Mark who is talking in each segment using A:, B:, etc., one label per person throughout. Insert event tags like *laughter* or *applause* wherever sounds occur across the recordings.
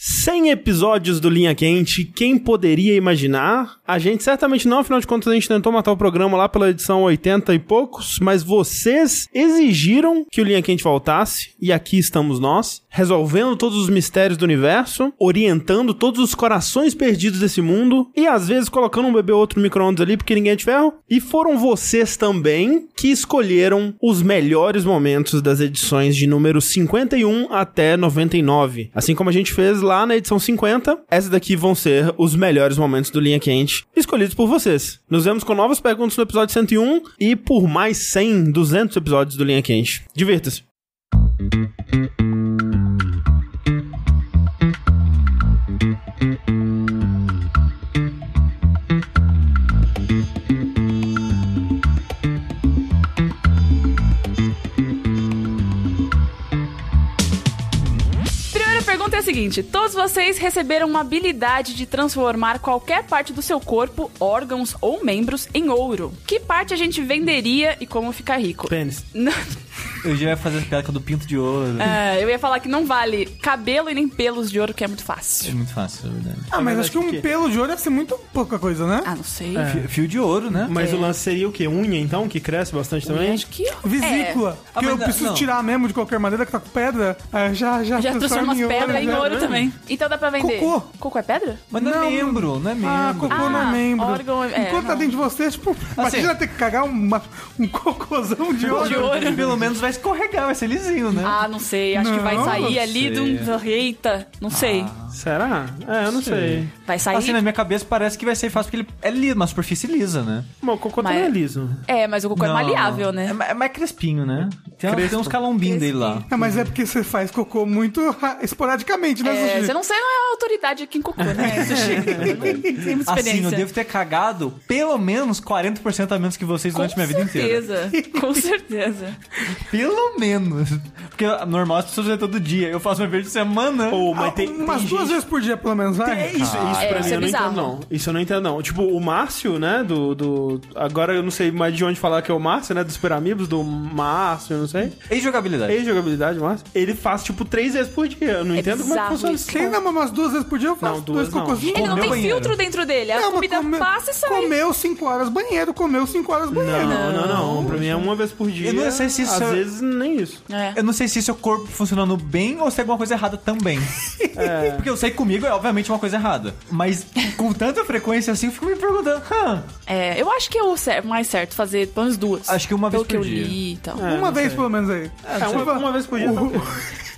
A: 100 episódios do Linha Quente, quem poderia imaginar? A gente certamente não, afinal de contas a gente tentou matar o programa lá pela edição 80 e poucos, mas vocês exigiram que o Linha Quente voltasse e aqui estamos nós, resolvendo todos os mistérios do universo, orientando todos os corações perdidos desse mundo e às vezes colocando um bebê ou outro no micro-ondas ali porque ninguém é de ferro. E foram vocês também que escolheram os melhores momentos das edições de número 51 até 99. Assim como a gente fez lá na edição 50, essas daqui vão ser os melhores momentos do Linha Quente, escolhidos por vocês. Nos vemos com novas perguntas no episódio 101 e por mais 100, 200 episódios do Linha Quente. Divirta-se!
B: Primeira pergunta é a seguinte: todos vocês receberam uma habilidade de transformar qualquer parte do seu corpo, órgãos ou membros em ouro. Que parte a gente venderia e como ficar rico?
A: Pênis.
B: Não-
C: Eu já ia fazer as piadas com a do pinto de ouro. É.
B: É, eu ia falar que não vale cabelo e nem pelos de ouro, que é muito fácil.
C: muito fácil, né? na verdade.
D: Ah, mas acho que
A: por quê?
D: um pelo de ouro deve ser muito pouca coisa, né?
B: Ah, não sei.
C: Fi- Fio de ouro, né?
A: Mas o lance seria o quê? Unha então, que cresce bastante também?
B: Acho que. é.
D: Vesícula.
C: Ah, mas
D: Que eu
C: não-
D: preciso
C: não.
D: tirar mesmo de qualquer maneira que tá com pedra. Aí já, já,
B: É, Já transforma as
D: em ouro,
B: pedras em
D: né?
B: ouro também. Então dá pra vender.
D: Cocô.
B: Cocô é pedra?
C: Mas não,
D: Não.
C: é membro, não é membro.
A: Hum.
D: Ah, cocô
B: Ah,
D: não é membro.
B: órgão é- é,
D: Enquanto tá
B: não.
D: dentro de você, tipo,
A: Assim.
D: imagina ter que cagar uma- um cocôzão de ouro.
B: De ouro.
C: Ah, *laughs* Pelo menos vai escorregar, vai ser lisinho, né?
B: Ah, não sei. Acho que vai
D: Não,
B: sair
D: não Ah.
B: ali de um. Eita, não sei.
A: Será? É, eu não sei.
B: Vai
D: Tá
B: sair.
C: Assim, na minha cabeça parece que vai ser fácil, porque ele é liso, uma superfície lisa, né?
A: Mas o cocô
B: Mas-
A: também é liso.
B: É, mas o cocô é
C: Não,
B: maleável, né?
C: É, ma- é mais crespinho, né? Tem,
A: Crespo.
C: tem uns calombinhos dele lá.
D: É, mas é porque você faz cocô muito ra- esporadicamente, né,
B: É,
D: Sushi?
B: você não sei, não é a autoridade aqui em cocô, né? Sushi. Não tem muita
C: Assim, eu
B: experiência.
C: devo ter cagado pelo menos 40% a menos que vocês
B: com
C: durante minha vida inteira.
B: certeza, com certeza.
C: Pelo menos. *laughs* Porque normal as pessoas fazem todo dia. Eu faço uma vez por semana.
A: Ou,
D: Ah,
A: mas tem,
D: umas
A: tem
D: duas
A: gente-
D: vezes por dia, pelo menos, vai.
A: É isso, isso
B: É,
A: pra
B: isso
A: mim
B: é
A: eu não
B: bizarro.
A: entendo, não. Isso eu não entendo, não. Tipo, o Márcio, né? Do, do. Agora eu não sei mais de onde falar que é o Márcio, né? Dos Super Amigos, do Márcio, eu não sei.
B: É.
C: E jogabilidade.
A: Tem jogabilidade, Márcio. Ele faz, tipo, três vezes por dia. Eu não
B: É
A: entendo como é que
B: bizarro
A: funciona
B: isso.
A: isso.
D: Quem não umas duas vezes por dia, eu faço
A: Não, duas
D: dois
A: não.
D: cocôzinhos.
B: Ele não
C: Comeu
B: tem
C: banheiro.
B: filtro dentro dele, a
D: Não, mas
B: É comida
D: come-
B: passa e sai.
D: Comeu cinco horas banheiro, comeu cinco horas banheiro.
A: Não, não, não. Pra mim é uma vez por dia.
C: Eu não sei se isso
A: Às
C: é-
A: vezes nem isso.
B: É.
C: Eu não sei se isso é o corpo funcionando bem ou se é alguma coisa errada também. Porque eu sei que comigo é obviamente uma coisa errada. Mas com tanta frequência assim, eu fico me perguntando. "Hã?"
B: É, eu acho que é o cer- mais certo fazer pelo menos duas.
C: Acho que uma vez
B: pelo que eu
C: por dia.
B: li e tal.
A: É,
D: uma
A: não
D: vez,
A: sei.
D: pelo menos, aí. Tipo,
A: É, uma, uma vez por dia. tá ok.
D: *laughs*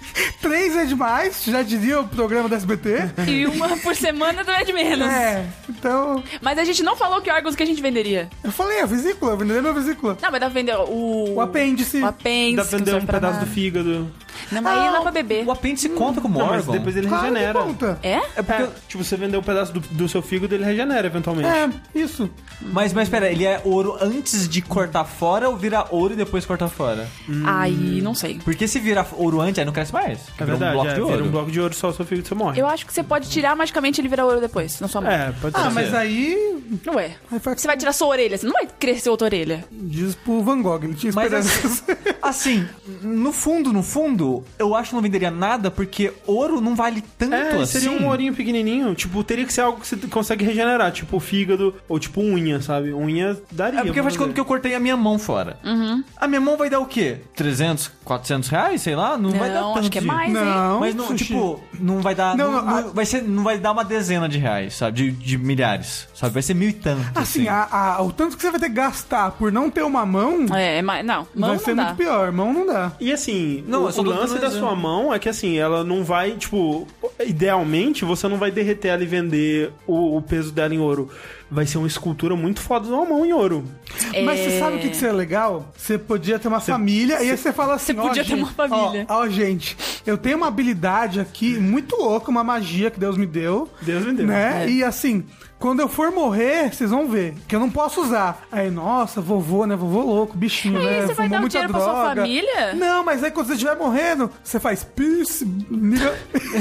D: Três é demais, já diria o programa
A: *laughs*
D: da SBT.
B: E uma por semana não é de menos.
D: é, então...
B: Mas a gente não falou que órgãos que a gente venderia.
D: Eu falei, a vesícula, eu venderei minha vesícula.
B: Não, mas dá pra vender o.
D: O apêndice.
B: O apêndice.
A: Dá
B: que
A: pra
B: não
A: vender
B: serve
A: um
B: pra
A: pedaço
B: nada.
A: do fígado.
B: Não, mas aí dá pra beber.
C: O apêndice conta como
A: Hum. Não, mas
C: órgão.
A: depois ele
D: Claro que
A: regenera.
D: conta.
B: É?
C: É porque.
A: É, tipo, você vender um pedaço do, do seu fígado, ele regenera eventualmente.
D: É, isso.
C: Mas, mas pera, ele é ouro antes de cortar fora ou vira ouro e depois cortar fora?
B: Aí, não sei.
C: Porque se vira ouro antes, aí não cresce mais.
A: É
C: Vira
A: verdade,
C: um bloco
A: é,
C: de
A: vira
C: ouro.
A: um bloco de ouro só o seu fígado você morre.
B: Eu acho que você pode tirar magicamente ele vira ouro depois, na sua mão.
A: É, pode
D: Ah,
A: ser.
D: mas aí...
B: Não é.
D: aí faz-
B: Você vai tirar sua orelha, você não vai crescer outra orelha.
D: Diz pro Van Gogh, ele tinha
C: Mas
D: esperanças.
C: assim,
D: *laughs*
C: assim, no fundo, no fundo, eu acho que não venderia nada porque ouro não vale tanto
A: É,
C: assim.
A: seria um ourinho pequenininho. Tipo, teria que ser algo que você consegue regenerar. Tipo, fígado ou tipo unha, sabe? Unha daria.
C: É porque faz de conta que eu cortei a minha mão fora.
B: Uhum.
C: A minha mão vai dar o quê? 300, 400 reais, sei lá? Não, vai dar
B: Não,
C: tanto.
B: acho que é
C: de-
B: mais, hein?
D: Não,
A: assim,
C: Mas não,
D: sushi.
C: tipo, não vai dar. Não,
D: Não, não,
C: não vai ser, não vai dar uma dezena de reais, sabe? De, de milhares. Sabe? Vai ser mil e tanto.
D: Assim, a- a- o tanto que você vai ter que gastar por não ter uma mão,
B: É, é mais. Não, mão
D: vai
B: não
D: ser
B: dá.
D: muito pior. Mão não dá.
A: E assim,
C: Não,
A: o,
C: eu só
A: o
C: tô
A: lance
C: dando
A: da
C: exemplo.
A: sua mão é que assim, ela não vai, tipo, idealmente você não vai derreter ela e vender o, o peso dela em ouro. Vai ser uma escultura muito foda de uma mão em ouro.
B: É.
D: Mas você sabe o que, que seria legal? Você podia ter uma família e aí você fala assim:
B: Você podia
D: ó,
B: ter uma
D: gente,
B: família.
D: Ó, ó, gente, eu tenho uma habilidade aqui muito louca, uma magia que Deus me deu.
A: Deus me deu.
D: Né?
B: É.
D: E assim, quando eu for morrer, vocês vão ver, que eu não posso usar. Aí, nossa, vovô, né? Vovô louco, bichinho,
B: E aí,
D: né?
B: você vai
D: Fumou
B: dar o
D: muita
B: dinheiro pra sua
D: droga.
B: família?
D: Não, mas aí quando você estiver morrendo, você faz *laughs* pis, milho-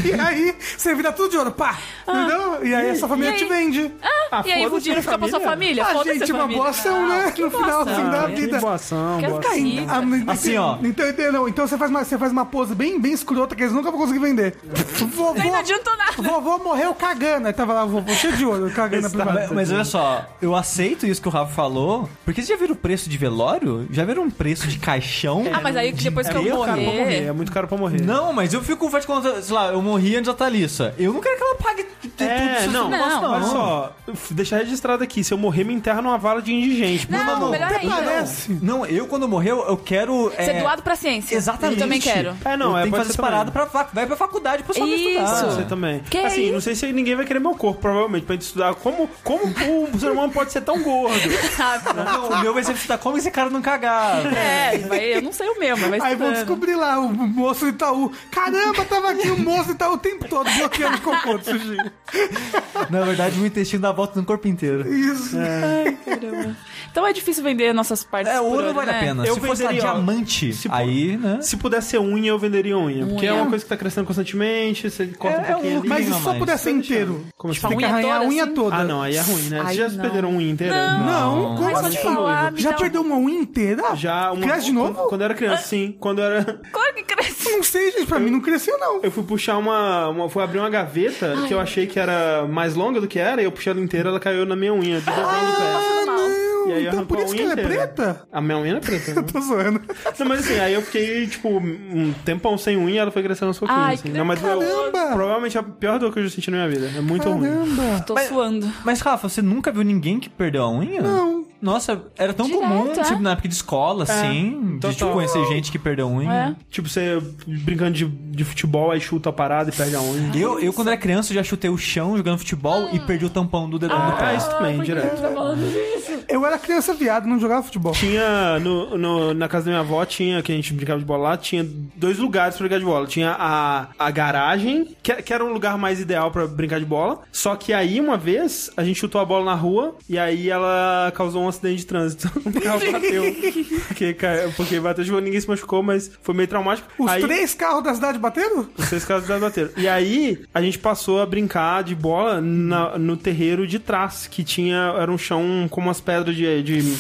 D: e aí você vira tudo de ouro, pá! Entendeu? E aí a sua família
B: Ah. e
D: te
B: aí?
D: vende.
B: Ah,
A: Ah,
B: e aí
A: foda-se
B: o dinheiro
A: a
B: fica pra sua família.
D: Ah,
B: Foda-se
D: gente,
B: a
D: uma
B: família.
D: boa ação, né?
B: Ah, que
D: No
B: boa
D: final,
B: ação.
D: assim, da
A: Que
D: vida.
A: boa ação,
B: Quer
A: boa
B: ficar
A: ação.
B: rico.
D: Ah, não, não
C: Assim,
D: entendi-
C: ó.
D: Não entendeu, não. Então você faz, uma, você faz uma pose bem, bem escrota que eles nunca vão conseguir vender. Vovô,
B: Não adiantou nada.
D: vovô morreu cagando. Aí tava lá, vovô cheio de olho, cagando na privada.
C: tá Mas, mas olha só, eu aceito isso que o Rafa falou, porque vocês já viram o preço de velório? Já viram o preço de caixão?
B: Ah, mas aí depois que
C: É
B: eu
C: meio caro pra
A: É,
B: morrer.
A: é muito caro pra morrer.
C: Não, mas eu fico, faz de conta, sei lá, eu morri antes da Thalissa. Eu não quero que ela pague t- t- tudo
A: É,
C: isso.
A: não,
B: não,
A: não,
B: não.
A: olha só, f- deixar registrado aqui, se eu morrer me enterra numa vala de indigente.
B: Não,
D: um
B: melhor ainda.
D: parece.
C: Não, eu quando morrer, eu eu quero...
B: Ser
C: é,
B: doado pra ciência.
C: Exatamente.
B: Eu também quero.
A: É, não,
C: Eu
A: é, pode
C: tenho que fazer
A: ser
C: essa parada
A: também.
C: pra, fa- vai pra faculdade pra só pra
B: Isso.
C: estudar.
A: Você também.
B: Que
A: assim,
B: isso?
A: não sei se ninguém vai querer meu corpo, provavelmente, pra gente estudar como, como o ser humano pode ser tão gordo.
B: Ah,
C: Não, o meu vai ser estudar como esse cara não cagar.
B: É, vai- eu não sei o meu, mas vai
D: Aí vão
B: estudando.
D: descobrir lá o moço do Itaú. Caramba, tava aqui o *laughs* moço do Itaú o tempo todo bloqueando o cocô do sujinho.
C: *laughs* Na verdade, o intestino dá volta no corpo inteiro.
D: Isso.
B: Ai, caramba. *laughs* Então é difícil vender nossas partes.
C: É,
B: por
C: ouro
B: olho,
C: vale
B: né?
C: a pena.
A: Eu
C: se fosse a
A: venderia, ó,
C: diamante,
A: se-
C: aí, né?
A: Se pudesse ser unha, eu venderia unha. Porque é
B: Unha?
A: uma coisa que tá crescendo constantemente, você corta um
C: É, é
A: pouquinho
C: unha.
A: ali.
D: Mas
C: Ninguém
D: isso só
C: mais.
D: pudesse ser inteiro. um
A: Como
B: Tipo,
A: assim?
B: a
D: Tem que
B: né, unha
D: arranhar a
B: toda,
D: unha
B: assim?
D: toda.
A: Ah, não, aí é ruim, né?
B: Ai,
A: Vocês já
B: não.
A: perderam unha inteira?
B: Não.
D: Não, como
B: Mas só te
D: assim?
B: falar, me
D: Já
B: dá um-
D: perdeu uma unha inteira?
A: Já uma.
D: Cresce de novo?
A: Quando, quando eu era criança, sim. Quando eu era. *laughs*
B: Claro que cresce.
D: Não sei, gente. Pra mim não cresceu, não.
A: Eu fui puxar uma. uma- fui abrir uma gaveta que eu achei que era mais longa do que era, e eu puxei ela inteira, ela caiu na minha unha, do dedão do
B: Tá
A: pé.
D: Ah, não.
A: E aí
D: Então
A: arrancou
D: por isso
A: a né?
D: que
A: unha
D: ela é
A: inteira.
D: preta?
A: A minha unha era preta. né?
D: Tô zoando.
A: Não, mas assim, aí eu fiquei, tipo, um tempão sem unha e ela foi crescendo aos pouquinhos.
B: Ai,
A: assim.
B: que
A: Não, mas eu-
D: caramba!
A: provavelmente é a pior dor que eu já senti na minha vida. É muito ruim.
D: Caramba.
B: Tô suando.
C: Mas, Rafa, você nunca viu ninguém que perdeu a unha?
D: Não.
C: Nossa, era tão
B: Direto,
C: comum,
B: é?
C: tipo, na época de escola, assim, de
A: total.
C: tipo, conhecer gente que perdeu a unha.
B: É.
A: Tipo, você brincando de, de futebol, aí chuta a parada e perde a
B: É.
A: unha.
C: Eu, eu, quando era criança, eu já chutei o chão jogando futebol
B: Ah.
C: e perdi o tampão do dedão do
A: Ah,
C: pé.
A: isso também,
B: por que
A: direto.
B: você tá falando disso?
D: Eu era criança viado, não jogava futebol.
A: Tinha, no, no- na casa da minha avó, tinha, que a gente brincava de bola lá, tinha dois lugares pra brincar de bola. Tinha a, a garagem, que, que era um lugar mais ideal pra brincar de bola. Só que aí, uma vez, a gente chutou a bola na rua e aí ela causou um acidente de trânsito. *laughs* O carro bateu.
D: *laughs*
A: porque, caiu- porque bateu, tipo, ninguém se machucou, mas foi meio traumático.
D: Os
A: aí,
D: três carros da cidade bateram?
A: Os três caras da bateram. E aí, a gente passou a brincar de bola na- no terreiro de trás, que tinha. Era um chão com umas pedras de. de-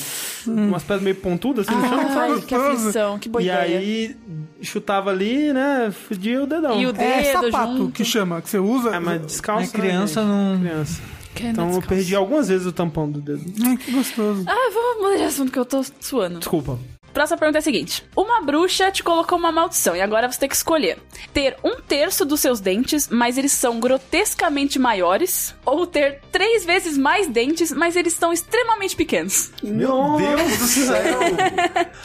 D: Hum.
A: umas pedras meio pontudas, assim, no chão, sabe?
B: Ai, que aflição, que boa
A: e
B: ideia.
A: aí, chutava ali, né? Fudia o dedão.
B: E o
D: é
B: dedo
D: sapato
B: junto.
D: que chama, que você usa.
A: É, mas
C: A
A: descalço. né,
C: criança
A: gente?
C: não.
A: Criança.
B: Que anda
A: Então eu
B: descalço.
A: perdi algumas vezes o tampão do dedo.
D: Ai, que gostoso.
B: Ah, vamos mudar de assunto que eu tô suando.
A: Desculpa.
B: Próxima pergunta é a seguinte: Uma bruxa te colocou uma maldição e agora você tem que escolher ter um terço dos seus dentes, mas eles são grotescamente maiores, ou ter três vezes mais dentes, mas eles são extremamente pequenos.
A: Meu Deus do céu!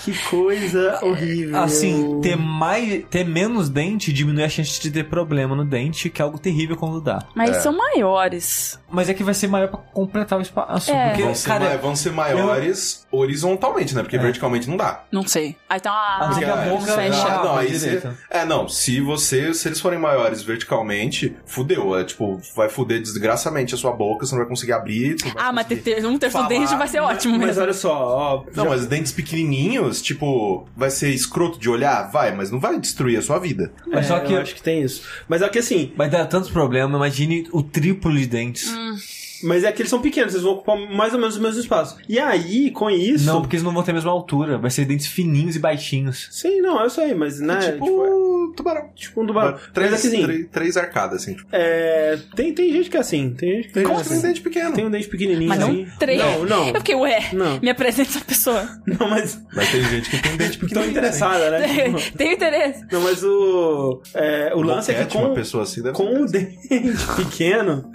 A: que coisa horrível.
C: Assim, ter mais. ter menos dente diminui a chance de ter problema no dente, que é algo terrível quando dá.
B: Mas
A: É.
B: eles são maiores.
C: Mas é que vai ser maior pra completar o espaço.
B: É.
C: Porque,
E: Vão ser,
C: cara,
E: ma- vão ser maiores horizontalmente, né?
A: É.
E: Porque verticalmente não dá.
B: Não sei. Ah, então a,
C: Ah, mas é que a
E: Ah,
C: boca
B: fecha.
C: dá-
E: Não,
C: Ah,
E: aí
C: mas
E: você-
C: direita.
E: É, não. Se você. Se eles forem maiores verticalmente, fudeu. É tipo, vai fuder desgraçamente a sua boca, você não vai conseguir abrir. você não vai
B: Ah, mas ter
E: conseguir-
B: ter um terço do
E: falar.
B: dente vai ser ótimo
A: Mas
B: mesmo.
A: olha só, ó.
E: Não, mas dentes pequenininhos, tipo, vai ser escroto de olhar? Vai, mas não vai destruir a sua vida.
C: Mas só que.
A: é, eu acho que tem isso. Mas é que assim,
C: Vai dar tantos problemas, imagine o triplo de dentes.
B: Hum.
A: Mas é que eles são pequenos, eles vão ocupar mais ou menos o mesmo espaço. E aí, com isso.
C: Não, porque eles não vão ter a mesma altura. Vai ser dentes fininhos e baixinhos.
A: Sim, não, eu sei, mas né?
E: É,
A: tipo,
E: tipo,
A: tipo,
E: tubarão.
A: um tubarão.
E: Três,
A: mas é que assim,
E: três, três arcadas, assim. Tipo,
A: é, tem, tem gente que é assim. Tem gente que tem,
E: como
A: gente
E: assim?
A: assim.
E: dente pequeno?
A: tem um dente pequenininho
B: Mas
A: assim.
B: não três.
A: Não, não.
B: Eu fiquei, ué,
A: Não.
B: me apresenta essa pessoa. *laughs*
A: Não, mas.
E: Mas tem gente que tem dente pequeno.
A: Tô interessada,
B: *laughs*
A: né? Tipo,
B: Tenho interesse.
A: não, mas o. é, o lance é que
E: uma
A: com,
E: pessoa assim deve
A: com o dente *laughs* pequeno.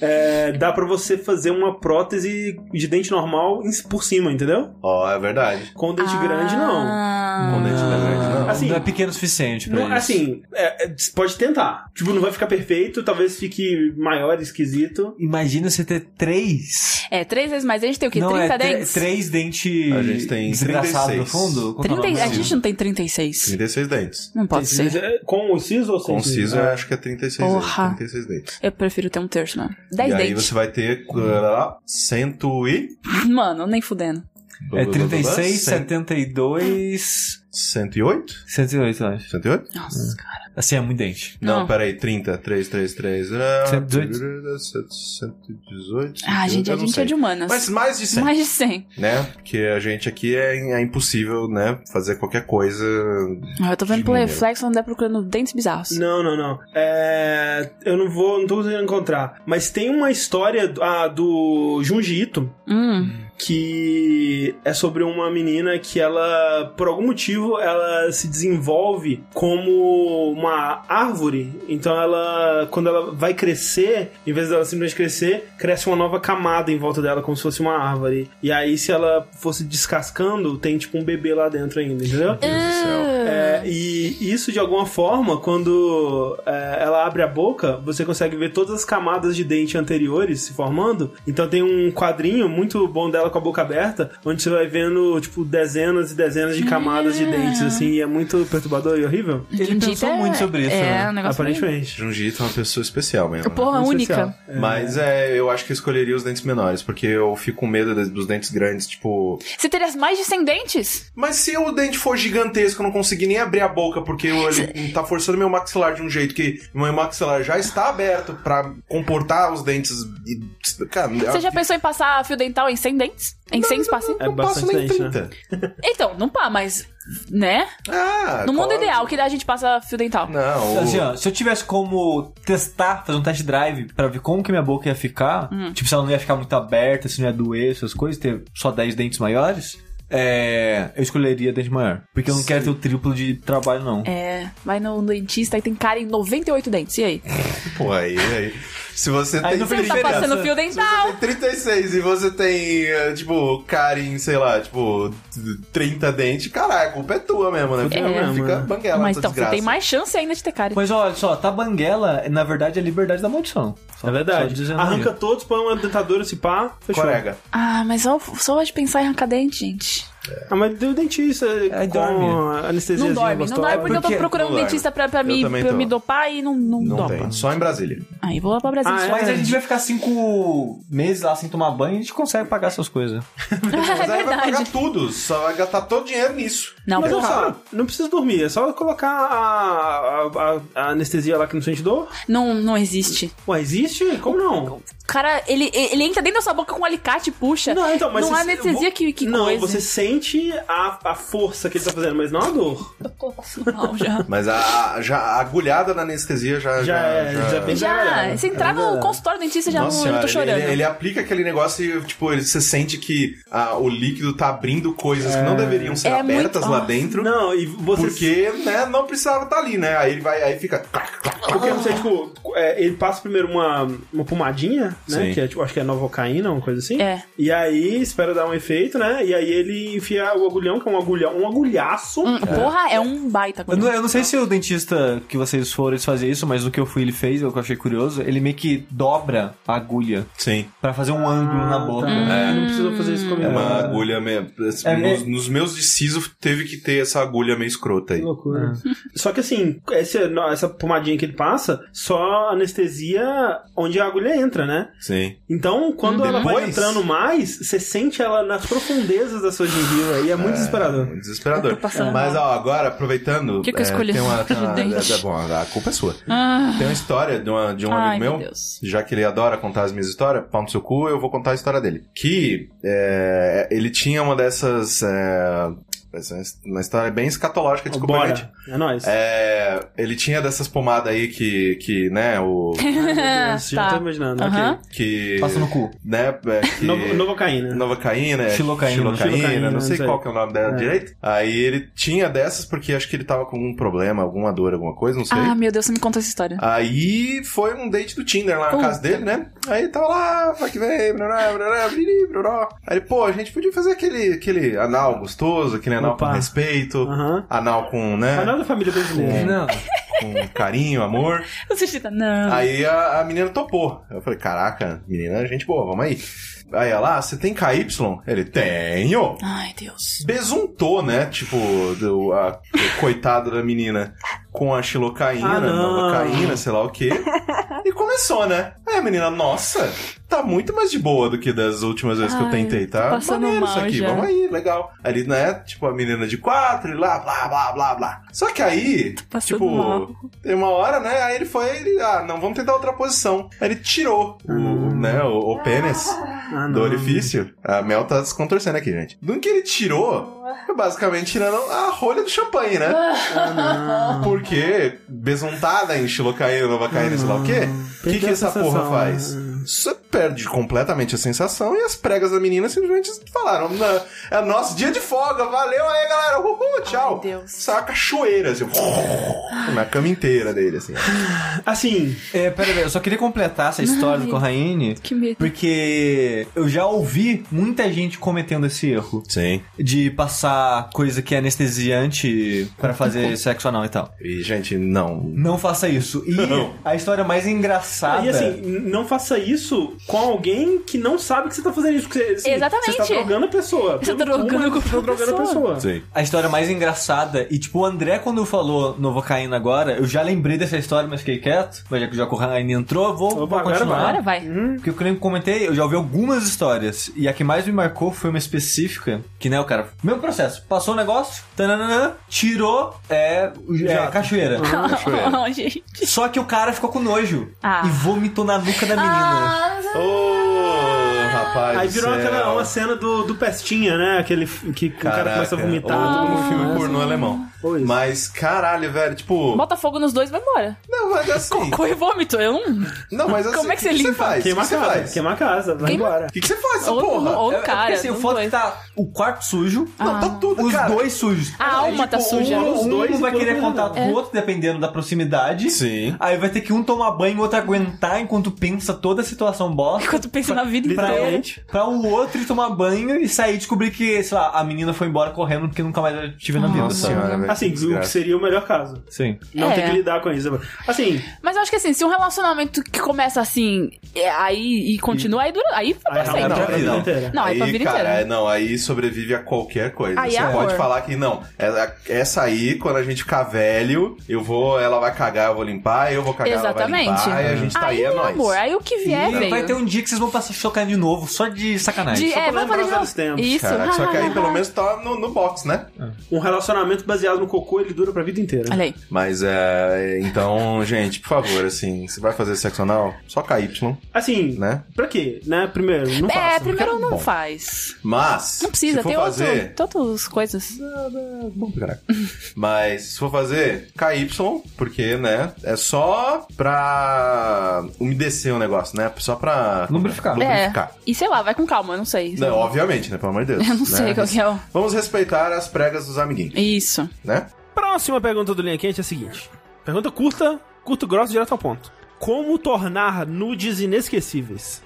A: é, dá pra você fazer uma prótese de dente normal em- por cima, entendeu?
E: Ó, é verdade.
A: Com o dente grande, não.
B: Ah.
E: Com dente grande, não.
A: Assim,
C: Um não é pequeno o suficiente pra
A: Não,
C: eles.
A: assim, é, é, pode tentar. Tipo, não vai ficar perfeito, talvez fique maior, esquisito.
C: Imagina você ter três.
B: É, três vezes mais dente tem o quê?
C: não,
B: 30
C: é tre-
B: dentes?
C: Três dentes
E: A gente tem
C: desgraçados no
E: 36.
C: fundo. Qual que é o
B: 30
C: nome?
B: A gente não tem 36.
E: 36 dentes.
B: Não pode
A: Sim,
B: ser.
A: é, Com o siso ou sem
E: Com siso, eu
A: É.
E: acho que é 36
B: Ah. Porra.
E: dentes. 36 dentes.
B: Eu prefiro ter um terço, mano. 10
E: e aí
B: dentes. *laughs*
E: você vai ter ah, cento e...
B: Mano, nem fudendo.
C: É 36, 72,
E: 108?
F: 108, eu acho.
E: 108?
B: Nossa, cara.
F: Assim, é muito dente.
E: Não,
B: Não.
E: peraí, 30, 3, 3, 3.
F: 118.
E: 118.
B: Ah, gente, a gente é de humanas.
E: Mas mais de 100,
B: Mais de 100.
E: né? Porque a gente aqui é, é impossível, né? Fazer qualquer coisa.
B: Ah, eu tô vendo
E: De
B: pelo
E: número.
B: reflexo, não dá procurando dentes bizarros.
A: Não, não, não. É, eu não vou, não tô conseguindo encontrar. Mas tem uma história do- ah, do Junji Ito
B: Hum.
A: que é sobre uma menina que ela, por algum motivo, ela se desenvolve como uma árvore. Então ela, quando ela vai crescer, em vez dela simplesmente crescer, cresce uma nova camada em volta dela, como se fosse uma árvore. E aí, se ela fosse descascando, tem tipo um bebê lá dentro ainda, entendeu?
E: Meu Deus do
B: Ah.
E: céu.
A: É, e isso de alguma forma, quando é, ela abre a boca, você consegue ver todas as camadas de dente anteriores se formando. Então tem um quadrinho muito bom dela com a boca aberta, onde você vai vendo, tipo, dezenas e dezenas de camadas de dentes, assim, e é muito perturbador e horrível.
F: Ele
B: Dito
F: pensou
B: é-
F: muito sobre isso,
B: É,
F: né?
B: um negócio meio-
A: Aparentemente.
E: Junjito é uma pessoa especial mesmo. né?
B: Porra, única.
A: Especial.
E: Mas é, eu acho que eu escolheria os dentes menores, porque eu fico com medo dos- dos dentes grandes, tipo.
B: Você teria mais de 100 dentes?
E: Mas se o dente for gigantesco, eu não consegui nem abrir a boca, porque eu- ele tá forçando meu maxilar de um jeito que meu maxilar já está aberto pra comportar os dentes. e- cara,
B: Você já um pensou em passar fio dental em 100 dentes? Em 100 espacinhos?
A: É
E: eu É não passo
A: bastante
E: nem
A: dente, né?
E: 30.
B: Então, não pá, mas. Né?
E: Ah,
B: No mundo
E: claro.
B: ideal, que a gente passa fio dental.
E: Não, o-
F: Assim, ó, se eu tivesse como testar, fazer um test drive pra ver como que minha boca ia ficar, tipo, se ela não ia ficar muito aberta, se não ia doer, essas coisas, ter só 10 dentes maiores, é, eu escolheria dente maior. Porque eu não quero ter o triplo de trabalho, não.
B: É, vai no dentista e tem cara em 98 dentes. E aí?
E: pô, aí, aí. Se você
F: Aí
E: tem
F: não
B: Você
F: fez
B: não tá
E: 30,
F: diferença.
B: passando fio dental?
E: tem 36 e você tem, eh, tipo, Karin, sei lá, tipo, 30 dentes, caralho, a culpa é tua mesmo, né?
A: É,
E: Fica- fica
A: mano.
E: banguela,
B: Mas
E: essa
B: então, você
E: desgraça.
B: tem mais chance ainda de ter cara.
F: Mas olha só, tabanguela, na verdade, é liberdade da maldição. Só- só
A: É verdade.
F: dizendo
A: Arranca
F: aí.
A: todos, põe uma dentadura, se pá, fechou.
E: Corega.
B: Ah, mas só, só de pensar em arrancar dente, gente.
A: Ah, mas deu dentista
F: Aí
A: com
F: dorme.
A: anestesia
B: Não dorme, não
A: gostosa.
B: dorme porque eu tô
F: porque-
B: procurando
E: não
B: um
E: dorme.
B: dentista pra, pra,
E: Eu
B: me,
E: também
B: pra
E: tô.
B: me dopar e não, não,
E: Não
B: dopa.
E: tem, só em Brasília.
B: Aí vou lá pra Brasil.
A: Ah,
F: Mas
A: é?
F: a gente vai ficar cinco meses lá sem tomar banho e a gente consegue pagar essas coisas.
B: é *laughs*
E: Mas aí vai
B: verdade.
E: pagar tudo, só vai gastar todo o dinheiro nisso.
B: Não,
A: Mas
B: pô.
A: olha só, não precisa dormir, é só colocar a, a- a- a anestesia lá que não sente dor.
B: não, não existe.
A: Ué, existe? Como não?
B: O cara, ele, ele entra dentro da sua boca com um alicate e puxa.
A: Não, então, mas.
B: Não há
A: você-
B: anestesia
A: vo-
B: que, que
A: Não,
B: coisa. *laughs*
A: você sente a, a força que ele tá fazendo, mas não a dor.
B: Eu tô passando mal já.
E: Mas a, a- já, a agulhada na anestesia *laughs* já.
A: Já é- já é bem-
B: Já, se entrar no consultório do dentista, já
E: Nossa
B: não, eu não
E: senhora,
B: tô chorando.
E: Ele, é ele aplica aquele negócio e, tipo, ele, você sente que ah, o líquido tá abrindo coisas que não deveriam ser
B: É
E: abertas
B: muito-
E: lá
B: Nossa.
E: dentro.
A: Não, e você.
E: Porque, né, não precisava estar ali, né? Aí ele vai, aí fica.
A: Porque você, tipo, é, ele passa primeiro uma, uma pomadinha, né?
E: Sim.
A: Que é, tipo, acho que é novocaína, uma coisa assim.
B: É.
A: E aí, espera dar um efeito, né? E aí ele enfia o agulhão, que é um agulhão, um agulhaço.
B: Hum, Porra, é um baita.
F: Eu
B: coisa.
F: não, eu não sei se o dentista que vocês foram eles fazia isso, mas o que eu fui ele fez, o que eu achei curioso, ele meio que dobra a agulha
E: Sim.
F: pra fazer um ângulo na boca.
A: É. Não precisa fazer isso
E: É
A: comigo.
E: uma agulha meio.
F: É,
E: nos,
F: é-
E: nos meus decisos teve que ter essa agulha meio escrota aí.
A: Que loucura. Só que assim, esse- essa pomadinha que ele passa, só anestesia onde a agulha entra, né?
E: Sim.
A: Então, quando ela vai
E: Depois?
A: entrando mais, você sente ela nas profundezas da sua gengiva e é muito desesperador.
E: Muito desesperador.
B: passando
E: Mas, ó, agora, aproveitando. é,
B: O que que *laughs* eu escolhi?
E: Tem uma, tem uma-
B: Dente.
E: é, bom, a culpa é sua.
B: Ah,
E: Tem uma história de, uma- de um
B: ai,
E: amigo
B: meu
E: meu.
B: Deus.
E: Já que ele adora contar as minhas histórias, pau no seu cu, eu vou contar a história dele. Que é, ele tinha uma dessas. É, essa- uma história bem escatológica, desculpa, gente.
A: Bora. É nóis.
B: *laughs*
E: É, ele tinha dessas pomadas aí que, que
B: *laughs*
E: né, o.
A: Já tô imaginando. ok.
B: Tá. Aham.
E: Que.
F: Passa no cu.
E: Né, é, que...
A: Novo- Novocaína.
E: Novocaína, é,
F: Xilocaína.
E: xilocaína, não sei
A: Xilocaína,
E: qual que é o nome dela
A: É.
E: direito. Aí ele tinha dessas porque acho que ele tava com algum problema, alguma dor, alguma coisa, não sei.
B: Ah, meu Deus, você me conta essa história.
E: Aí foi um date do Tinder lá na
B: Puta.
E: casa dele, né? Aí tava lá, vai que vem, brará, brará, briri, broró. Aí ele, pô, a gente podia fazer aquele, aquele anal gostoso, aquele anal
A: Opa.
E: com respeito,
A: Aham.
E: anal com, né,
A: Mas não é da família brasileira.
F: Não.
E: com carinho, amor.
B: Você cita, não.
E: Aí a, a menina topou. Eu falei, caraca, menina, gente boa, vamos aí. Aí ela, "Ah, você tem KY? Ele, tenho.
B: Ai, Deus.
E: Besuntou, né? Tipo, do, a coitada da menina com a xilocaína,
A: Ah, não.
E: novocaína, sei lá o quê. E começou, né? Aí É, menina, nossa, tá muito mais de boa do que das últimas vezes que eu
B: Ai,
E: tentei,
B: tô
E: tá?
B: passando
E: isso
B: mal
E: aqui,
B: já.
E: vamos aí, legal. Ali, né, tipo, a menina de quatro e lá, blá, blá, blá, blá. Só que aí,
B: Tá passando
E: tipo,
B: mal.
E: tem uma hora, né, aí ele foi, ele, ah, não, vamos tentar outra posição. Aí ele tirou o,
B: Ah.
E: né, o, o pênis
A: Ah,
E: do
A: não.
E: orifício. A Mel tá se contorcendo aqui, gente. Do que ele tirou,
B: Ah.
E: é basicamente tirando a rolha do champanhe, né?
A: Ah,
E: Porque besuntada em xilocaína, novacaína, sei lá o quê. O que,
A: Ah, Perdeu
E: que
A: a
E: essa
A: sensação,
E: porra faz?
A: né?
E: Você perde completamente a sensação e as pregas da menina simplesmente falaram: "Não, é nosso dia de folga, valeu aí, galera, uhul, tchau.
B: Ai, Deus. Ah.
E: Saiu a cachoeira, assim, na cama inteira dele, assim.
A: Assim,
C: É, pera, aí, eu só queria completar essa história do Corraine.
B: que medo.
C: Porque eu já ouvi muita gente cometendo esse erro
E: Sim.
C: de passar coisa que é anestesiante
A: Tá
C: pra fazer sexo anal e tal.
E: E, gente, não.
C: Não faça isso. E
E: Não.
C: a história mais engraçada.
A: e assim, não faça isso com alguém que não sabe que você tá fazendo isso. Que você, assim,
B: Exatamente.
A: Você tá drogando a pessoa.
B: Você tá
A: Pelo cu,
B: drogando
A: mas
B: com a
A: Você tá drogando a
B: pessoa.
A: pessoa.
E: Sim.
C: A história mais engraçada, e tipo, o André, quando falou Novocaína agora, eu já lembrei dessa história, mas fiquei quieto. Mas já que o Corraine entrou, eu vou, vou
A: Opa, agora
C: continuar.
A: vai.
B: Agora vai.
E: Uhum.
C: Porque que eu comentei, eu já ouvi algumas histórias. E a que mais me marcou foi uma específica, que né, o cara. Mesmo processo. Passou o negócio, tananana, tirou é, o- é, cachoeira.
E: Uhum.
B: *laughs* Não, gente.
C: Só que o cara ficou com nojo.
B: Ah.
C: E vomitou na nuca da menina.
E: Ô, rapaz.
A: Aí
E: do
A: virou
E: céu.
A: aquela uma cena do, do Pestinha, né? Aquele f- que o cara começa a vomitar.
E: Outro
A: todo
E: um filme
A: mundo-
E: pornô alemão.
A: Pois.
E: Mas, caralho, velho, tipo.
B: Bota fogo nos dois e vai embora.
E: Não, mas assim.
B: Corre vômito, É um, eu não.
E: Não, mas assim.
B: Como é que você
E: o
B: limpa?
E: faz? O
A: Queima
E: que
A: a
E: você
A: casa.
E: faz?
A: Queima a casa. Vai
B: Queima-
A: embora.
E: O que, que você faz, essa
B: Ou,
E: porra?
B: um, ou
C: É-
B: o
C: é
B: cara.
C: Porque, assim,
B: os
C: o foda é
B: dois. *laughs*
C: que tá o quarto sujo.
E: Não, tá tudo,
C: Os
E: cara.
C: dois sujos.
B: A
A: Tipo,
B: alma tá suja.
C: Um,
A: Os
C: um
A: dois então
C: vai
A: e todo
C: querer
A: mundo.
C: contato com o outro, dependendo da proximidade.
E: Sim.
C: Aí vai ter que um tomar banho e o outro aguentar enquanto pensa toda a situação bosta.
B: Enquanto pensa na vida
C: pra, um,
B: inteira.
C: pra o outro ir tomar banho e sair e descobrir que, sei lá, a menina foi embora correndo porque nunca mais eu tive na vida,
E: Nossa
C: sabe?
E: senhora, velho.
A: Assim,
E: que
A: o que
E: desgraça.
A: seria o melhor caso.
C: Sim.
A: Não
B: É.
A: ter que lidar com isso. Assim,
B: Mas eu acho que assim, se um relacionamento que começa assim, é, aí e continua, aí dura. Aí foi
A: aí
B: pra
A: realmente
B: sempre.
E: não,
A: é pra vida
E: não.
A: inteira.
B: Não, aí pra vida
E: cara,
B: inteira.
E: é, não, aí sobrevive a qualquer coisa.
B: Aí
E: Você
B: é amor.
E: pode falar que não, ela- essa aí, quando a gente ficar velho, eu vou, ela vai cagar, eu vou limpar, eu vou cagar, ela vai
B: Exatamente.
E: limpar, e a gente tá aí, é
B: meu
E: nóis.
B: amor, aí o que vier,
C: e vai ter
B: é, velho.
C: um dia que vocês vão passar chocando de novo, só de sacanagem.
B: De, é,
A: pra
B: vamos fazer de
A: lembrar
B: novo.
A: dos tempos,
B: Isso.
E: Caraca, só que aí pelo menos tá no, no box, né?
A: Um relacionamento baseado no cocô, ele dura pra vida inteira.
B: *laughs* Olha aí.
E: Mas é. Então, *laughs* gente, por favor, assim, você vai fazer sexo anal? Só KY,
A: Assim,
E: né?
A: pra quê? Né? Primeiro, não
E: assim,
A: faça.
B: É, primeiro
E: cara,
B: não
E: bom.
B: faz.
E: Mas.
B: Não precisa,
E: se for
B: tem
E: fazer,
B: outro, Tá tantas coisas.
E: Bom pra caraca. Mas se for fazer, KY, porque, né? É só pra umedecer o negócio, né? Só pra.
C: Lubrificar.
B: É.
E: Lubrificar.
B: E sei lá, vai com calma, eu não sei.
E: Não, obviamente, né? Pelo amor de Deus.
B: *laughs* Eu não
E: né?
B: sei qual que é o.
E: Vamos respeitar as pregas dos amiguinhos,
B: Isso.
E: né?
A: Próxima pergunta do Linha Quente é a seguinte. Pergunta curta, curto, grosso, direto ao ponto. Como tornar nudes inesquecíveis?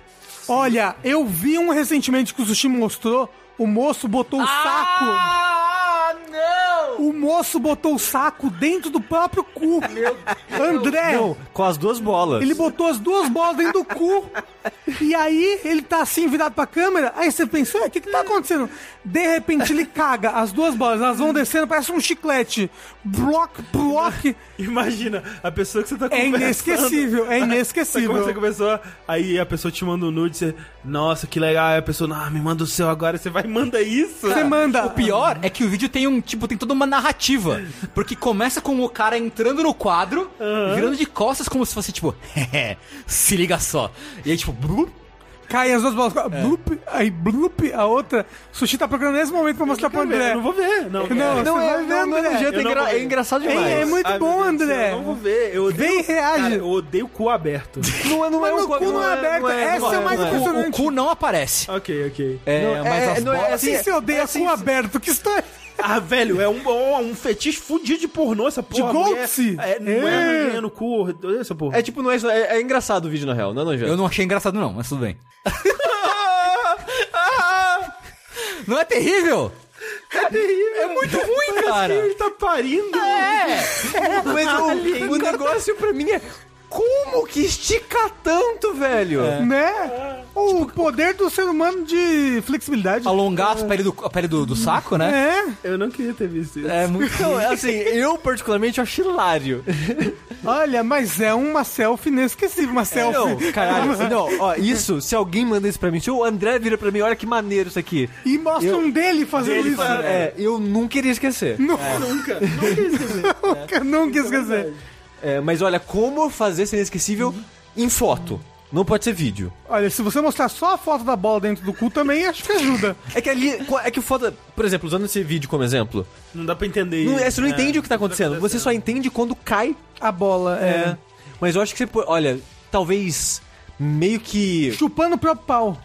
D: Olha, eu vi um recentemente que o Sushi mostrou. O moço botou o saco.
C: Ah, não!
D: O moço botou o saco dentro do próprio cu. André,
C: Com as duas bolas.
D: ele botou as duas bolas dentro do cu. E aí ele tá assim virado pra câmera. Aí você pensa, "Ué, o que, que tá acontecendo? De repente ele caga as duas bolas, elas vão descendo, parece um chiclete. Block, block.
A: Imagina, a pessoa que você tá
D: É
A: conversando...
D: inesquecível,
A: Sabe
D: é
A: quando você
D: inesquecível.
A: começou, aí a pessoa te manda um nude, você, nossa, que legal, aí a pessoa, ah, me manda o seu agora, você vai e manda isso. Ah,
D: Você manda.
G: O pior é que o vídeo tem um, tipo, tem toda uma narrativa. Porque começa com o cara entrando no quadro, virando de costas como se fosse, tipo, se liga só. E aí, tipo, blu,
D: Cai as duas bolas.
A: É.
D: Bloop, aí bloop, a outra. Sushi tá procurando nesse momento pra mostrar pro
A: Quero ver,
D: André.
A: eu não vou ver, não.
D: Não,
A: cara.
D: você vai ver, André.
A: Eu não vou ver.
G: engraçado
D: É, é muito
A: Ai,
D: bom,
A: meu Deus do céu,
D: André.
A: Eu não vou ver, eu odeio...
D: Vem e reage.
A: Cara, eu odeio cu
D: *laughs*
A: aberto.
C: Não, não
D: Mas o cu não é aberto, essa é a mais
G: O,
D: impressionante.
G: o cu não aparece.
A: ok, ok.
C: É, mas as bolas...
D: assim, você odeia cu aberto, que história.
A: Ah, velho, é um, ó, um fetiche fudido de pornô essa porra.
D: golpe?
A: É, é, não
D: É.
A: é mulher no cu, odeio essa porra.
H: É tipo, não é, isso- é, é engraçado o vídeo, na real, não é nojento.
G: Eu não achei engraçado, não, mas tudo bem. *laughs* não é terrível?
A: é muito ruim,
G: cara.
A: Ele tá parindo.
G: É! *laughs*
H: Mas o, o negócio pra mim é
I: Como que estica tanto, velho?
G: É.
D: Né? O poder do ser humano de flexibilidade.
J: Alongar a pele do, a pele do, do saco, né?
D: É.
A: Eu não queria ter visto isso.
J: É muito.
I: Então, assim, eu particularmente acho hilário.
D: Olha, mas é uma selfie inesquecível, uma
I: Não,
D: selfie.
I: caralho. assim, Não, ó, isso, se alguém manda isso pra mim, se o André vira pra mim, olha que maneiro isso aqui.
D: E mostra
I: Eu-
D: um dele fazendo
I: Ele
D: isso. *laughs*
I: fala, é, eu nunca iria esquecer.
D: Não, Nunca, nunca esquecer.
I: É, mas olha, como fazer ser inesquecível em foto? Não pode ser vídeo.
D: Olha, se você mostrar só a foto da bola dentro do cu também, acho que ajuda.
I: É que ali. qual- É que o foda. Por exemplo, usando esse vídeo como exemplo.
A: Não dá pra entender
I: não-
A: isso.
I: é, você não entende o que tá acontecendo. Você só entende quando cai.
D: A bola, é.
I: Mas eu acho que você. pô- Olha, talvez. Meio que.
D: Chupando o próprio pau.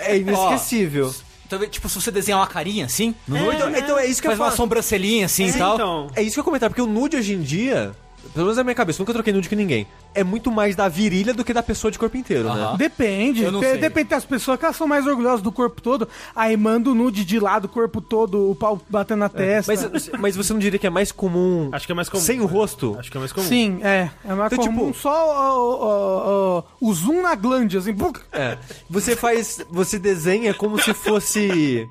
I: É inesquecível.
J: Talvez, tipo, se você desenhar uma carinha assim,
I: Ou então,
A: né?
I: então é isso que eu
J: faz uma
I: falo.
J: sobrancelhinha assim e
A: Sim,
J: tal.
A: então.
I: É isso que eu ia comentar, porque o nude hoje em dia, pelo menos na minha cabeça, nunca troquei nude com ninguém. É muito mais da virilha do que da pessoa de corpo inteiro,
J: Aham.
I: né?
D: Depende.
J: Eu não
D: De-
J: sei.
D: Depende das pessoas que elas são mais orgulhosas do corpo todo. Aí manda o nude de lado, o corpo todo, o pau batendo na testa.
I: Mas, mas você não diria que é mais comum.
A: Acho que é mais comum.
I: Sem o rosto?
A: Acho que é mais comum.
D: Sim, é. É uma
I: Então,
D: comum
I: tipo-
D: só ó, ó, ó, o zoom na glande, assim. buc.
I: É. Você faz. Você desenha como se fosse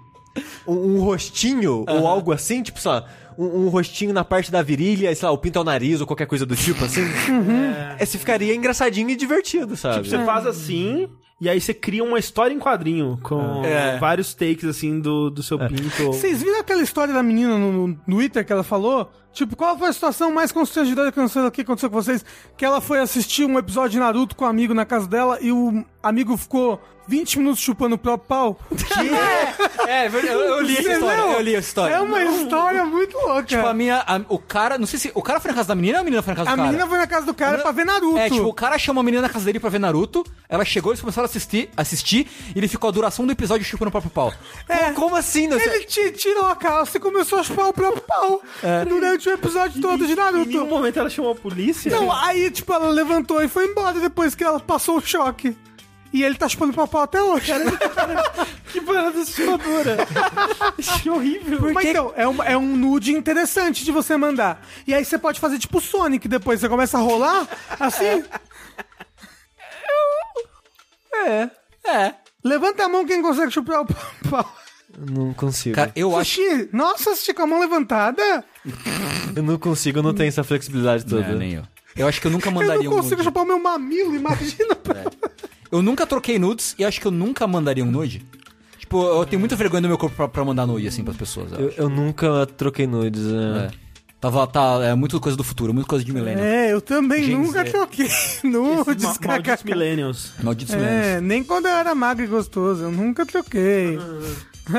I: um, um rostinho ou algo assim, tipo, sei lá, um, um rostinho na parte da virilha, e, sei lá, o pinto ao nariz ou qualquer coisa do tipo, assim.
J: Uhum.
I: É, você ficaria engraçadinho e divertido, sabe?
A: Tipo, você faz assim, e aí você cria uma história em quadrinho, com
I: É.
A: vários takes, assim, do, do seu pinto.
D: Vocês viram aquela história da menina no, no Twitter que ela falou? Tipo, qual foi a situação mais constrangedora que aconteceu, que aconteceu com vocês? Que ela foi assistir um episódio de Naruto com um amigo na casa dela e o amigo ficou 20 minutos chupando o próprio pau.
J: *laughs* É, é verdade, eu, eu li essa
D: Entendeu?
J: história. Eu li essa história.
D: É uma história muito louca.
J: Tipo, a minha. a- o cara. Não sei se. O cara foi na casa da menina ou a menina foi na casa
D: A
J: do cara?
D: menina foi na casa do cara pra ver Naruto.
J: É, tipo, o cara chamou a menina na casa dele pra ver Naruto. Ela chegou, eles começaram a assistir, assistir e ele ficou a duração do episódio chupando o próprio pau.
D: É.
I: Como assim? Não?
D: Ele te tirou a calça e começou a chupar o próprio pau
J: É.
D: durante o episódio todo de
A: Em nenhum
D: Naruto.
A: momento ela chamou a polícia.
D: Então, aí, tipo, ela levantou e foi embora depois que ela passou o choque. E ele tá chupando o pau até hoje.
A: *laughs*
D: *laughs*
A: que parada *laughs* assustadora. Achei horrível.
D: Mas então, é um, é um nude interessante de você mandar. E aí você pode fazer tipo Sonic depois, você começa a rolar, assim.
J: *laughs* É.
D: Levanta a mão quem consegue chupar o pau.
I: Não consigo.
J: Cara, eu acho.
D: Sushi, nossa, assisti com a mão levantada.
I: Eu não consigo, eu não tenho essa flexibilidade toda.
J: É, nem eu. Eu acho que eu nunca
D: Eu
J: mandaria
D: não consigo
J: um nude.
D: chupar o meu mamilo, imagina.
J: Eu nunca troquei nudes e acho que eu nunca mandaria um nude. Tipo, eu tenho muita vergonha do meu corpo pra, pra mandar nude assim pras pessoas. eu
I: Eu, eu nunca troquei nudes. né?
J: É. Tava, tá, é muito coisa do futuro, muito coisa de milênio.
D: É, eu também
J: Gen
D: nunca
J: Z.
D: troquei nudes,
A: Ma malditos
D: kkk.
A: millennials.
J: Malditos milênios.
D: É, nem quando eu era magro e gostoso, eu nunca troquei.
I: É.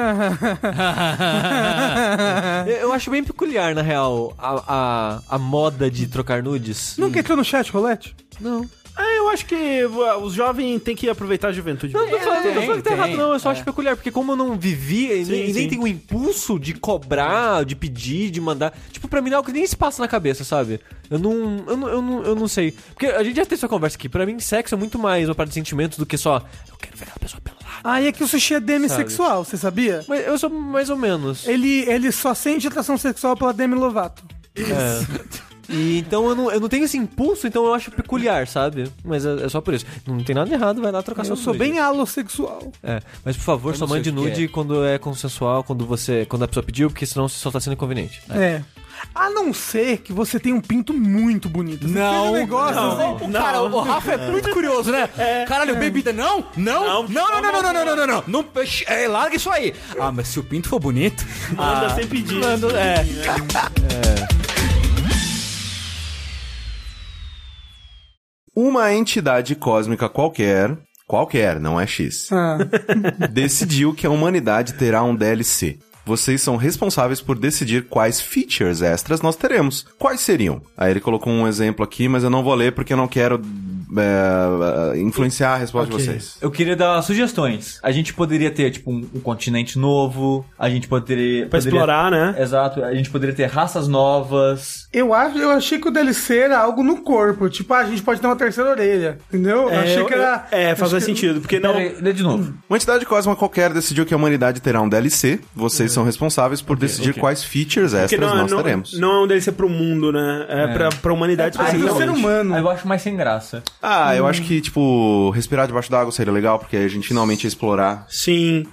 I: Eu, eu acho bem peculiar, na real, a, a, a moda de trocar nudes.
D: nunca entrou no chat rolete?
I: Não.
A: É, eu acho que uh, os jovens têm que aproveitar a juventude.
I: Não, não tô falando, não tô
J: tem,
I: falando que tá
J: tem.
I: errado, não. Eu só acho peculiar, porque como eu não vivi e
A: Sim,
I: nem, e nem
A: sim.
I: tenho o impulso de cobrar, de pedir, de mandar. Tipo, pra mim não é algo que nem se passa na cabeça, sabe? Eu não. Eu não, eu não, eu não sei. Porque a gente já teve essa conversa aqui. Pra mim, sexo é muito mais uma parte de sentimentos do que só. Eu quero ver aquela pessoa pelada.
D: Ah, e é que o sushi é demissexual, você sabia?
I: Mas eu sou mais ou menos.
D: Ele, ele só sente atração sexual pela Demi Lovato.
I: E então eu não, eu não tenho esse impulso, então eu acho peculiar, sabe? Mas é, é só por isso. Não tem nada de errado, vai lá trocar
D: Eu
I: seu
D: sou
I: nude.
D: bem alossexual.
I: É, mas por favor,
J: Eu
I: só
J: não sei
I: mande
J: o que
I: nude
J: é.
I: quando é consensual, quando você. Quando a pessoa pediu, porque senão você só tá sendo inconveniente.
D: É. A não ser que você tenha um pinto muito bonito. Você fez
J: Não,
D: um negócio, assim,
J: não, Cara, o Rafa é muito curioso, né? Caralho, bebida, não, não, não, não, não, não, não, não, não, não, não, não, é, larga isso aí. Ah, mas se o pinto for bonito,
A: Manda sem pedir.
E: Uma entidade cósmica qualquer, qualquer, não é X,
D: Ah.
E: decidiu que a humanidade terá um DLC. Vocês são responsáveis por decidir quais features extras nós teremos. Quais seriam? Aí ele colocou um exemplo aqui, mas eu não vou ler porque eu não quero é, influenciar a resposta de vocês.
F: Eu queria dar sugestões. A gente poderia ter, tipo, um, um continente novo. A gente poderia.
A: Pra
F: poderia-
A: explorar, né?
F: Exato. A gente poderia ter raças novas.
D: Eu, acho, eu achei que o DLC era algo no corpo. Tipo, ah, a gente pode ter uma terceira orelha. Entendeu? eu achei
A: eu-
D: que era.
A: eu- é, faz mais sentido, porque não.
F: Pera aí, Lê de novo.
E: Uma entidade cósmica qualquer decidiu que a humanidade terá um DLC. Vocês são responsáveis por decidir
J: ok.
E: quais features
A: Porque
E: extras
A: não,
E: nós
A: não,
E: teremos.
A: não é um DLC pro mundo, né? É, Pra, pra humanidade
D: Ah,
A: especificamente.
D: do ser humano.
F: Aí eu acho mais sem graça.
E: Ah, eu acho que, tipo, respirar debaixo d'água seria legal, porque aí a gente finalmente ia explorar.
A: Sim.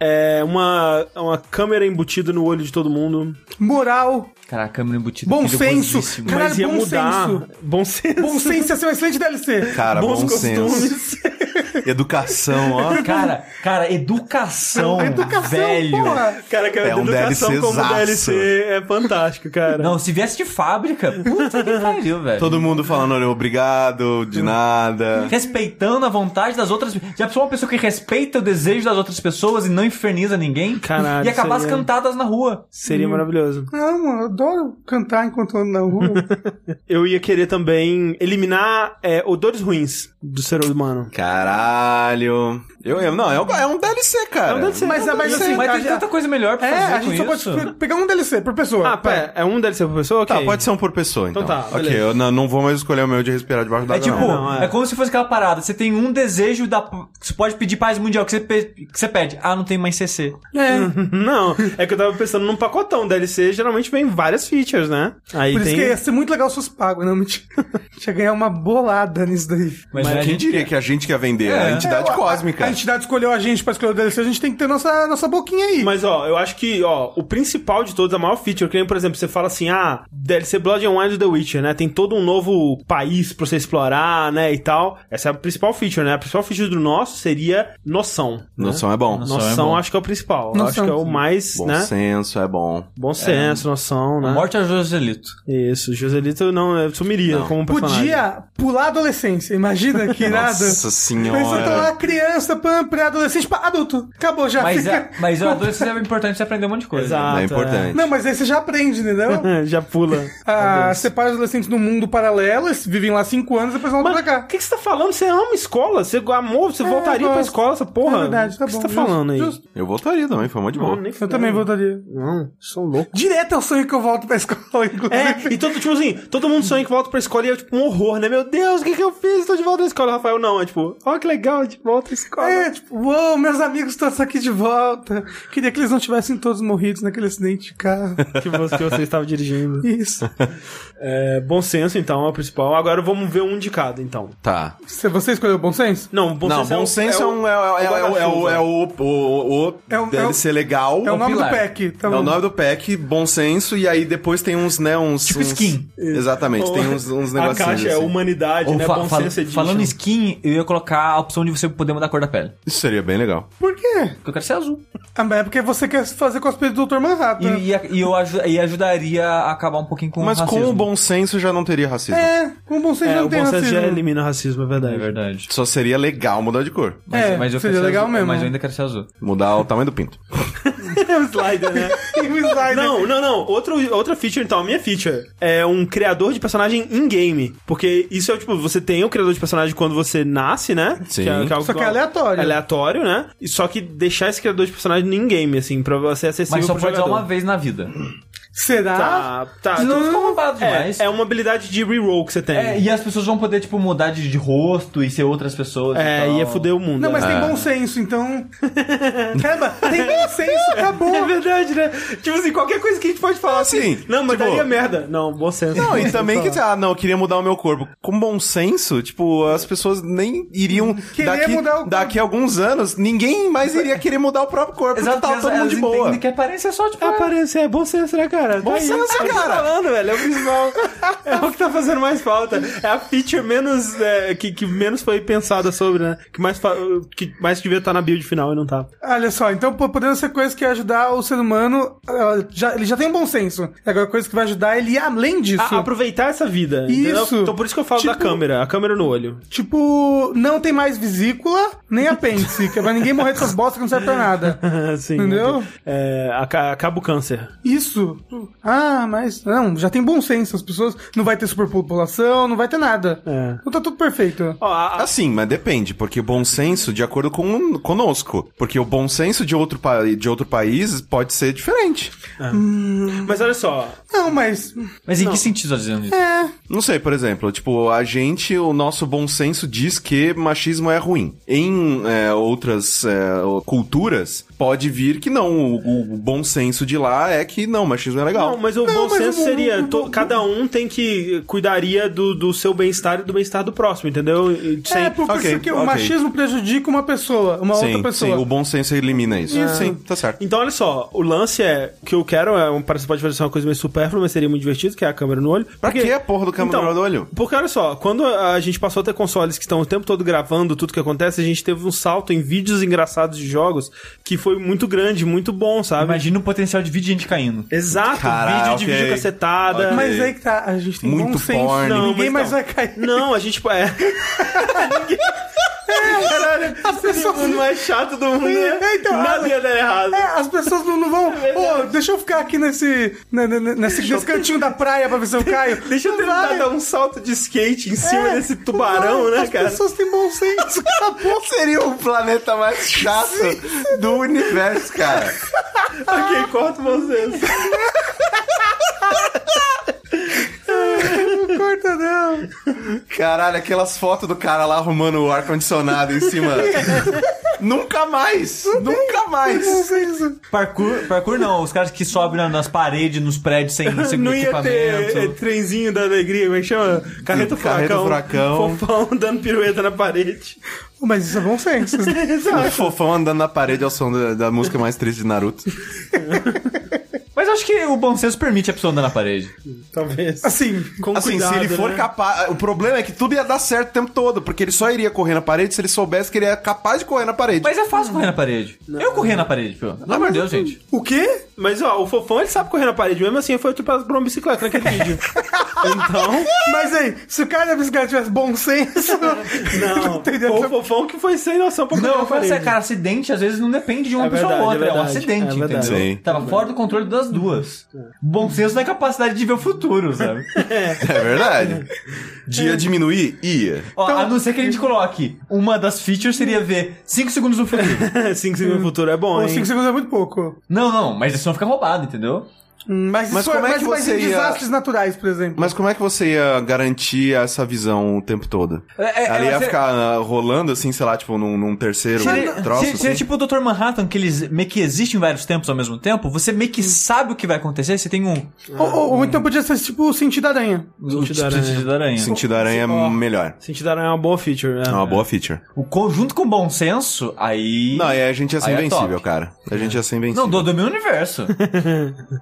A: É uma, uma câmera embutida no olho de todo mundo.
D: Moral,
F: Cara, a câmera embutida.
D: bom
F: aqui,
D: senso.
F: perigosíssimo.
A: Mas
D: Caralho,
A: ia
D: bom
A: mudar.
D: senso.
A: Bom senso.
D: Bom senso ia ser um excelente DLC.
E: Cara,
A: bons
E: bom senso.
A: costumes. *laughs*
E: Educação, ó.
F: Cara, cara, educação,
D: *laughs* Educação,
F: velho.
D: porra.
A: Cara, que a
E: É um
A: educação como
E: DLCzaço.
A: DLC é fantástico, cara.
F: Não, se viesse de fábrica, puta que
D: *laughs*
F: pariu, velho.
E: Todo mundo falando, olha, obrigado, de nada.
F: Respeitando a vontade das outras. Já pensou uma pessoa que respeita o desejo das outras pessoas e não inferniza ninguém?
A: Caralho,
F: E acabar as
D: é-
A: seria-
F: cantadas na rua.
A: Seria maravilhoso.
D: Não, mano, eu adoro cantar enquanto ando na rua.
A: Eu ia querer também eliminar é, odores ruins do ser humano.
E: Caralho. Eu, eu não, é um, é um DLC, cara.
A: É um DLC.
D: mas, é, mas assim,
F: Mas
D: a
F: tem
D: gente-
F: tanta coisa melhor pra
D: *laughs* É,
F: fazer
D: a gente só
F: com
D: pode
F: isso.
D: pe- pegar um DLC por pessoa.
A: Ah, pera, é um DLC por pessoa? Ok.
E: Tá, pode ser um por pessoa, então.
A: Então tá,
E: ok,
A: beleza.
E: eu não, não vou mais escolher o meu de respirar debaixo d'água.
F: É tipo,
E: não.
A: não, é.
F: é. como se fosse aquela parada. Você tem um desejo da. Você pode pedir paz mundial que você, pe- que você pede. Ah, não tem mais CC.
A: *laughs* Não, é que eu tava pensando num pacotão. DLC geralmente vem várias features, né? Aí
D: Por
A: tem...
D: isso que ia ser muito legal se fosse pago, não mentira. *laughs* Tinha que ganhar uma bolada nisso daí.
F: Mas, não é
E: Quem
F: gente-
E: diria que a gente quer vender? a entidade
D: É, a-
E: cósmica.
D: A, entidade escolheu a gente pra escolher o DLC, a gente tem que ter nossa, nossa boquinha
A: *laughs*
D: aí.
A: Mas, ó, eu acho que, ó, o principal de todos, a maior feature, que nem, por exemplo, você fala assim, ah, DLC Blood and Wine do The Witcher, né? Tem todo um novo país pra você explorar, né, e tal. Essa é a principal feature, né? A principal feature do nosso seria noção. né?
E: Noção é bom.
A: Noção, acho que é o principal. Eu Acho
D: Noção.
A: que é o mais,
E: Bom
A: né?
E: senso é bom.
A: Bom senso, noção, né?
F: Morte
D: é
F: ao Joselito.
A: Isso, Joselito não é, sumiria
E: Não.
A: como personagem.
D: Podia pular a adolescência, imagina que nada.
E: *laughs* Nossa
D: Pensa, tá
E: senhora. é
D: lá, criança, pam, pré-adolescente, pra adulto. Acabou, já
F: Mas,
D: fica...
F: é, mas o adolescente é importante você aprender um monte de coisa.
A: Exato.
E: é importante.
D: Não, mas aí você já aprende, entendeu?
A: é. Já pula.
D: *laughs* Ah, separa os adolescentes num mundo paralelo, eles vivem lá cinco anos e depois voltam
A: Mas
D: pra
A: o
D: cá.
A: que, que você tá falando? Você ama escola? Você amou? Você
D: É,
A: voltaria pra
D: gosto.
A: escola, essa porra?
D: É verdade, tá
A: o que
D: bom.
A: você tá
D: justo,
A: falando aí? É.
D: justo.
E: Eu voltaria também, foi muito de boa.
A: Não, nem
D: Eu
A: fudendo.
D: também voltaria.
A: Não, são loucos.
D: Direto é o sonho que eu volto pra escola, *laughs* inclusive.
A: É, e todo, tipo assim, todo mundo sonha que volta pra escola e é tipo um horror, né? Meu Deus, o que que eu fiz? Tô de volta à escola. Rafael, não, é tipo, ó que legal, de volta à escola.
D: É, tipo, uou, meus amigos todos aqui de volta. Queria que eles não tivessem todos morridos naquele acidente de
A: *laughs*
D: carro.
A: Que você, que você estava dirigindo.
D: Isso.
A: É, bom senso, então, é o principal. Agora vamos ver um de cada, então.
E: Tá.
D: Se Você escolheu o bom senso?
A: Não, bom
E: não,
A: senso é
E: bom
A: o-
E: senso é
A: o-
E: um. É o- é o- é o- é o. o- o-
D: É um-
E: Deve ser legal.
D: É o, nome
F: Pilar.
D: do pack. Tá
E: É
D: bom.
E: o nome do pack, bom senso, e aí depois tem uns, né, uns... Tipo
F: skin.
E: Exatamente,
A: *laughs*
E: tem uns, uns
A: A
E: negocinhos
A: caixa é
E: assim.
A: humanidade,
F: Ou
A: né?
F: fa-
A: bom
F: fala-
A: senso edition.
F: falando em skin, eu ia colocar a opção de você poder mudar a cor da pele.
E: Isso seria bem legal.
D: Por quê?
F: Porque eu quero ser azul.
D: Ah, mas é porque você quer fazer cosplay do Dr. Manhattan.
F: E, e a- e eu aju- e ajudaria a acabar um pouquinho com
E: Mas
F: o racismo.
E: com o bom senso já não teria racismo.
D: É, com bom senso
A: É,
D: não
A: o
D: tem
A: bom senso
D: racismo.
A: já elimina o racismo, é verdade.
F: É verdade.
E: Só seria legal mudar de cor.
F: Mas,
D: É,
F: mas eu
D: seria
F: quero ser
D: legal
F: azul,
D: mesmo.
F: Mas eu ainda quero ser azul.
E: Mudar o tamanho do pinto.
A: É um *laughs* slider, né?
D: O Slider.
A: Não, não, não. Outro, outra feature, então, a minha feature é um criador de personagem in-game. Porque isso é tipo, você tem o criador de personagem quando você nasce, né?
E: Sim.
A: algo
D: *laughs* Só que é aleatório.
A: Aleatório, né? E só que deixar esse criador de personagem no in-game, assim, pra você acessível
F: Mas só
A: pro
F: pode usar
A: jogador.
F: uma vez na vida.
D: Será?
A: Tá, tá.
F: Senão
A: então-
F: ficou roubado demais.
A: é, é uma habilidade de reroll que você tem.
F: É, e as pessoas vão poder, tipo, mudar de, de rosto e ser outras pessoas.
A: É,
F: então...
A: ia fuder o mundo.
D: Não, mas
A: né?
D: tem
E: É.
D: bom senso, então. *laughs* Caramba, tem bom senso, acabou.
A: É verdade, né? Tipo assim, qualquer coisa que a gente pode falar assim.
E: Sim,
A: Não, mas
E: Então, tipo-
A: daria merda. Não, bom senso.
E: Não, e também que, ah, não, eu queria mudar o meu corpo. Com bom senso, tipo, as pessoas nem iriam...
D: Queria
E: daqui,
D: mudar o corpo.
E: daqui a alguns anos, ninguém mais iria querer mudar o próprio corpo.
F: Exato,
E: Exato, tá
F: elas-
E: todo mundo
F: elas
E: de boa.
F: entendem que aparência é só, tipo... ah,
A: Aparece, é bom senso, né, cara? Bom
E: senso, cara.
A: falando, velho, é o visual. é o que tá fazendo mais falta. É a feature menos, é, que, que menos foi pensada sobre, né? Que mais, fa- que mais devia estar na build final e não tá.
D: Olha só, então pô, podendo ser coisa que ia ajudar o ser humano, ah, já- ele já tem um bom senso. Agora, coisa que vai ajudar ele a- além disso.
E: Ah.
A: A- Ah, aproveitar essa vida. entendeu?
D: Isso.
A: Então por isso que eu falo da
D: Tipo-
A: câmera, a câmera no *laughs* olho.
D: Tipo, não tem mais vesícula, nem apêndice, que vai
A: Ah,
D: ninguém morrer dessas bostas que não serve pra nada.
A: Sim.
D: Entendeu?
A: É, aca- acaba o câncer.
D: Isso. tipo, ah, mas não, já tem bom senso. As pessoas não vai ter superpopulação, não vai ter nada.
A: É.
D: Então tá tudo perfeito.
A: Ó, a- a-
E: Assim, mas depende, porque o bom senso de acordo com um, conosco, porque o bom senso de outro, pa- de outro país pode ser diferente.
A: mas olha só,
D: Não, mas
C: Mas em que sentido tá dizendo isso?
E: Não sei, por exemplo, tipo, a gente, o nosso bom senso diz que machismo é ruim. Em é, outras é, o- culturas, pode vir que não. O, o bom senso de lá é que não, machismo é legal.
A: Não, mas o bom
D: mas
A: senso
D: o-
A: seria:
D: o-
A: to- cada um tem que cuidaria do, do seu bem-estar e do bem-estar do próximo, entendeu? E- Sem,
D: é por
E: Ok,
D: porque o
E: ok.
D: machismo prejudica uma pessoa, é uma
E: sim,
D: outra pessoa. É.
E: sim, o bom senso elimina isso. Sim, tá certo.
A: Então, olha só, o lance é o que eu quero é um parece pode parecer uma coisa meio supérflua, mas seria muito divertido, que é a câmera no olho. Então,
E: Pra que a porra do câmera no olho?
A: Porque olha só, quando a gente passou a ter consoles que estão o tempo todo gravando tudo que acontece, a gente teve um salto em vídeos engraçados de jogos que foi muito grande, muito bom, sabe?
C: Imagina o potencial de vídeo de gente caindo.
A: Exato,
E: Caralho,
A: vídeo de
E: ok.
A: vídeo cacetada.
E: Ok.
D: Mas aí que tá, a gente tem
E: É Muito
D: bom senso. né?
E: porn.
A: Não,
D: Ninguém
A: mas
D: mais
A: não.
D: vai cair.
A: Não, a gente.
D: *laughs*
A: É. Caralho,
D: As pessoas-
A: o mundo mais chato do mundo. né?
D: É, então,
A: Nada
D: ah,
A: ia dar errado.
D: É, as pessoas não, não vão. Pô, deixa eu ficar aqui nesse, né, né, né, nesse, nesse cantinho da praia pra ver se eu caio.
A: Deixa eu
D: Não
A: tentar
D: vai.
A: dar um salto de skate em cima
D: É,
A: desse tubarão,
D: não vai.
A: né,
D: As
A: cara?
D: pessoas têm bom senso. Acabou.
E: Seria o planeta mais chato do universo, cara.
A: Ok, corto vocês.
D: Não corta, não.
E: Caralho, aquelas fotos do cara lá arrumando o ar-condicionado em cima. nunca mais! Nunca
D: Bom
E: mais!
D: senso.
C: Parkour, parkour não, os caras que sobem na- nas paredes, nos prédios
A: *laughs*
C: sem, sem
A: Não ia ter eh,
C: equipamento.
A: trenzinho da alegria, como é que chama? Carreta
E: Carreta
A: furacão.
E: furacão.
A: Fofão dando pirueta na parede.
D: Mas isso é bom senso.
E: O fofão andando na parede ao som da, da música mais triste de Naruto.
A: é.
C: Mas acho que o bom senso permite a pessoa andar na parede.
A: Talvez.
D: Assim,
A: Com
E: assim,
A: cuidado,
E: se ele for
A: né?
E: capaz. O problema é que tudo ia dar certo o tempo todo, porque ele só iria correr na parede se ele soubesse que ele é capaz de correr na parede.
C: Mas é fácil correr na parede. Eu corria na parede, pô. Pelo amor de Deus, gente.
D: o quê?
A: Mas ó, o fofão ele sabe correr na parede, mesmo assim ele foi atropelado por uma bicicleta naquele
D: *laughs*
A: vídeo. Então.
D: Mas aí, se o cara da bicicleta tivesse bom
A: *laughs*
D: senso. *laughs*
A: Não,
D: entendeu?
A: foi o fofão que foi sem noção pra correr
C: Não,
A: na
C: eu falo assim,
A: parede.
C: cara, acidente às vezes não depende de uma
A: É
C: pessoa
A: verdade,
C: ou outra.
A: é
C: É, um
A: verdade, é
C: acidente,
A: verdade.
C: entendeu?
E: Sim.
C: Tava fora do controle das duas. Bom senso é a capacidade de ver o futuro, sabe? *laughs*
E: É verdade.
C: É.
E: Dia diminuir? Ia.
C: Ó,
A: Então-
C: a não ser que a gente coloque uma das features seria ver 5 segundos
A: *laughs*
C: no futuro.
A: 5 segundos no futuro é bom,
D: Pô,
A: hein?
D: 5 segundos é muito pouco.
C: não, não, mas isso não fica roubado, entendeu?
D: Hum, Mas,
E: Mas
D: isso
E: como é
D: mas,
E: que
D: mas
E: você
D: em
E: ia-
D: desastres naturais, por exemplo.
E: Mas como é que você ia garantir essa visão o tempo todo?
C: É, é,
E: Ela ia
C: é,
E: ficar ah, rolando assim, sei lá, tipo, num, num terceiro
C: Seria,
E: troço.
C: seria- seria
E: assim?
C: tipo o Dr. Manhattan, que eles meio que existem em vários tempos ao mesmo tempo. Você meio que sabe o que vai acontecer, você tem um.
E: Ah.
D: Ou, ou- ou então podia ser tipo o sentido aranha.
C: O
A: da aranha.
C: sentido da aranha.
E: Sentido aranha é melhor.
A: Sentido aranha é uma boa feature, né?
E: É uma boa feature.
C: O conjunto com bom senso, aí.
E: Não, e a gente ia ser
C: Aí é
E: invencível,
C: top.
E: cara. A gente ia ser invencível.
C: Não, do, domina o universo.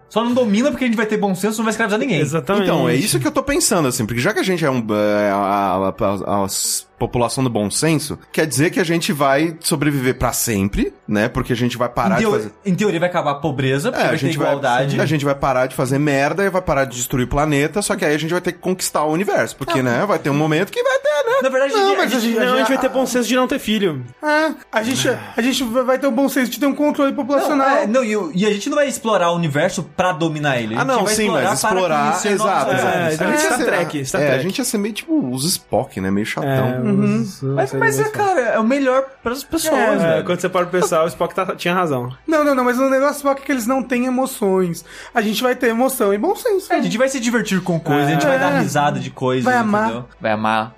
C: Só não domina porque a gente vai ter bom senso, não vai escravizar ninguém.
A: Exatamente.
E: Então, é isso que eu tô pensando, assim, porque já que a gente é um. é, a, a- a- a- s- população do bom senso, quer dizer que a gente vai sobreviver pra sempre, né? Porque a gente vai
C: Em,
E: parar
C: teo-
E: de fazer.
C: em teoria vai acabar a pobreza, porque
E: É, a
C: vai ter
E: gente vai,
C: igualdade.
E: a gente vai parar de fazer merda e vai parar de destruir o planeta, só que aí a gente vai ter que conquistar o universo, porque, né, vai ter um momento que vai ter, né?
C: Na verdade,
D: Não,
C: a gente-
D: mas
C: a
D: a
C: gente-
D: gente,
A: Não, a gente vai ter bom senso de não ter filho.
D: Ah, a gente, a gente vai vai ter o bom senso de ter um controle
C: Não,
D: populacional.
C: é, não, e, o- e a gente não vai explorar o universo pra dominar ele.
E: Ah,
C: a
E: não,
C: gente vai
E: sim, mas
C: para
E: explorar.
C: conhecer novos
E: Exato,
C: lugares.
A: É,
E: exato.
A: é,
E: ia
A: Star
E: ser-
A: Trek, Star
E: é, a
A: Trek.
E: gente ia ser meio tipo os Spock, né? Meio chatão.
C: Mas, mas é, cara, é o melhor pras pessoas,
A: É,
C: velho.
A: quando você para pra pensar, o Spock tá- tinha razão.
D: Não, não, não, mas o negócio só é que eles não têm emoções. A gente vai ter emoção e bom senso.
C: É, a gente vai se divertir com coisas, a gente vai dar risada de coisas,
D: Vai amar.
C: entendeu? Vai amar.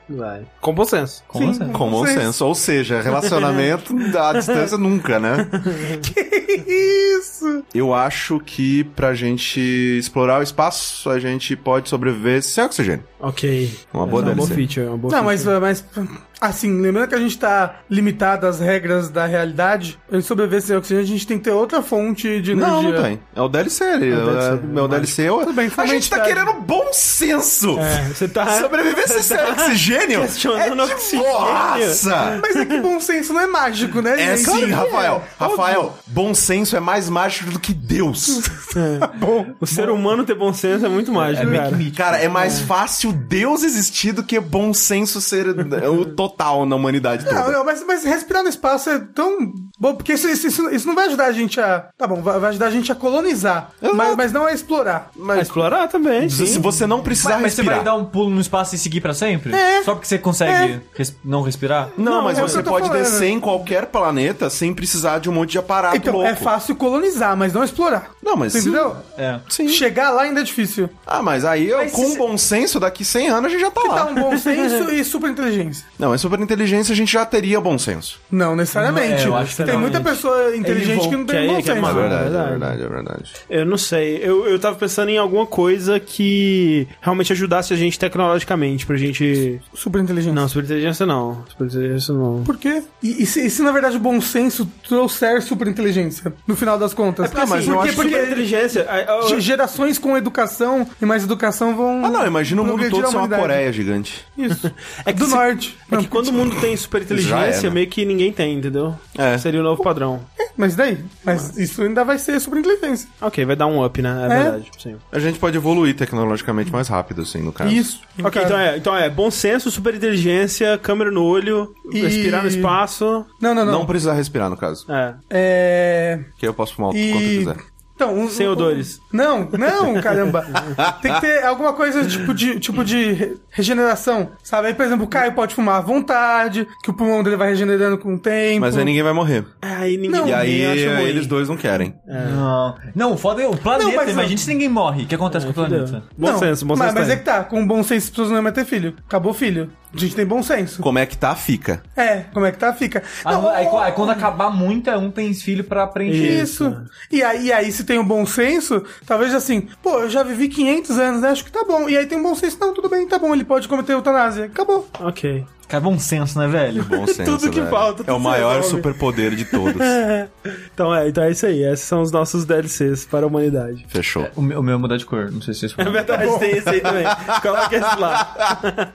A: Com bom senso.
C: Com você.
E: Com bom
D: Vocês-
E: senso. Ou seja, relacionamento à distância nunca, né?
D: Isso!
E: Eu acho que pra gente explorar o espaço, a gente pode sobreviver sem oxigênio.
A: Ok.
E: Uma boa
A: Essa é uma boa
E: DLC.
A: feature, é uma boa
D: Não,
A: feature.
D: mas, eh, mas assim, lembrando que a gente tá limitado às regras da realidade, pra gente sobreviver sem oxigênio, a gente tem que ter outra fonte de energia.
E: Não, não tem. É o DLC.
A: o
E: É
A: DLC,
E: é- é o DLC. eu-
D: Tudo bem, foi
E: a
D: uma
E: gente tá
D: entidade.
E: querendo bom senso.
A: É, você tá.
E: *laughs* Sobreviver
D: *laughs*
E: sem ser oxigênio é
A: questionando
E: de
A: oxigênio.
E: borraça.
D: Mas é que
E: *laughs*
D: bom senso não é mágico, né,
E: É
D: gente?
E: sim, Rafael. Rafael, bom senso é mais mágico do
D: *laughs*
E: que Deus.
D: É.
E: *laughs*
A: O ser humano ter bom senso é muito mágico, cara.
D: É.
E: Cara, é mais fácil Deus existir do que bom senso ser o total na humanidade toda.
D: Não, não, mas, mas respirar no espaço é tão bom, porque isso, isso, isso- isso não vai ajudar a gente a. Tá bom, vai, vai ajudar a gente a colonizar, mas, mas não a explorar.
A: Vai explorar também, sim.
E: Se você não precisar
F: Mas, mas você vai
E: respirar.
F: dar um pulo no espaço e seguir pra sempre?
D: É.
F: Só porque você consegue res- não respirar?
E: Não, mas
D: é o que
E: você
D: eu tô
E: pode
D: falando.
E: descer em qualquer planeta sem precisar de um monte de aparato
D: Então,
E: louco.
D: é fácil colonizar, mas não explorar.
E: Não, mas
D: Entendeu?
F: É.
E: Sim.
D: Chegar lá ainda é difícil.
E: Ah, mas aí eu, com bom senso, daqui 100 anos a gente já tá lá.
D: Dá um bom
E: *laughs*
D: senso e super inteligência.
E: Não, mas super inteligência a gente já teria bom senso.
D: Não,
E: É,
D: necessariamente.
F: Não, eu acho que
D: tem
F: não,
D: muita
F: gente.
D: pessoa inteligente que não
A: que
D: tem
A: aí-
D: bom
A: que é
D: senso.
A: maluco.
E: verdade,
A: verdade.
E: é verdade, é verdade.
A: Eu não sei. Eu, eu tava pensando em alguma coisa que realmente ajudasse a gente tecnologicamente, pra gente.
D: super inteligente.
A: Não, superinteligência não. Superinteligência não.
D: Por quê? E, e se, e se, na verdade o bom senso trouxer super inteligência, no final das contas?
E: porque, assim, eu acho
D: porque,
A: Superinteligência. a- a-
D: ge- gerações com educação e mais educação vão.
E: Ah, não, imagina o mundo
D: progredir
E: todo
D: a
E: ser uma
D: humanidade.
E: Coreia gigante. *laughs*
D: Isso.
A: É que
D: Do
A: se-
D: norte.
A: É
D: Não,
A: que quando o mundo tem superinteligência,
E: Já era.
A: meio que ninguém tem, entendeu?
E: É.
A: Seria o novo padrão.
D: Mas e daí? Mas isso ainda vai ser super inteligência.
A: Ok, vai dar um up, né? É, verdade. Sim.
E: A gente pode evoluir tecnologicamente mais rápido, assim, no caso.
D: Isso.
A: Ok, então é, então é bom senso, superinteligência, câmera no olho,
D: E-
A: respirar no espaço.
D: Não, não,
E: Não,
D: não.
E: precisar respirar, no caso.
A: É,
D: É.
E: Que aí eu posso fumar o quanto
D: E.
E: quiser.
D: Então, um,
A: sem
D: um-
A: odores.
D: Não, não, caramba. Tem que ter alguma coisa tipo de, tipo de re- regeneração, sabe? Aí, por exemplo, o Caio pode fumar à vontade, que o pulmão dele vai regenerando com o tempo.
E: Mas
A: é
E: aí ninguém vai morrer.
A: Aí ninguém
D: Não,
E: E aí
A: acha ruim.
E: eles dois não querem.
F: Não. Não, o foda é o planeta.
D: Não, mas não.
F: Imagina se ninguém morre. O que acontece
A: É,
F: com o planeta?
A: Bom
D: Não,
A: senso, bom
D: mas,
A: senso.
D: Mas
A: tem.
D: é que tá, com bom senso as pessoas não iam ter filho. Acabou o filho. A gente tem bom senso.
E: Como é que tá, fica.
D: É, como é que tá? Fica.
F: Ah,
D: Não,
F: aí,
D: o-
F: aí quando acabar muito, é um tem filho pra preencher.
D: Isso. E aí, e aí, se tem um bom senso, talvez assim, pô, eu já vivi 500 anos, né? Acho que tá bom. E aí tem um bom senso, não, tudo bem, tá bom, ele pode cometer eutanásia. Acabou.
A: Ok.
F: Cara, bom senso, né, velho?
E: Bom senso,
A: Tudo que
E: velho.
A: falta,
E: É o
A: tudo
E: maior
A: resolve.
E: superpoder de todos.
A: Então é, então é isso aí. Esses são os nossos DLCs para a
D: *laughs*
A: humanidade.
E: Fechou.
F: O meu, o meu mudar de cor, não sei se vocês
D: Tá
A: É
F: falaram.
A: verdade, tem esse aí também. Coloca esse lá.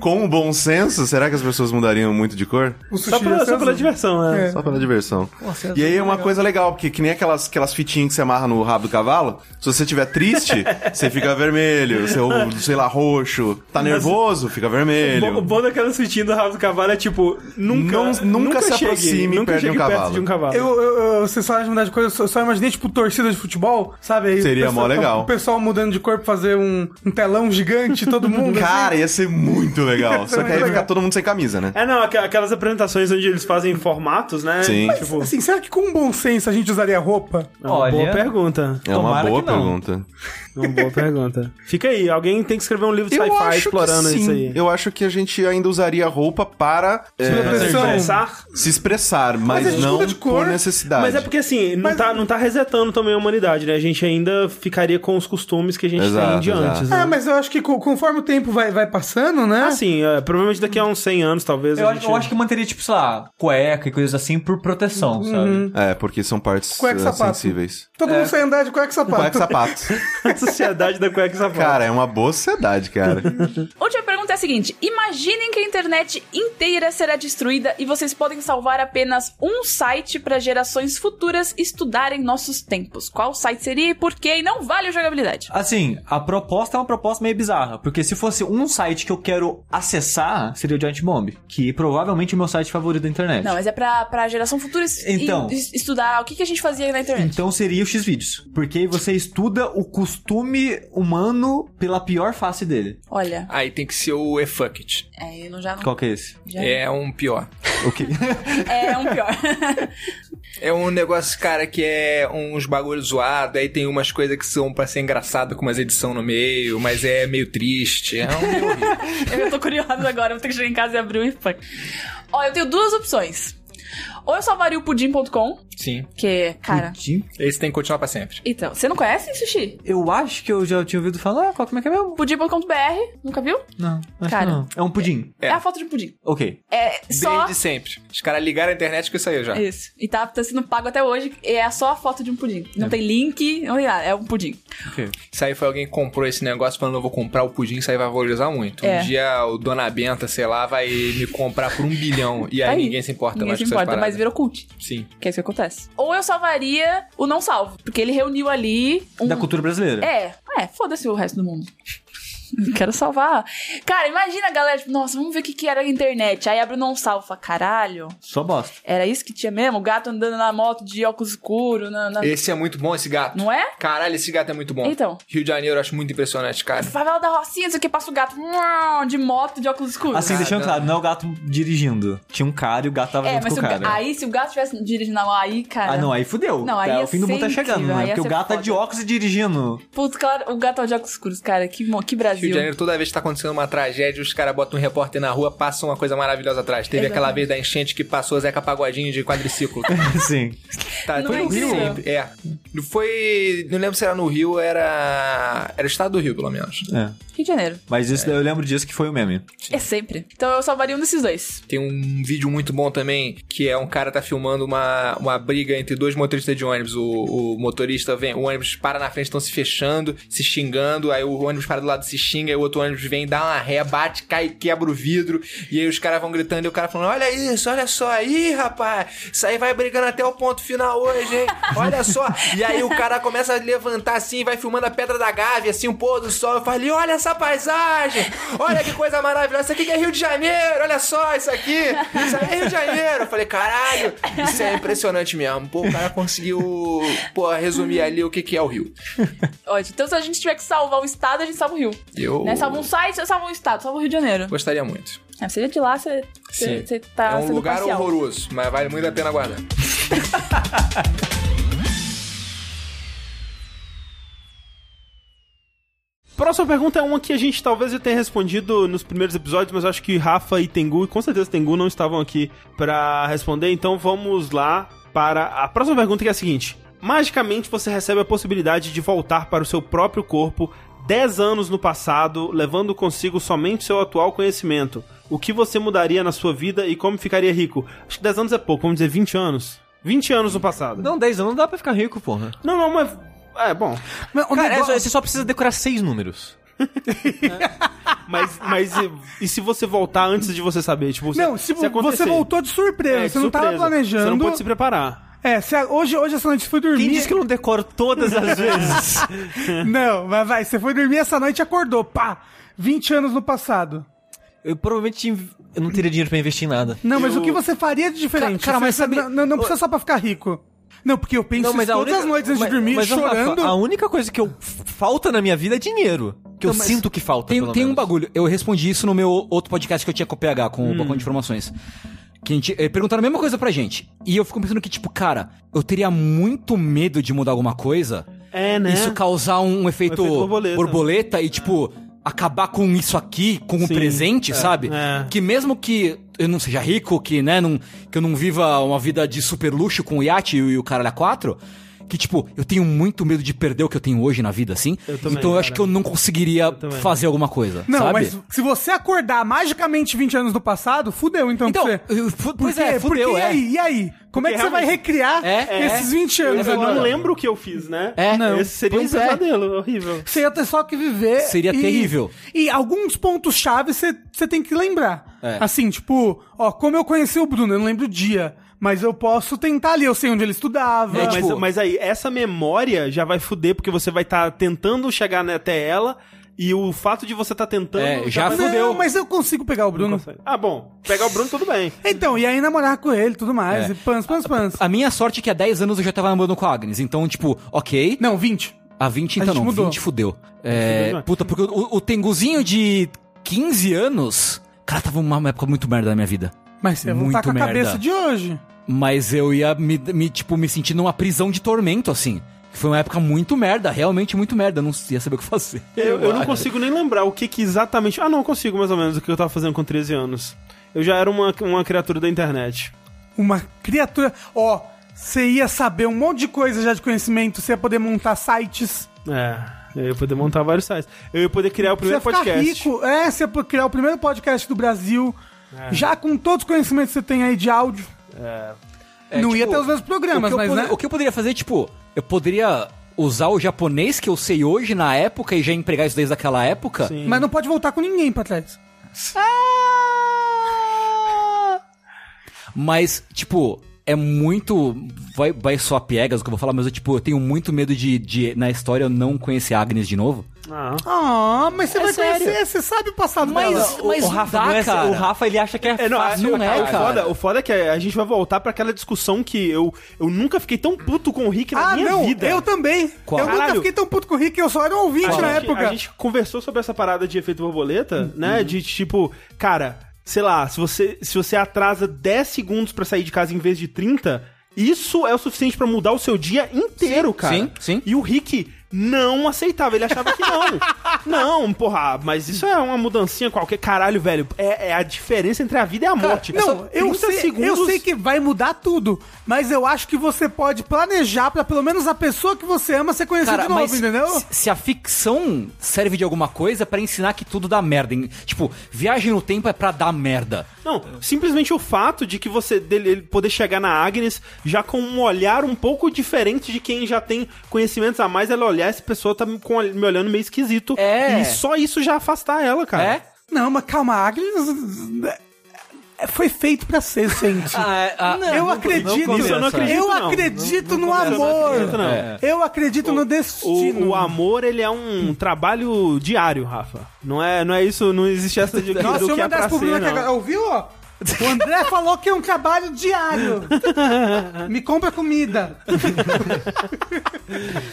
E: Com o bom senso, será que as pessoas mudariam muito de cor?
D: O
A: Só,
D: sushi é
A: pela-
D: ia ser
A: só pela
D: azul.
A: diversão, né?
D: É.
E: Só pela diversão. e aí é uma coisa legal, porque que nem aquelas, aquelas fitinhas que você amarra no rabo do cavalo, se você estiver triste, você fica vermelho, você, ou, sei lá, roxo. Tá nervoso, fica
A: Bom- O
E: vermelho.
A: bom daquela sutinha do rabo do cavalo é tipo, nunca,
E: Não- nunca se
A: chegue,
E: aproxime
A: nunca
E: perto de um
A: chegue
E: cavalo.
A: perto de um cavalo.
D: Eu, eu, eu, vocês falaram de mudar de cor, eu só, eu só imaginei, tipo, torcida de futebol, sabe? Aí o
E: Seria
D: pessoal-
E: mó legal.
D: O pessoal mudando de cor pra fazer um, um telão gigante,
E: *laughs*
D: todo mundo. assim,
E: Cara, ia ser muito legal. Só que aí
D: muito
E: fica
D: legal.
E: todo mundo sem camisa, né?
A: É, não, aqu- aquelas apresentações onde eles fazem formatos, né?
E: Sim.
A: Tipo,
D: Assim, será que com bom senso a gente usaria roupa?
E: Uhum.
A: é uma boa
F: Olha.
A: pergunta.
E: É uma
F: Tomara
E: boa
F: que não.
E: pergunta.
A: É uma
E: *laughs*
A: boa pergunta. Fica aí, alguém tem que escrever um livro de
E: Eu
A: sci-fi
E: acho
A: explorando
E: que sim.
A: isso aí.
E: Eu acho que a gente ainda usaria roupa para
D: Pra
E: é,
D: ser
A: Expressar?
E: se expressar, mas,
D: a gente
E: não
D: muda de cor.
E: por necessidade.
A: Mas é porque assim, não,
D: Mas-
A: tá, não tá resetando também a humanidade, né? A gente ainda ficaria com os costumes que a gente tem
E: Exato,
A: de
E: exato. É,
A: antes. Né?
D: Ah, mas eu acho que co- conforme o tempo vai, vai passando, né?
K: Ah,
A: Assim, é, provavelmente daqui a uns 100 anos, talvez.
F: Eu,
A: a
F: acho-
A: gente...
F: eu acho que manteria, tipo, sei lá, cueca e coisas assim por proteção, sabe?
E: É, porque são partes
D: Cueca e
E: eh,
D: sapato.
E: sensíveis.
D: Todo
K: É.
D: mundo sai andar de cueca e sapato.
E: Cueca e sapato.
A: *laughs* a sociedade da cueca
E: *laughs*
A: safada.
E: cara, é uma boa sociedade, cara.
B: Última pergunta é a seguinte: imaginem que a internet inteira será destruída e vocês podem salvar apenas um site para gerações futuras estudarem nossos tempos. Qual site seria e por quê? E não vale a jogabilidade.
F: Assim, a proposta é uma proposta meio bizarra, porque se fosse um site que eu quero acessar, seria o Giant Bomb, que provavelmente é o meu site favorito da internet.
B: Não, mas é pra, pra geração futura es-
F: Então.
B: e- es- estudar o que, que a gente fazia na internet.
F: Então seria o X-Vídeos, porque aí você estuda o costume humano pela pior face dele.
B: Olha,
K: Aí tem que ser o E-Fuck It.
B: é, eu não, já não.
F: Qual que é esse?
B: já- é.
K: É um pior.
F: Ok.
B: um pior. *laughs*
K: É um negócio, cara, que é uns bagulho zoado, aí tem umas coisas que são pra ser engraçado com umas edição no meio, mas é meio triste. É um meio horrível.
B: eu tô curiosa agora, vou ter que chegar em casa e abrir o e-fuck. Ó, eu tenho duas opções. Ou eu salvaria o pudim.com,
K: Sim.
B: que, cara.
K: Esse tem que continuar pra sempre.
B: Então, você não conhece sushi?
F: *laughs* Eu acho que eu já tinha ouvido falar, qual como é que é mesmo?
B: Pudim.com.br, nunca viu?
F: Não, acho
B: Cara.
F: que não. É um pudim.
B: É.
K: É.
B: a foto de um pudim.
F: Ok.
B: É só.
K: Desde sempre. Os caras ligaram a internet que isso aí já.
B: Isso. E tá, tá sendo pago até hoje. É só a foto de um pudim.
K: É.
B: Não tem link, não tem nada. É um pudim.
K: Isso aí foi alguém que comprou esse negócio falando, eu vou comprar o pudim, isso aí vai valorizar muito.
B: É.
K: Um dia o Dona Benta, sei lá, vai me comprar por um bilhão. E aí,
B: Tá aí.
K: ninguém se importa
B: Ninguém
K: mais
B: se
K: com essas
B: importa, mas
K: paradas.
B: virou cult.
K: Sim.
B: Que é isso que acontece. Ou eu salvaria o Não Salvo, porque ele reuniu ali um.
F: Da cultura brasileira.
B: É, é, foda-se o resto do mundo. *laughs* Quero salvar. Cara, imagina a galera, tipo, nossa, vamos ver o que, que era a internet. Aí abre o não salvo, fala, caralho,
L: Só bosta.
B: era isso que tinha mesmo? O gato andando na moto de óculos escuros, na, na-
K: Esse é muito bom, esse gato.
B: não é?
K: Caralho, esse gato é muito bom.
B: Então.
K: Rio de Janeiro eu acho muito impressionante, cara.
B: Favela da Rocinha, não sei o que, passa o gato uau, de moto, de óculos escuros.
L: Assim, deixando
K: não.
L: claro, não é o gato dirigindo. Tinha um cara e o gato tava
B: é,
L: junto
B: mas
L: com
B: se
L: o
B: o ga-
L: cara.
B: aí se o gato tivesse dirigindo na mão, aí, cara.
L: Ah, não, aí fudeu.
B: Não, aí
F: É,
L: Tá,
B: ia
L: o fim do mundo tá
B: ser
L: chegando,
B: incrível,
L: né?
B: aí ia
L: Porque o
B: ser
L: gato tá
B: foda.
L: de óculos
F: *laughs*
L: e dirigindo.
B: Putz, claro, o gato é de óculos escuros, cara. Que, mo- que Brasil.
K: Rio de Janeiro, toda vez que tá acontecendo uma tragédia, os caras botam um repórter na rua, passam uma coisa maravilhosa atrás. Teve aquela vez da enchente que passou Zeca Pagodinho de quadriciclo.
L: Sim.
K: Tá,
B: Não
K: foi
B: é
K: no Rio?
B: incrível?
K: É. Foi. Não lembro se era no Rio, era. Era o estado do Rio, pelo menos.
L: É.
B: Rio de Janeiro.
L: Mas isso daí eu lembro disso que foi o meme.
B: É sempre. Então eu salvaria um desses dois.
K: Tem um vídeo muito bom também, que é um cara tá filmando uma, uma briga entre dois motoristas de ônibus. O, o motorista vem, o ônibus para na frente, estão se fechando, se xingando, aí o ônibus para do lado se xinga, aí o outro ônibus vem, dá uma ré, bate, cai, quebra o vidro, e aí os caras vão gritando, e o cara falando, olha isso, olha só, aí rapaz, isso aí vai brigando até o ponto final hoje, hein, olha só. E aí o cara começa a levantar assim, vai filmando a Pedra da Gávea, assim, o pôr do sol, eu falei, olha essa paisagem, olha que coisa maravilhosa, isso aqui que é Rio de Janeiro, olha só isso aqui, isso aí é Rio de Janeiro. Eu falei, caralho, isso é impressionante mesmo. Pô, o cara conseguiu, pô, resumir ali o que que é o Rio.
B: Ótimo. Então se a gente tiver que salvar um estado, a gente salva o Rio.
K: Eu
B: Né? Salva um site, salva um estado, salva o Rio de Janeiro.
K: gostaria muito.
B: É, seria de lá, você
K: Sim.
B: você- você tá
K: é um
B: sendo
K: lugar
B: parcial.
K: horroroso, mas vale muito a pena guardar.
A: Próxima pergunta é uma que a gente talvez já tenha respondido nos primeiros episódios, mas eu acho que Rafa e Tengu, e com certeza Tengu, não estavam aqui pra responder, então vamos lá para a próxima pergunta que é a seguinte: Magicamente você recebe a possibilidade de voltar para o seu próprio corpo 10 anos no passado, levando consigo somente seu atual conhecimento. O que você mudaria na sua vida e como ficaria rico? Acho que 10 anos é pouco, vamos dizer 20 anos. 20 anos no passado.
I: Não, 10 anos não dá pra ficar rico, porra.
A: não, não mas. É, bom.
D: Mas
C: um
D: o
I: Cara, é
D: negócio-
I: só- você só precisa decorar seis números.
A: Mas, mas e, e se você voltar antes de você saber? Tipo,
D: Não, se você
A: acontecer?
D: voltou de surpresa,
A: É,
D: você não tava
A: surpresa.
D: planejando.
A: Você não pode se preparar.
D: É, se a- hoje, hoje essa noite você foi dormir.
I: Quem disse que eu não decoro todas as vezes?
D: Não, mas vai, você foi dormir essa noite e acordou, pá! 20 anos no passado.
I: *laughs* Eu provavelmente inv- eu não teria dinheiro pra investir em nada.
D: Não, mas o que você faria de diferente?
I: Cara, cara, mas
D: Você-
I: sabe-
D: Não, não precisa só pra ficar rico. Não, porque eu penso isso todas as noites antes de dormir,
I: mas, Rafa,
D: chorando.
I: a única coisa que eu falta na minha vida é dinheiro. Que eu
C: Então, mas
I: sinto que falta,
C: Tem,
I: pelo
C: tem um
I: menos.
C: bagulho, eu respondi isso no meu outro podcast que eu tinha com o PH,
I: Hum.
C: com o Balcão de Informações. Que a gente, eh, perguntaram a mesma coisa pra gente. E eu fico pensando que, tipo, cara, eu teria muito medo de mudar alguma coisa.
A: É, né?
C: Isso causar um, efeito,
A: efeito borboleta. É.
C: borboleta e, tipo, acabar com isso aqui, com o
A: Sim.
C: presente, sabe?
A: É.
C: Que mesmo que eu não seja rico, que, né, não, que eu não viva uma vida de super luxo com o iate e, o- e o caralho a quatro... Que, tipo, eu tenho muito medo de perder o que eu tenho hoje na vida, assim.
A: Eu também,
C: então eu acho
A: cara.
C: que eu não conseguiria
A: também.
C: fazer alguma coisa.
D: Não,
C: sabe?
D: mas se você acordar magicamente 20 anos no passado, fudeu então,
C: Então,
D: pra você.
C: eu- fu- pois
D: Porque-
C: é, fudeu,
D: porque
C: é.
D: E aí, e aí? Como é que você vai recriar
C: É, é.
D: esses 20
A: Eu,
D: anos
A: eu
D: agora?
A: não lembro o que eu fiz, né?
C: É, não.
A: Esse seria
C: Pois
A: um
C: é.
A: pesadelo horrível.
D: Você ia ter só que viver.
C: Seria
D: e-
C: terrível.
D: E alguns pontos-chave você você tem que lembrar.
C: É.
D: Assim, tipo, ó, como eu conheci o Bruno, eu não lembro o dia. Mas eu posso tentar ali, eu sei onde ele estudava.
C: É,
A: mas,
C: tipo-
A: mas aí, essa memória já vai fuder, porque você vai estar tentando chegar né, até ela, e o fato de você estar tentando... tá
C: É, já
A: vai-
D: não,
C: fudeu.
D: mas eu consigo pegar o Bruno.
A: Ah, bom. Pegar o Bruno, tudo
D: *laughs*
A: bem.
D: Então, e aí namorar com ele e tudo mais.
C: É.
D: E pans, pans, pans.
C: A minha sorte é que há 10 anos eu já tava namorando com a Agnes. Então, tipo, ok.
D: Não, 20.
C: A 20
D: A
C: então
D: gente
C: não.
D: mudou.
C: 20 fudeu. É,
A: demais.
C: puta, porque o, o Tenguzinho de 15 anos. Cara, tava uma época muito merda na minha vida.
D: Mas você ia voltar
C: Muito
D: com a
C: merda.
D: cabeça de hoje.
C: Mas eu ia me, me, tipo, me sentir numa prisão de tormento, assim. Foi uma época muito merda, realmente muito merda. Eu não ia saber o que fazer.
A: Eu, eu não
C: acho.
A: consigo nem lembrar o que, que exatamente... Ah, não, eu consigo mais ou menos o que eu tava fazendo com 13 anos. Eu já era uma, uma criatura da internet.
D: Uma criatura. Ó, você ia saber um monte de coisa já de conhecimento, você ia poder montar sites.
A: É, eu ia poder montar vários sites. Eu ia poder criar o
D: Você ia
A: primeiro
D: ficar
A: podcast.
D: rico, é, você ia pô- criar o primeiro podcast do Brasil, já com todos os conhecimentos que você tem aí de áudio.
C: É,
D: não ia
C: tipo,
D: ter os mesmos programas,
C: o que eu
D: mas
C: poder-
D: né?
C: O que eu poderia fazer, tipo, eu poderia usar o japonês que eu sei hoje na época e já empregar isso desde aquela época.
A: Sim.
D: Mas não pode voltar com ninguém pra trás.
C: Mas, tipo, é muito. Vai, vai só piegas o que eu vou falar, mas eu, tipo, eu tenho muito medo de, de na história, eu não conhecer a Agnes de novo.
A: Ah.
D: Ah, mas você
M: É
D: vai
M: sério.
D: conhecer, você sabe o passado dela.
M: Mas, mas
C: o
M: não assim,
C: Rafa,
M: dá,
C: não é-
M: cara.
C: o Rafa, ele acha que é,
A: É, não,
C: fácil.
A: a-
M: não
D: né,
M: é,
A: o,
M: cara.
A: Foda, o foda é que a gente vai voltar pra aquela discussão que eu, eu nunca fiquei tão puto com o Rick na
D: Ah,
A: minha
D: não,
A: vida.
D: eu também. Eu nunca
A: Caralho.
D: fiquei tão puto com o Rick, eu só era um ouvinte
C: Ah,
A: a
D: na
A: gente,
D: época. Uhum.
A: A gente conversou sobre essa parada de efeito borboleta, né? De tipo, cara, sei lá, se você, se você atrasa 10 segundos pra sair de casa em vez de 30, isso é o suficiente pra mudar o seu dia inteiro, cara.
M: sim, sim.
A: E o Rick não aceitava, ele achava que
D: *laughs*
A: não. não, porra, mas isso é uma mudancinha qualquer. Caralho, velho, é, é a diferença entre a vida e a morte. É só
D: Não, eu
A: 30
D: sei, eu sei que vai mudar tudo, mas eu acho que você pode planejar pra pelo menos a pessoa que você ama ser conhecer
M: Cara,
D: de novo,
M: mas
D: entendeu?
M: se- se a ficção serve de alguma coisa pra ensinar que tudo dá merda, hein? tipo, viagem no tempo é pra dar merda.
A: Não, simplesmente o fato de que você dele ele poder chegar na Agnes já com um olhar um pouco diferente de quem já tem conhecimentos a mais, ela olhar, essa pessoa tá me com- me olhando meio esquisito.
M: É.
A: E só isso já afastar ela, cara.
M: É?
D: Não, mas calma, a Agnes é, foi feito pra ser, gente. eu acredito,
A: começa. Eu não acredito,
D: eu
A: não.
D: acredito no
A: Não
D: amor. É.
A: acredito, não.
D: Eu acredito no destino.
A: O, o amor, ele é um trabalho diário, Rafa. Não é, não é isso, não existe essa de
D: Nossa,
A: do
D: eu
A: que é
D: mandar
A: pra
D: esse
A: ser,
D: problema aqui
A: não.
D: agora. Ouviu, ó? O
A: *laughs*
D: André falou que é um trabalho diário. Me compra comida.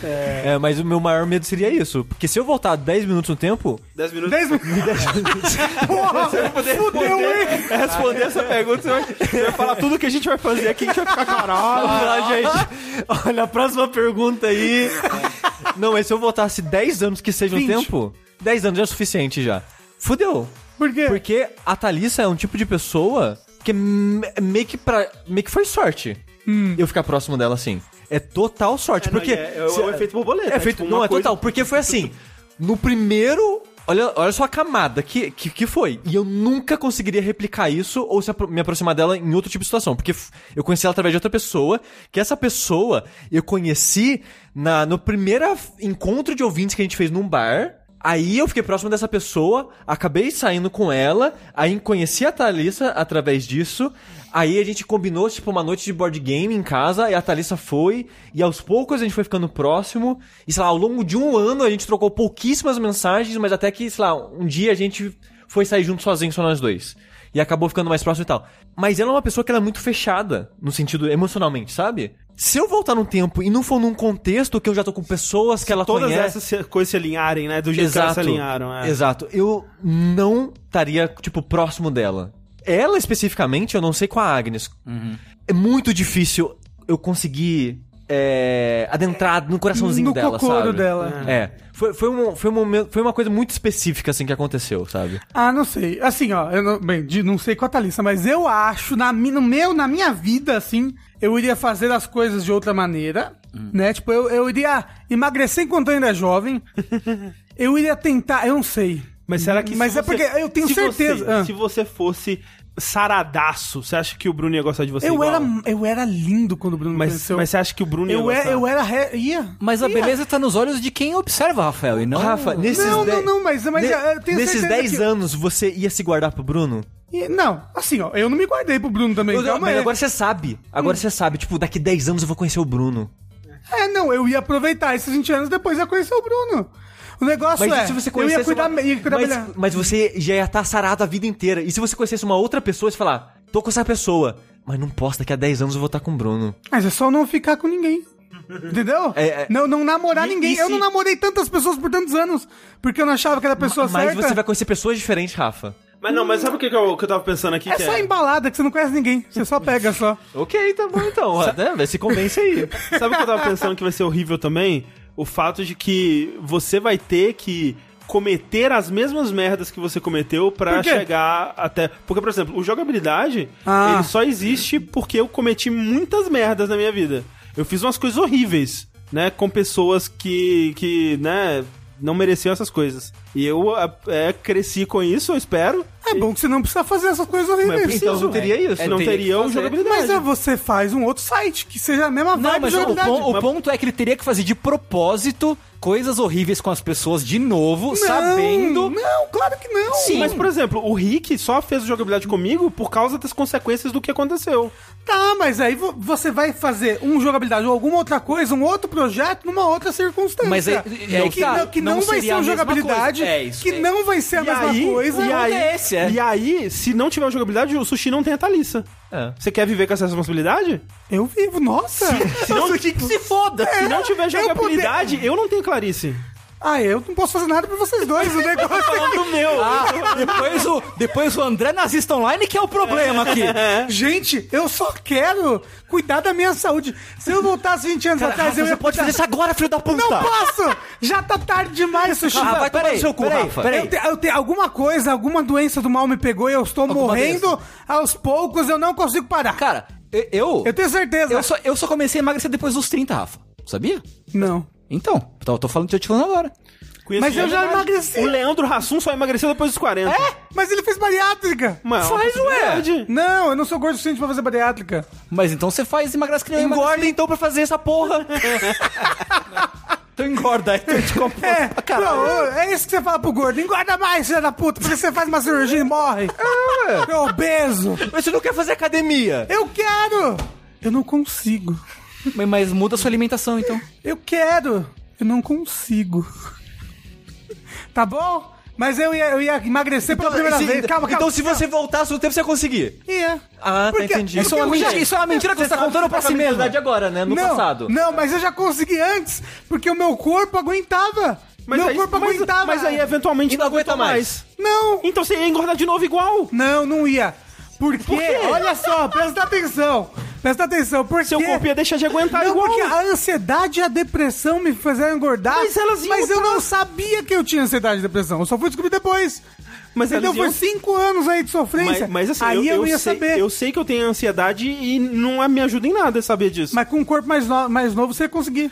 C: É, mas o meu maior medo seria isso. Porque se eu voltar 10 minutos no tempo,
A: 10 minutos.
D: 10 minutos. Porra, fudeu, hein?
A: É responder essa pergunta, você vai, você vai falar tudo que a gente vai fazer aqui, a gente vai ficar
M: Ah.
C: *laughs* Ah,
A: caralho, gente.
C: Olha, a próxima pergunta aí. Não, mas se eu voltasse 10 anos que seja um
D: 20.
C: tempo, 10 anos já é o suficiente já. Fudeu.
D: Por quê?
C: Porque a Thalissa é um tipo de pessoa que me- meio que, pra, meio que foi sorte eu ficar próximo dela assim. É total sorte. porque.
A: é, é, o-
C: se-
A: é o efeito borboleta.
C: é feito,
A: tipo, uma
C: não, é
A: coisa-
C: total. Porque foi assim, no primeiro... Olha, olha só a camada que, que, que foi. E eu nunca conseguiria replicar isso ou se apro- me aproximar dela em outro tipo de situação. Porque f- eu conheci ela através de outra pessoa, que essa pessoa eu conheci na, no primeiro af- encontro de ouvintes que a gente fez num bar. Aí eu fiquei próximo dessa pessoa, acabei saindo com ela, aí conheci a Thalissa através disso. Aí a gente combinou, tipo, uma noite de board game em casa, e a Thalissa foi, e aos poucos a gente foi ficando próximo, e sei lá, ao longo de um ano a gente trocou pouquíssimas mensagens, mas até que, sei lá, um dia a gente foi sair junto sozinho, só nós dois. E acabou ficando mais próximo e tal. Mas ela é uma pessoa que ela é muito fechada, no sentido emocionalmente, sabe? Se eu voltar no tempo e não for num contexto que eu já tô com pessoas que ela
A: Todas
C: conhece...
A: essas se- coisas se alinharem, né? Do jeito que elas se alinharam, é.
C: Exato. Eu não estaria, tipo, próximo dela. Ela especificamente, eu não sei com a Agnes.
D: Uhum.
C: É muito difícil eu conseguir é, adentrar no coraçãozinho
D: No
C: dela,
D: cocoro
C: sabe?
D: dela.
C: É. Foi, foi, um, foi, um momento, foi uma coisa muito específica, assim, que aconteceu, sabe?
D: Ah, não sei. Assim, ó, eu não, bem, de- não sei com a Thalissa, mas eu acho, na, mi- no meu, na minha vida, assim, eu iria fazer as coisas de outra maneira,
A: Hum.
D: né? Tipo, eu, eu iria emagrecer enquanto eu ainda é
A: *laughs*
D: jovem. eu iria tentar, eu não sei.
A: Mas será que. se
D: Mas
A: você-
D: é porque eu tenho
A: se
D: certeza.
A: você-
D: Ah.
A: se você fosse saradaço, você acha que o Bruno ia gostar de você?
D: Eu
A: igual?
D: era, eu era lindo quando o Bruno
A: Mas,
D: conheceu.
A: mas você acha que o Bruno ia
D: eu,
A: gostar?
D: era, eu é era. Re... Ia.
M: Mas a
D: ia.
M: beleza tá nos olhos de quem observa, Rafael, e não...
C: Rafa, nesses
D: Não, não,
C: dez-
D: não, mas, mas
C: ne-
D: eu tenho
C: Nesses
D: certeza
C: 10
D: que-
C: anos, você ia se guardar pro Bruno?
D: Ih, Não, assim, ó, eu não me guardei pro Bruno também.
C: Eu-
D: calma
C: mas
D: aí.
C: agora você sabe.
D: Hum.
C: Agora você sabe. Tipo, daqui 10 anos eu vou conhecer o Bruno.
D: É, não, eu ia aproveitar esses 20 anos depois ia conhecer o Bruno. O negócio
C: Mas
D: é,
C: e se você
D: eu
C: conhecesse
D: ia cuidar,
C: uma...
D: me- ia cuidar
C: mas,
D: melhor.
C: mas você já ia estar sarado a vida inteira. E se você conhecesse uma outra pessoa e você falar, tô com essa pessoa, mas não posso, daqui a 10 anos eu vou estar com o Bruno.
D: Mas é só não ficar com ninguém. Entendeu?
C: É, é.
D: Não, não namorar
C: E-
D: ninguém.
C: e
D: Eu não
C: se-
D: namorei tantas pessoas por tantos anos, porque eu não achava que era a pessoa
C: mas
D: certa.
C: você vai conhecer pessoas diferentes, Rafa.
A: Mas não, mas sabe o que, que, eu, que eu tava pensando aqui?
D: É
A: que
D: só embalada, que você não conhece ninguém. Você só pega só.
C: Ok, tá bom então. Até, se convence *laughs* aí.
A: Sabe o que eu tava pensando que vai ser horrível também? O fato de que você vai ter que cometer as mesmas merdas que você cometeu pra
D: Por quê?
A: chegar até... Porque, por exemplo, o jogabilidade,
D: Ah.
A: ele só existe porque eu cometi muitas merdas na minha vida. Eu fiz umas coisas horríveis, né? Com pessoas que, eh, que né, não mereciam essas coisas. E eu é, cresci com isso, eu espero.
D: É bom que você não precisa fazer essas coisas *laughs* horríveis.
I: Então não teria isso.
D: é,
A: não
I: teria
A: teria o jogabilidade.
D: Mas é, você faz um outro site que seja a mesma
J: Não,
D: vibe
J: mas
D: de
J: o,
D: jogabilidade.
J: pon- o ponto é que ele teria que fazer de propósito coisas horríveis com as pessoas de novo,
D: Não,
J: sabendo.
D: Não, claro que não.
A: Mas, por exemplo, o Rick só fez o jogabilidade comigo por causa das consequências do que aconteceu.
D: Tá, mas aí vo- você vai fazer um jogabilidade ou alguma outra coisa, um outro projeto, numa outra circunstância.
J: Mas aí-
D: que,
J: é que
D: que não, que não
J: não
D: vai
J: seria
D: ser um
J: a mesma
D: jogabilidade,
J: coisa. É isso,
D: que
J: é.
D: não vai ser a mesma coisa.
A: e aí,
J: é esse, é.
A: e aí, se não tiver o jogabilidade, o sushi não tem a Thalissa.
I: É.
A: Você quer viver com essa responsabilidade?
D: Eu vivo, nossa.
A: Se não,
J: Se foda!
A: se não tiver
D: é? eu
A: jogabilidade, eu, não tenho Clarice.
D: ah, eu não posso fazer nada pra vocês dois, o negócio
J: *laughs*
D: é
A: Do meu.
J: Ah, depois o, depois o André Nazista Online que é o problema aqui.
D: Gente, eu só quero cuidar da minha saúde. Se eu voltasse 20 anos atrás, eu
J: você
D: ia
J: pode fazer isso agora, filho da puta!
D: Não posso! Já tá tarde demais, Sushi.
J: Ah, vai tomar no seu cu,
D: peraí,
J: Rafa.
D: Eu te- eu te- alguma coisa, alguma doença do mal me pegou e eu estou morrendo aos poucos, eu não consigo parar.
J: Cara, eu. Eu,
D: eu tenho certeza.
J: eu só, eu só comecei a emagrecer depois dos 30, Rafa. Sabia?
D: Não.
J: Então, tô, tô falando, tô te falando agora.
A: Conheço
D: Mas eu já
A: jogabilidade.
D: emagreci.
A: O Leandro Hassum só emagreceu depois dos 40. É?
D: Mas ele fez bariátrica.
A: Mas
J: Faz, ué.
A: ué.
D: é? Não, eu não sou gordo o suficiente pra fazer bariátrica.
J: Mas então você faz emagrece que nem
C: um
J: eu emagreci.
I: Engorda então pra fazer
C: *laughs*
I: essa porra.
J: Então engorda, aí eu te compro.
D: É, não, é isso que você fala pro gordo. Engorda mais, filha da puta, porque você faz uma cirurgia e morre.
J: É,
D: Eu obeso.
I: Mas você não quer fazer academia.
D: Eu quero. Eu não consigo.
J: Mas, mas muda a sua alimentação, então.
D: Eu quero. Eu não consigo. Tá bom? Mas eu ia, eu ia emagrecer pela primeira
I: Se-
D: vez. Calma, calma.
I: então se você voltasse no tempo, você ia conseguir.
D: Ia.
I: Ah, tá,
D: Porque-
I: entendi.
D: porque
J: Isso é uma
D: eu já-
J: mentira, isso é uma mentira que você tá contando pra si mesmo.
I: agora, né? No
D: não, Não, mas eu já consegui antes, porque o meu corpo aguentava.
A: Mas
D: meu
A: aí,
D: corpo
A: mas,
D: aguentava.
A: mas aí é- eventualmente
I: E não aguenta
D: Não,
A: Então você ia engordar de novo igual.
D: não, não ia. Porque,
A: quê?
D: olha só, presta atenção. Presta atenção, porque...
A: Seu corpo ia deixar de
I: Tá
A: aguentar
D: Não,
A: igual.
D: porque a ansiedade e a depressão me fizeram engordar.
A: Mas elas iam
D: Mas eu não sabia que eu tinha ansiedade e depressão. Eu só fui descobrir depois.
A: Mas
D: Entendeu?
A: elas iam-
D: Foi cinco anos aí
A: Mas,
D: de sofrência.
A: mas assim,
D: aí eu,
A: eu,
D: não ia
A: sei,
D: saber.
A: eu sei que eu tenho ansiedade e não é- me ajuda em nada saber disso.
D: Mas com um corpo mais, no- mais novo você ia conseguir.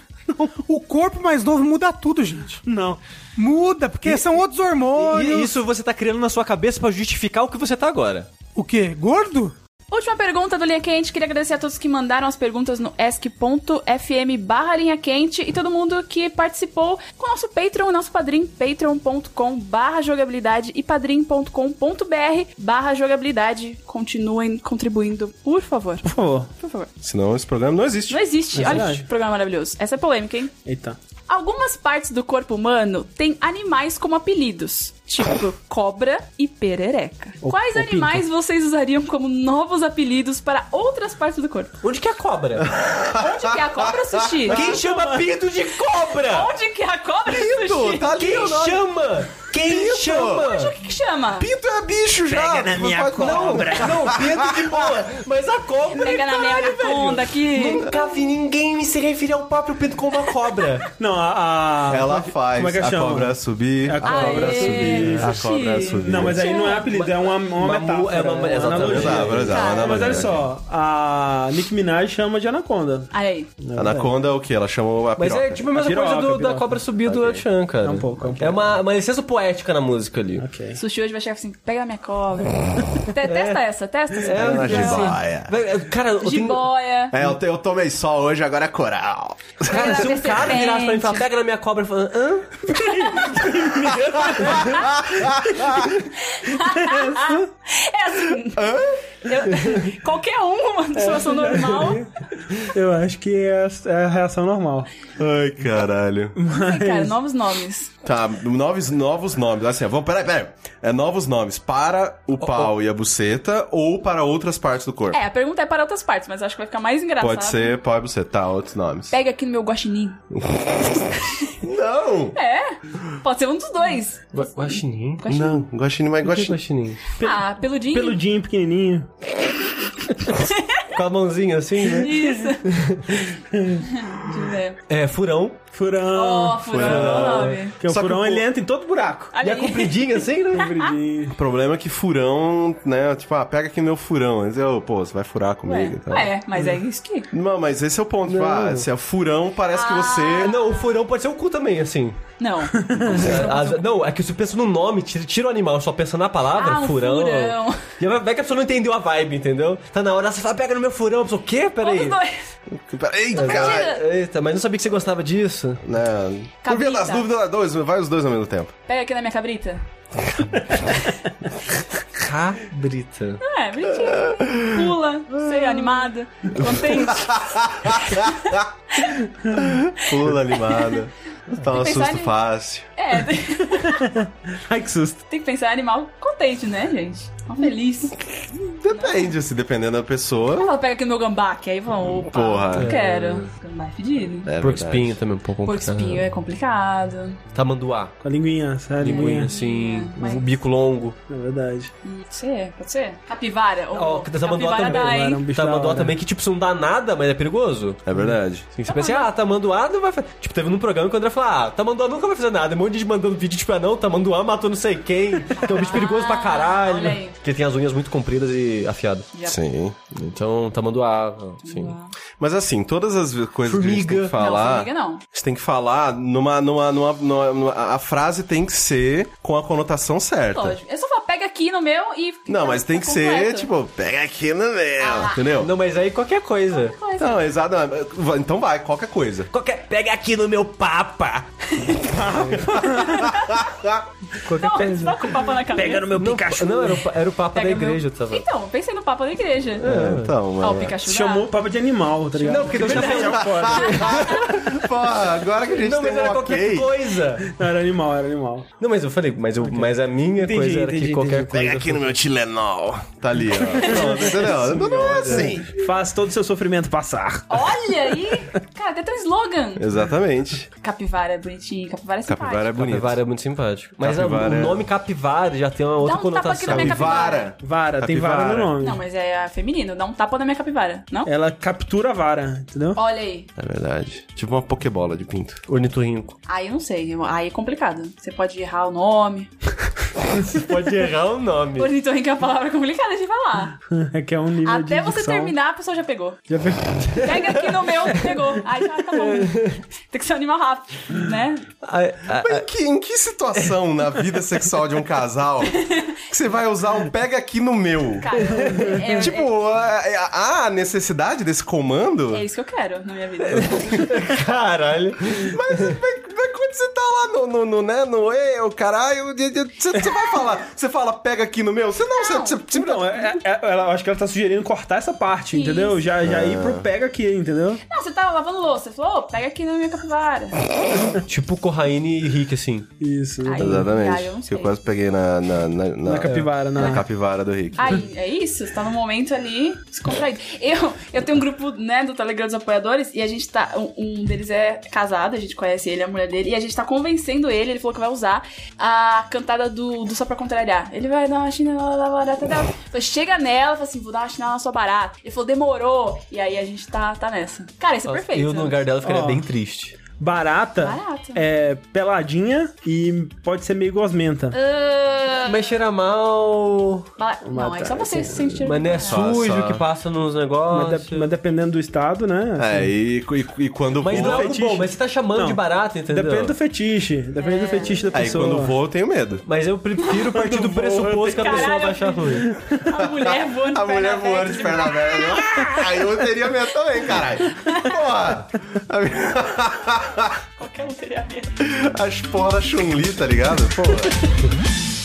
D: O corpo mais novo muda tudo, gente.
A: Não.
D: Muda, porque são outros hormônios.
I: E isso você tá criando na sua cabeça pra justificar o que você tá agora.
D: O quê? Gordo?
B: Última pergunta do Linha Quente. Queria agradecer a todos que mandaram as perguntas no ask.fm barra linha quente e todo mundo que participou com o nosso Patreon, nosso padrim, patreon.com barra jogabilidade e padrim.com.br barra jogabilidade. Continuem contribuindo, por favor.
A: Por favor.
B: Por favor.
E: Senão esse programa não existe.
B: Não existe. Olha que programa maravilhoso. Essa é polêmica, hein?
A: Eita.
B: Algumas partes do corpo humano têm animais como apelidos, tipo cobra e perereca. Quais animais vocês usariam como novos apelidos para outras partes do corpo?
I: Onde que é a cobra?
B: Onde que é a cobra sushi? é
I: Quem chama pinto de cobra?
B: Onde que é a cobra sushi?
I: Pinto, Quem chama? Quem
B: Onde
I: chama?
B: que, que chama?
E: Pinto é bicho já. Pega na minha cobra.
I: Não, pinto de boa. Mas a
A: é
I: cobra.
B: Pega na minha
I: caralho, velho.
B: anaconda aqui.
I: Nunca vi ninguém se referir ao próprio pinto como uma cobra.
A: Não, a. a-
E: Ela faz
A: Como é que
E: a
A: chama?
E: cobra subir, a
A: cobra.
E: cobra
B: Aê,
E: subir, a
B: sushi.
E: cobra subir.
A: Não, mas aí não é apelido, é uma, uma
I: mu-
A: metáfora.
I: é uma- exatamente.
A: analogia.
E: Exato, exato, analogia.
A: Mas olha só, a Nick Minaj chama de anaconda.
B: Aí.
E: Anaconda é o que? Ela chamou a
I: *laughs* Mas
E: piroca.
I: é tipo a mesma
A: piroca,
I: coisa do-
A: a piroca.
I: da cobra subir do El Chan, cara.
A: É um pouco, é um pouco.
I: uma, uma licença poética na música ali.
A: Ok.
B: Sushi hoje vai chegar assim, pega na minha cobra. Te- Testa essa, testa essa.
E: Ela
B: É,
E: jiboia.
I: Vai, Cara, eu tenho...
B: Jiboia.
E: É, eu, te- eu tomei sol hoje, agora é coral.
I: Cara, se um cara virasse pra mim e falar, pega na minha cobra e falar, hã?
B: É assim. Eu- *laughs* qualquer um, uma situação normal.
A: Eu acho que é, é a reação normal.
E: Ai, caralho.
B: Ai, cara, novos nomes.
E: Tá, novos, novos nomes. Assim, ó, vamos, peraí, peraí. É novos nomes para o pau e a buceta ou para outras partes do corpo.
B: Oh, É, a pergunta é para outras partes, mas acho que vai ficar mais engraçado. É,
E: Pode ser pau e buceta, tá, outros nomes.
B: Pega aqui no meu guaxinim.
E: Não!
B: É, pode ser um dos dois.
I: Gua- Guaxinim?
B: Guaxinim.
E: Não, guaxinim, mas
I: Por que
E: guaxinim.
I: Guaxinim.
B: Ah, peludinho.
A: Peludinho, pequenininho.
I: Com a mãozinha assim, né?
B: Isso. Deixa eu ver.
I: É, furão.
A: Furão.
B: Ó, furão é o nome.
A: Porque o
E: Só que
A: furão
E: o-
A: ele entra em todo buraco.
B: Olha aí.
C: Compridinha assim, né?
B: *laughs*
E: O problema é que furão, né? Tipo, ah, pega aqui meu furão. Mas eu, pô, você vai furar
B: Ué,
E: comigo e tal.
B: ué, mas é isso que.
E: Não, mas esse é o ponto. Tipo, ah, se é furão, parece que
B: Ah.
E: você.
C: Não, o furão pode ser um cu também, assim.
B: Não.
C: As- não, é que você pensa no nome, tira, tira o animal, só pensa na palavra,
B: Ah, um
C: furão.
B: furão.
C: E vai, vai que a pessoa não entendeu a vibe, entendeu? Tá na hora, você fala, pega no meu furão, a pessoa, o quê?
B: Um dos
C: Peraí.
B: dois.
E: Peraí, caralho.
B: Mentira.
C: Eita, mas não sabia que você gostava disso.
E: Né? Por
B: Cabrita.
E: via das dúvidas, dá dois, vai os dois ao mesmo tempo.
B: Pega aqui na minha cabrita.
C: Cabrita.
B: É, bonitinho. Pula, sei, animada, contente. *laughs*
E: Pula animada. Tá
B: Tem
E: um
B: que
E: susto
B: pensar em-
E: fácil.
B: É, *laughs* tem-
A: Ai, que susto.
B: tem que pensar em animal contente, né, gente? Ó, feliz.
E: Depende, se dependendo da pessoa.
B: Ela pega aqui no meu gambaque, aí vão, opa,
E: Porra.
B: não quero. Gambá é fedido.
E: É
C: Porco
E: verdade.
C: espinho também, um pouco
B: Porco
C: complicado.
B: espinho é complicado.
C: Tamanduá.
A: Com a linguinha, sabe?
C: Linguinha,
A: Linguinha.
C: assim,
B: mas-
C: um bico longo.
A: É verdade.
B: Hum, Pode ser, pode ser. Capivara.
C: Ó,
B: Ou
C: que tamanduá
B: capivara dá,
A: Agora é
B: hein?
A: um bicho da
C: Tamanduá
A: hora.
C: também, que tipo, você não dá nada, mas é perigoso.
E: É verdade.
C: Assim, você pensa, ah, tamanduá não vai fazer. Tipo, teve num programa que o André falou, ah, tamanduá nunca vai fazer nada. Um monte de gente mandando vídeo, tipo, ah, não, tamanduá matou não sei quem. Que é um bicho perigoso pra caralho.
B: olha aí.
C: Porque ele tem as unhas muito compridas e afiadas.
B: Já-
E: Sim.
C: Então, tamanduá, sim.
E: Mas assim, todas as coisas que a gente tem
C: Formiga.
E: que
B: Não,
E: falar.
B: formiga não.
E: Você tem que falar numa, numa, numa, numa- numa- A frase tem que ser com a conotação certa.
B: Lógico. Eu só falo, pega aqui no meu e.
E: Não, mas Ah, tem que ser,
B: completo.
E: tipo, pega aqui no meu, entendeu?
C: Não, mas aí qualquer coisa.
E: Não, exato. não, Então vai, qualquer coisa.
C: Qualquer. Pega aqui no meu *laughs* papa!
A: Qualquer
B: Não,
A: coisa.
B: você vai com o papo na cabeça.
A: Pega no meu
C: Não,
A: Pikachu.
C: não, era o, pa- era o papa
B: Pega
C: da
B: meu-
C: igreja,
B: *laughs*
C: tu tava.
B: Então, pensei no papo da igreja.
E: Então,
B: Ó, o
E: mano.
B: Pikachu.
A: Se
B: dá.
A: chamou o papo de animal, tá ligado?
C: Não, porque deu chapéu.
E: Porra, agora que a gente
C: Não,
E: tem
C: mas era
E: um
C: qualquer
E: ok.
C: coisa.
A: Não, era animal, era animal.
C: Não, mas eu falei, mas, eu, mas a minha
A: Entendi,
C: coisa era que
A: entendi,
C: qualquer
A: entendi.
C: coisa.
E: Pega aqui no meu Tilenol. Tá ali, ó.
C: *laughs*
E: Pronto, entendeu? Não, não é assim.
A: Faz todo o seu sofrimento passar.
B: Olha
C: *laughs*
B: aí! Cara, até tem um slogan.
E: Exatamente.
B: Capivara é bonitinho, capivara é simpático.
E: Capivara é bonito.
C: Capivara é muito simpático. Mas
E: Capivara
C: a-
E: é-
C: o nome capivara já tem uma outra
B: um tapa aqui
C: conotação.
B: na minha
E: Capivara.
A: Vara, tem vara no
E: Capivara.
A: nome.
B: Não, mas é a feminino, dá um tapa na minha capivara, não?
A: Ela captura a vara, entendeu?
B: Olha aí.
E: É verdade. Tipo uma pokebola de pinto.
C: Ornitorrinco.
B: Aí eu não sei, eu- aí é complicado. Você pode errar o nome.
C: Pode errar o nome.
B: Ornitorrinco é uma palavra complicada de falar.
A: É *laughs* que é um nível de
B: Até você
A: dicção.
B: terminar, a pessoa já pegou.
A: Já pe-
B: Pega aqui no meu, pegou. Aí já tá bom. Tem que ser um animal rápido, né?
C: Ah,
E: Mas em que, em que situação na vida sexual de
C: *laughs*
E: um casal que você vai usar um pega aqui no meu?
B: Cara, é, é-
E: Tipo, há há necessidade desse comando?
B: é isso que eu quero na minha vida.
C: Caralho.
E: Mas, mas- mas quando você tá lá no, no, no né, no ei, o caralho, de- de- você você vai falar, você fala, pega aqui no meu? Você não, você, você simplesmente-
A: Então, é- é- ela, acho que ela tá sugerindo cortar essa parte,
B: Isso.
A: entendeu? Já, já
E: Ah.
A: ir pro pega aqui, entendeu?
B: Não, você tá lavando louça. Você falou, "Ô, pega aqui na minha capivara.
C: tipo Corraine e Rick, assim.
A: Isso.
B: Aí, Aí eu não
E: Exatamente.
B: sei.
E: Eu quase peguei na, na, na, na-
A: Na capivara, né? na-
E: na capivara do Rick.
B: Aí, é isso, você tá num momento ali descontraído. Eu, eu tenho um grupo, né, do Telegram dos apoiadores, e a gente tá. Um, um deles é casado, a gente conhece ele, a mulher dele, e a gente tá convencendo ele, ele falou que vai usar a cantada do, do Só Pra Contrariar. Ele vai dar uma chinela na barata dela. Então, chega nela, fala assim, vou dar uma chinela na sua barata. Ele falou, demorou. E aí a gente tá, tá nessa. Cara, isso é perfeito.
C: Eu no lugar dela ficaria
A: Ó.
C: bem triste.
A: Barata,
B: Barata.
A: é peladinha e pode ser meio gosmenta.
B: Ah,
C: Mas cheira mal.
B: fala- não, é só você se sentir.
C: Mas não é
E: Só,
C: sujo
E: só.
C: que passa nos
A: Mas,
C: negócios.
A: de- mas dependendo do estado, né? assim,
E: É, e, e- e quando
C: Mas
E: voa,
C: não é algo
A: fetiche.
C: bom, mas você tá chamando
A: Não.
C: de barata, entendeu?
A: Depende do fetiche. Depende
B: É.
A: do fetiche da
E: aí
A: pessoa.
E: quando voa eu tenho medo.
C: Mas eu
A: *laughs*
C: prefiro partir do
A: Quando voa,
C: pressuposto que a
B: tem-
C: pessoa vai
B: Caralho,
C: achar ruim.
B: *laughs* A mulher voando
E: A
B: de perna
E: mulher
B: aberta,
E: voando de perna aberta. né? Aí eu teria medo também, caralho. Porra! A minha- *laughs*
B: Qualquer um teria medo.
E: As porra da Chun-Li, tá ligado? Porra.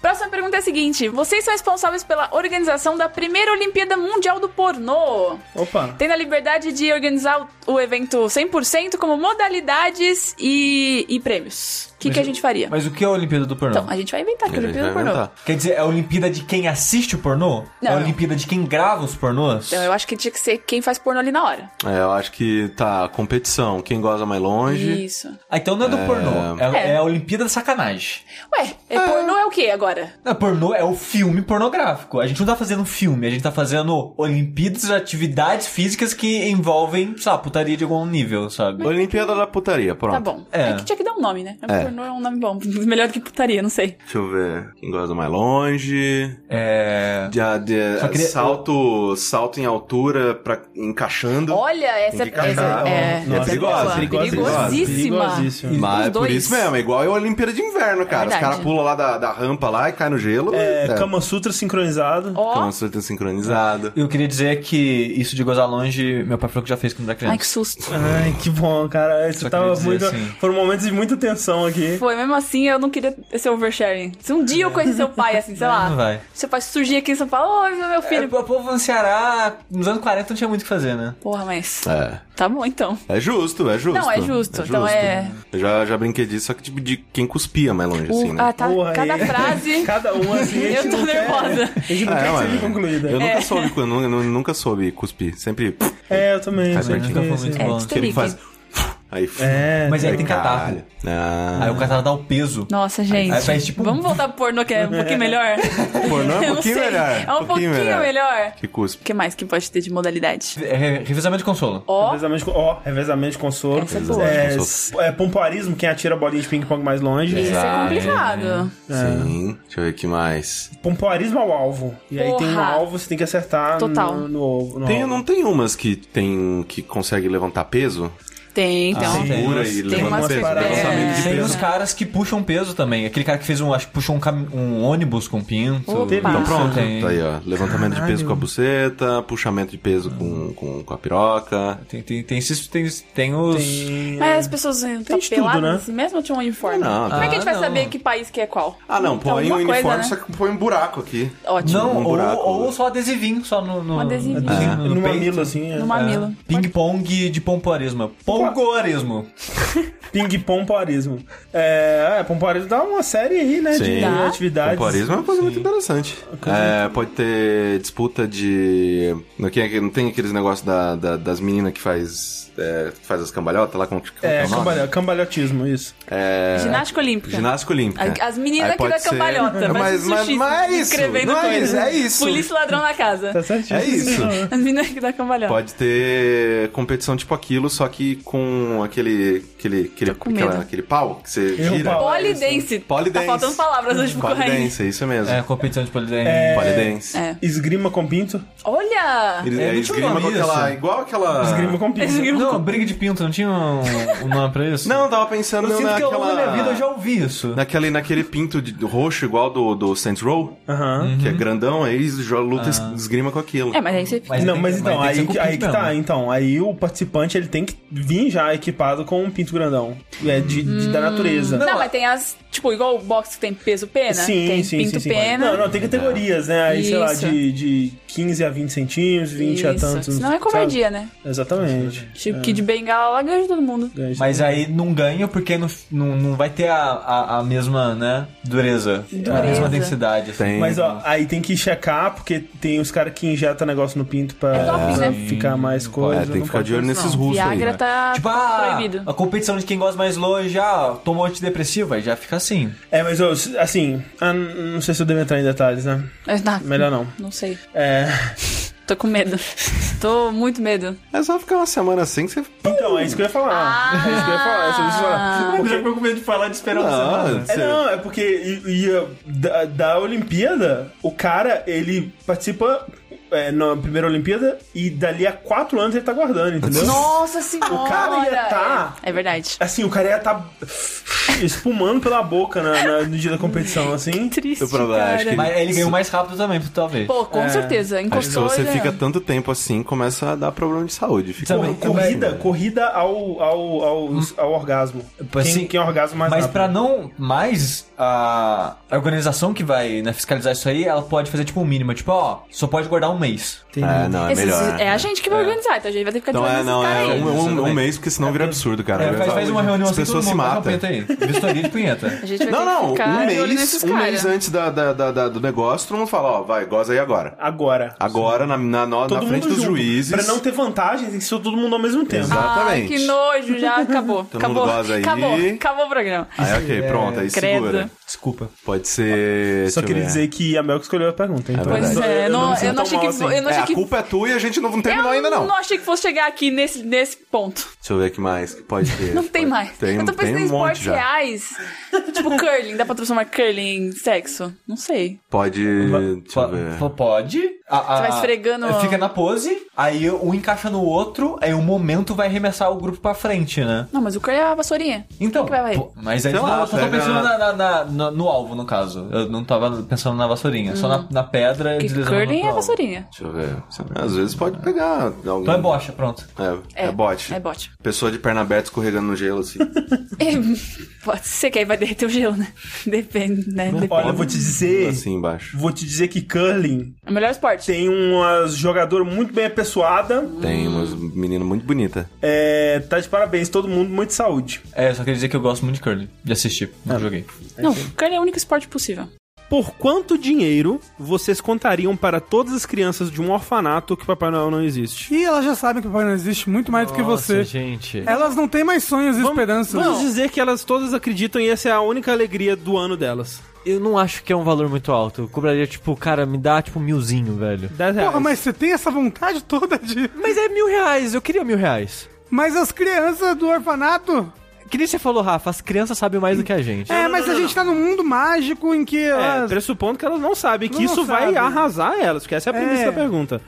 B: Próxima pergunta é a seguinte: vocês são responsáveis pela organização da primeira Olimpíada Mundial do Pornô,
A: Opa.
B: tendo a liberdade de organizar o- o evento 100% como modalidades e, e prêmios. que, que a gente faria?
C: Mas o que é a Olimpíada do Pornô?
B: Então, a gente vai inventar que a Olimpíada
E: vai
B: pornô.
E: inventar.
C: Quer dizer, é a Olimpíada de quem assiste o pornô?
B: Não.
C: É a Olimpíada de quem grava os pornôs?
B: Então, eu acho que tinha que ser quem faz pornô ali na hora.
E: É, eu acho que tá competição. Quem goza mais longe.
B: Isso.
C: Ah, então não é do pornô. É,
B: É.
C: é a Olimpíada da sacanagem.
B: Ué, é pornô é o que agora?
C: Não, pornô é o filme pornográfico. A gente não tá fazendo filme, a gente tá fazendo Olimpíadas de atividades físicas que envolvem, sei lá, putaria de algum nível, sabe?
E: Olimpíada da putaria, pronto.
B: Tá bom. É.
C: É.
B: que tinha que dar um nome, né? Pornô é um nome bom. *laughs* Melhor do que putaria, não sei.
E: Deixa eu ver. Quem goza mais longe.
C: É.
E: De, de-
C: Só queria-
E: salto, salto em altura pra, encaixando.
B: Olha, essa,
E: Tem que encaixar.
B: essa é,
E: Nossa,
B: essa é
E: perigosa,
B: boa.
E: perigosa,
B: perigosíssima.
A: Perigosíssima.
E: Mas
B: Os
E: por
B: dois.
E: isso mesmo, é igual a Olimpíada de Inverno, cara. Os
B: verdade.
E: caras pulam lá da, da rampa lá e caem no gelo. é um
A: É, Kama Sutra sincronizado.
B: Ó,
E: Cama sutra sincronizada.
C: Eu queria dizer que isso de gozar longe, meu pai falou que já fez quando era criança.
B: ai que susto.
A: Ai, que bom, cara. Isso
C: Só
A: tava
C: queria dizer
A: muito.
C: assim.
A: Foram momentos de muita tensão aqui.
B: Foi, mesmo assim eu não queria ser oversharing. Se um dia eu conhecer seu pai, assim, sei lá.
C: Não vai.
B: Seu pai surgir aqui em São Paulo, oi, meu
C: É,
B: filho.
C: o povo no Ceará, nos anos 40 não tinha muito o que fazer, né?
B: Porra, mas.
E: É.
B: Tá bom então.
E: É justo, é justo.
B: Não, é justo, então é-
E: Eu já, já brinquei disso, só que tipo de quem cuspia mais longe, assim,
B: O-
E: né?
B: ah, tá,
A: Porra,
B: cada
A: aí.
B: frase.
A: *laughs* Cada um assim. a gente
B: *laughs* Eu tô
A: não quer-
B: nervosa.
A: A gente não
E: É,
A: quer que
E: mano.
A: seja concluída.
E: Eu
B: É.
E: nunca soube, eu nunca, nunca soube cuspir. Sempre.
A: É, eu também.
E: Faz
A: também,
E: parte,
C: nunca foi
A: sim.
C: muito
B: É,
C: bom.
E: Ele
B: Titanic.
E: faz. Aí.
A: É,
C: Mas aí tem catarro.
E: caralho. Ah,
C: Aí o catarro dá o peso.
B: Nossa, gente.
C: aí faz tipo um-
B: Vamos voltar pro pornô que é um pouquinho melhor.
E: pornô é um
B: *laughs* Eu não
E: pouquinho
B: sei.
E: melhor,
B: É um pouquinho melhor.
E: que cuspe.
B: O que mais que pode ter de modalidade?
C: É, re- revezamento de consolo.
B: Ó,
A: Revezamento, de- ó, revezamento de consolo.
B: Essa é boa.
A: É,
E: Revezamento de
A: s- é pompoarismo, quem atira a bolinha de ping-pong mais longe.
B: isso é
E: Ah,
B: complicado.
E: Sim. Deixa eu ver o que mais.
A: Pompoarismo ao alvo. E aí tem um
B: Porra.
A: alvo, você tem que acertar
B: Total.
A: No, no ovo. no
E: Tem, um
A: alvo.
E: não tem umas que tem um que consegue levantar peso?
B: Tem, então.
C: sim. Tem
E: Segura
C: umas-
E: e
B: tem
E: levanta
B: umas
E: peso.
A: paradas.
E: Lançamento de
B: É.
C: Tem
E: peso.
C: os caras que puxam peso também. Aquele cara que fez um, acho que puxou um, cam- um ônibus com pinto.
B: Opa. Então
E: Pronto,
C: Tem,
E: tá aí, ó. Levantamento de peso com a buceta, puxamento de peso com, com, com a piroca.
C: tem, tem, tem, esses- tem, tem os.
B: Mas as pessoas iam tá
A: de tudo,
B: peladas
A: né?
B: assim mesmo ou tinha um uniforme?
E: Não,
B: Como é que a gente vai
C: não.
B: saber que país que é qual?
E: Ah, não,
B: Então,
E: põe um
B: alguma
E: uniforme,
B: coisa,
E: só
B: né?
E: que põe um buraco aqui.
B: Ótimo.
C: Não,
E: Um
C: ou,
E: buraco.
C: ou só adesivinho, só no. no
B: Um adesivinho.
E: É.
C: no,
A: No
C: peito.
A: mamilo, assim.
B: No
A: É.
B: mamilo.
C: Ping-pong de pompoarismo. Pongoarismo.
A: Ping-pompoarismo. É, é, pompoarismo dá uma série aí, né? De
E: Sim.
A: atividades.
E: Comparismo é uma coisa muito interessante. É, pode ter disputa de. Não tem, não tem aqueles negócios da, da- das meninas que faz, é, que faz as cambalhotas lá com o
A: É,
E: nome?
A: cambalho- cambalhotismo, isso.
E: É,
B: Ginástica olímpica.
E: Ginástica olímpica.
B: A- As meninas
E: Aí
B: aqui
E: pode
B: da
E: ser-
B: cambalhota, mas,
E: mas, mas,
B: sushi
E: mas é isso,
B: escrevendo
E: não é
B: coisas.
E: isso, é isso.
B: Polícia e ladrão na
A: Tá
B: casa.
A: certo? *laughs*
E: É isso.
B: As meninas aqui é um da cambalhota.
E: Pode ter competição tipo aquilo, só que com aquele. aquele, aquele,
B: com
E: aquela-
B: medo.
E: aquele pau que você
A: Eu
E: gira.
A: pau.
B: Polidense.
E: Polidense.
B: Tá faltando palavras hoje pro corrente.
E: Polidense, é isso mesmo.
C: É, competição de polidense.
E: Polidense.
B: É.
A: Esgrima com pinto?
B: Olha!
E: Ele,
C: É,
E: é,
C: não tinha
E: esgrima
C: nome
E: com aquela.
C: isso.
E: Igual aquela.
A: Esgrima com pinto.
B: Esgrima-
C: Não, briga de pinto, não tinha um, um nome pra *laughs* isso?
E: Não, eu tava pensando
C: eu sinto
E: naquela.
C: que ao longo da minha vida eu já ouvi isso.
E: Naquele, naquele pinto de, roxo igual do, do Saints Row,
A: Aham.
E: que
C: Uhum.
E: é grandão, aí jo- luta es-
C: Ah.
E: esgrima com aquilo.
B: É, mas aí você.
C: Mas
A: não,
C: tem-
A: mas então,
C: tem ser
A: aí,
C: com
A: que- aí
C: pinto
A: que tá,
C: mesmo.
A: então. Aí o participante ele tem que vir já equipado com um pinto grandão. É de, de- da natureza.
B: Hum. Não, mas tem as. Tipo, igual o boxe que tem peso-pena.
A: Sim,
B: tem
A: sim,
B: pinto
A: sim, sim.
B: pena.
A: Não, não, tem categorias, né? Aí, sei lá,
B: Isso.
A: de, de 15 a 20 centímetros, 20 a
B: Isso.
A: tantos.
B: Senão é
A: sabe? É.
B: covardia, né?
A: Exatamente.
B: Tipo, que de bengala lá ganha de todo mundo.
A: Ganha de-
C: Mas aí não ganha porque não, não, não vai ter a, a, a mesma, né, dureza. A mesma densidade. assim.
E: Tem.
A: Mas ó, aí tem que checar, porque tem os caras que injetam negócio no pinto pra,
B: doping,
A: pra
B: né?
A: ficar mais coisa.
E: É, tem que
A: não
E: ficar
A: pode
E: de olho
A: fazer
E: nesses
A: isso,
E: russos aí. né?
B: Viagra tá
C: Tipo, ah,
B: proibido.
C: a competição de quem gosta mais longe, ah, tomou antidepressivo, aí já fica assim.
A: não. É, mas eu, assim, ah, n- não sei se eu devo entrar em detalhes, né?
B: Mas dá.
A: Melhor não.
B: Não sei.
A: É.
B: Tô com medo. Tô muito medo.
E: É só ficar uma semana assim que você.
A: Então, é isso que eu ia falar.
B: Ah.
A: É isso que eu ia falar. É sobre isso que eu ia falar.
C: Eu já fico com medo de falar de esperar
E: Ah,
A: É,
E: você-
A: não, é porque e- e, uh, da, da Olimpíada, o cara, ele participa é, na primeira Olimpíada e dali a quatro anos ele tá guardando, entendeu?
B: Nossa senhora!
A: cara ia tá-
B: É, é verdade.
A: Assim, o cara ia tá espumando pela boca na, na, no dia da competição, assim.
B: Triste,
E: O problema é,
B: cara.
E: acho que-
C: Mas ele ganhou mais rápido também, talvez.
B: Pô,
A: É.
B: com certeza.
E: Acho que se
B: Encostou.
E: você
B: já-
E: fica tanto tempo assim, começa a dar problema de saúde. Fica
C: Também-
E: maluco,
A: Corrida,
E: né?
A: corrida ao, ao, ao, ao orgasmo.
C: Assim,
A: quem, quem orgasmo mais
C: Mas
A: rápido.
C: pra não mais, a a organização que vai né, fiscalizar isso aí, ela pode fazer tipo um mínimo, tipo, ó, só pode guardar um
F: mês.
E: É, não, é
B: Esses-
E: melhor.
B: é a gente que vai organizar, então a gente vai ter que ficar de
E: Então
B: olho
E: é,
B: nesse
E: não,
B: cara
E: é
B: aí.
E: um, um- um mês, porque senão vira absurdo, cara.
F: É, faz, faz uma reunião
E: As
F: assim, todo
E: pessoas se
F: mundo faz uma
E: matam.
F: punheta aí. Vistoria de
E: *laughs*
F: punheta.
B: A gente vai
E: Não,
B: ter que
E: não,
B: ficar
E: um
B: de olho nesses
E: mês, um
B: caras.
E: mês antes da, da- da- da- do negócio, todo mundo fala, ó, vai, goza aí agora.
A: Agora.
E: Agora, na, na, na- na
A: Todo
E: frente
A: mundo
E: dos
A: junto.
E: juízes.
A: Pra não ter vantagem, tem que ser todo mundo ao mesmo tempo.
E: Exato.
B: Ai,
E: Exatamente.
B: Ah, que nojo,
E: *laughs*
B: já acabou.
E: Todo
B: acabou.
E: mundo goza aí.
B: Acabou. Acabou o programa.
E: Aí, ok, pronto, aí
B: Credo.
E: segura.
F: Desculpa.
E: Pode
A: Só
E: ser... deixa eu
A: queria
E: ver.
A: dizer que a Mel que escolheu a pergunta, então.
E: verdade.
B: Pois é, eu não, eu não achei que
A: assim.
B: eu não
E: É,
B: achei
E: a
B: que um
E: culpa é tua e a gente não, não terminou
B: eu
E: ainda, não.
B: não achei que fosse chegar aqui nesse, nesse ponto.
E: Deixa eu ver o que mais que pode ter.
B: *laughs* Não tem
E: Pode-
B: mais.
E: Tem,
B: eu tô pensando
E: tem
B: em
E: um monte
B: esportes
E: já.
B: reais. tipo curling. Dá pra transformar curling em sexo? Não sei.
E: Pode... Deixa eu ver.
F: Po- Pode. A- a-
B: Você vai esfregando-
F: Fica na pose, aí um encaixa no outro, aí um momento vai arremessar o grupo pra frente, né?
B: Não, mas o curling é a vassourinha.
F: Então,
B: que vai- vai?
F: pô, mas aí
E: Sei
F: não,
E: lá,
F: eu só tô
E: pega-
F: pensando na- na- na- na- no alvo, no caso. Eu não tava pensando na vassourinha, só na, na pedra.
B: Porque
F: deslizando no
B: Hum. curling é
F: alvo.
B: vassourinha.
E: Deixa eu ver. Às vezes pode pegar algum...
F: Então é bocha, pronto.
E: É, é bote.
B: É bote.
E: Pessoa de perna aberta escorregando no
F: *laughs*
E: gelo, assim.
B: É, Pode ser que aí vai derreter o gelo, né? *laughs* Depende, né? Depende.
A: Olha, eu vou te dizer.
E: assim embaixo.
A: Vou te dizer que curling
B: É o melhor esporte.
A: tem uma jogadora muito bem apessoada.
E: Tem umas meninas muito bonitas.
A: É, tá de parabéns, todo mundo, muito saúde.
F: É, eu só queria dizer que eu gosto muito de curling. De assistir, não joguei.
B: Não, curling é o único esporte possível.
A: Por quanto dinheiro vocês contariam para todas as crianças de um orfanato que Papai Noel não existe?
D: E elas já sabem que o Papai Noel existe muito mais do que você.
I: gente.
J: É.
D: Elas não têm mais sonhos e esperanças.
A: Vamos dizer que elas todas acreditam e essa é a única alegria do ano delas.
I: Eu não acho que é um valor muito alto. Eu cobraria, tipo, cara, me dá, tipo, milzinho, velho.
A: 10 reais.
D: Porra, mas você tem essa vontade toda de.
I: Mas é mil reais, eu queria mil reais.
D: Mas as crianças do orfanato.
I: Que nem você falou, Rafa, as crianças sabem mais do que a gente.
D: é, mas a gente tá num mundo mágico em que
A: É,
D: elas.
A: pressupondo que elas não sabem, que
D: Não
A: isso vai
D: sabe.
A: arrasar elas, que essa é a premissa
D: É.
A: da pergunta.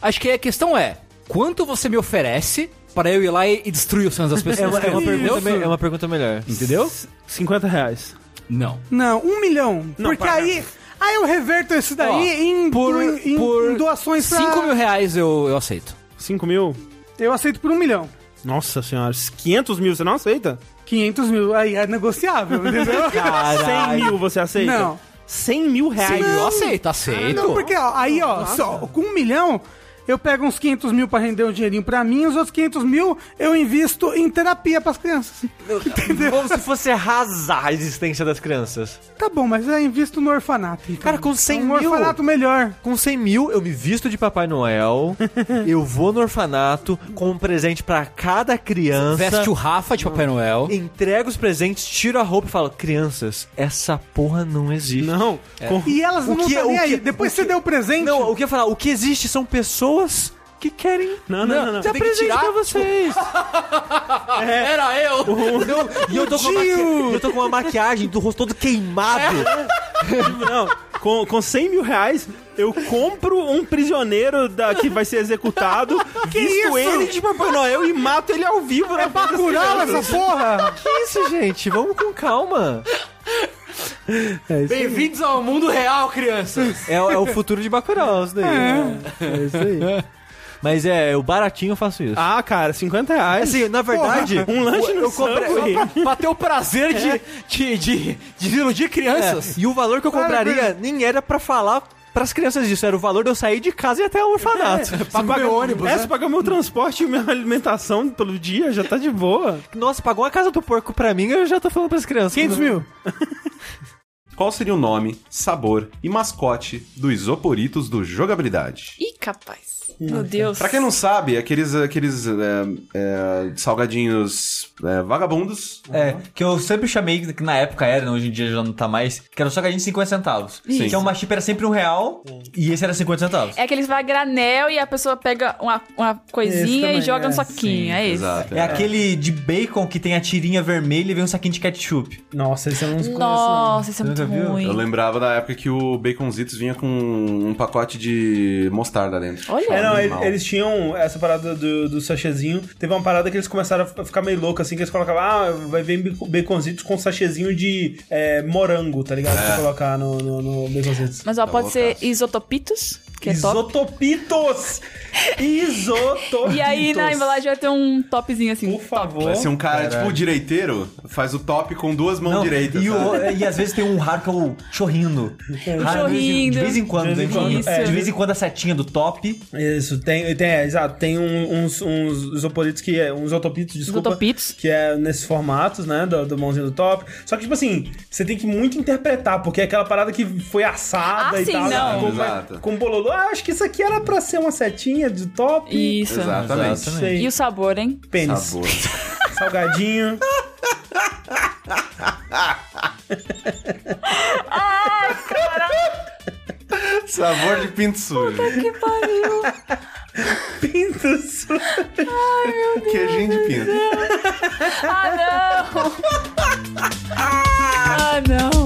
J: Acho que a questão é: quanto você me oferece pra eu ir lá e e destruir os sonhos
I: *laughs*
J: das pessoas?
I: É uma, é uma
D: Isso.
I: pergunta, me- é uma
E: *laughs*
I: pergunta melhor.
J: Entendeu?
A: 50 reais.
J: Não.
D: Não, um milhão.
A: Não,
D: porque
A: para.
D: aí. Aí eu reverto isso daí
J: Ó,
D: em,
J: Por,
D: em- em
J: por
D: doações pra.
J: 5 mil reais eu, eu aceito.
A: 5 mil?
D: Eu aceito por um milhão.
A: Nossa senhora, 500 mil você não aceita?
D: 500 mil, aí é negociável,
I: *laughs*
D: entendeu?
A: 100 mil você aceita?
D: Não.
A: 100 mil
J: Aí
A: reais?
J: eu aceito, aceito.
D: Não, porque ó, aí, ó, só, com um milhão, eu pego uns 500 mil pra render um dinheirinho pra mim, os outros 500 mil eu invisto em terapia pras crianças.
I: Como se fosse arrasar a existência das crianças.
D: Tá bom, mas eu invisto no orfanato. então.
I: Cara, com 100
D: um
I: mil?
D: orfanato melhor.
I: Com 100 mil, eu me visto de Papai *laughs* Noel, eu vou no orfanato com um presente pra cada criança.
J: Veste o Rafa de Papai Noel.
I: Entrego os presentes, tiro a roupa e falo: Crianças, essa porra não existe.
A: Não. Com-
D: E elas
I: O
D: não
I: que é-
D: estão nem
I: o que-
D: aí. Depois
I: o
D: você
I: que-
D: deu o presente.
I: Não, o que eu ia falar, o que existe são pessoas que querem
A: Não, não, não. não.
I: dar
J: tem que
I: presente
J: tirar,
I: pra vocês. *laughs* É.
J: Era eu!
I: e tipo, *laughs* eu tô, com uma maqui- eu tô com uma maquiagem do rosto todo queimado. *laughs*
A: Não, com, com 100 mil reais, eu compro um prisioneiro da, que vai ser executado, visto
D: isso?
A: ele tipo, de Papai Noel e mato ele ao vivo. É
D: Curava essa porra!
I: que isso, gente? Vamos com calma.
J: Bem-vindos ao mundo real, crianças!
I: É, é o futuro de Bacurau, isso daí. né? É. isso aí. Mas é, eu baratinho eu faço isso.
A: Ah, cara, 50 reais.
I: Assim, na verdade,
A: um lanche no
I: eu comprei-
A: Subway.
J: Pra ter o prazer de, de, de, de desiludir crianças.
I: É, e o valor que eu compraria nem era pra falar pras crianças disso, era o valor de eu sair de casa e ir até o orfanato.
J: Pra comer ônibus,
A: É,
J: né?
A: se pagar meu transporte e minha alimentação pelo dia, já tá de boa.
I: Nossa, pagou a casa do porco pra mim, eu já tô falando pras crianças.
D: 500 mil.
E: Qual seria o nome, sabor e mascote dos isoporitos do Jogabilidade?
B: Ih, capaz. Meu Deus.
E: Pra quem não sabe, aqueles, aqueles é, é, salgadinhos é, vagabundos.
F: É, que eu sempre chamei, que na época era, né, hoje em dia já não tá mais, que era só gadinho de 50 centavos.
E: Sim.
F: Que é uma chip era sempre um real e esse era 50 centavos.
B: É que eles vai a granel e a pessoa pega uma, uma
A: Esse
B: coisinha
A: também,
B: e joga
A: é.
B: no saquinho. é isso.
E: Exato.
F: É, aquele de bacon que tem a tirinha vermelha e vem um saquinho de ketchup.
A: Nossa, isso eu não
B: Nossa, isso é muito
F: Nunca viu?
E: Eu
B: ruim.
E: lembrava da época que o Baconzitos vinha com um pacote de mostarda dentro.
B: Olha.
A: É, não, ele-
E: Animal.
A: eles tinham essa parada do, do sachêzinho. Teve uma parada que eles começaram a ficar meio louco, assim, que eles colocavam, ah, vai vir bico- baconzitos com sachêzinho de
E: É.
A: é, morango, tá ligado? Pra colocar no, no, no baconzitos.
B: Mas ó,
E: Tá
B: pode
E: bom,
B: ser
E: Cássio.
B: isotopitos, que é top.
F: Isotopitos! Isotopitos!
B: E aí na embalagem vai ter um topzinho assim.
F: Por favor.
E: Vai ser um cara, tipo, direiteiro, faz o top com duas mãos
F: Não,
E: direitas.
F: E,
E: sabe?
F: o-
B: tá.
F: e às vezes tem um raro que é o chorrindo. Raro, de-
B: É, chorrindo.
F: De vez em quando,
B: De vez em
F: hein?
B: quando.
F: É,
B: Isso.
F: de vez em quando a setinha do top.
A: Isso, tem, tem é, exato, tem um- uns, uns isoporitos que é, uns otopitos, desculpa.
B: Isotopitos.
A: Que é nesses formatos, né, do, do mãozinho do top. Só que, tipo assim, você tem que muito interpretar, porque é aquela parada que foi assada
B: Ah,
A: e
B: sim,
A: tal.
B: não.
A: ficou mais-
E: Exato.
A: com bololô. Ah, acho que isso aqui era pra ser uma setinha de top.
B: Isso.
E: Exatamente.
B: E
A: Sei,
B: o sabor, hein?
A: pênis.
E: Sabor.
A: *laughs* Salgadinho.
E: Sabor de pinto sujo.
B: Que pariu.
A: Pinto sujo.
E: Queijinho de pinto.
B: Ah, não. Ah, não.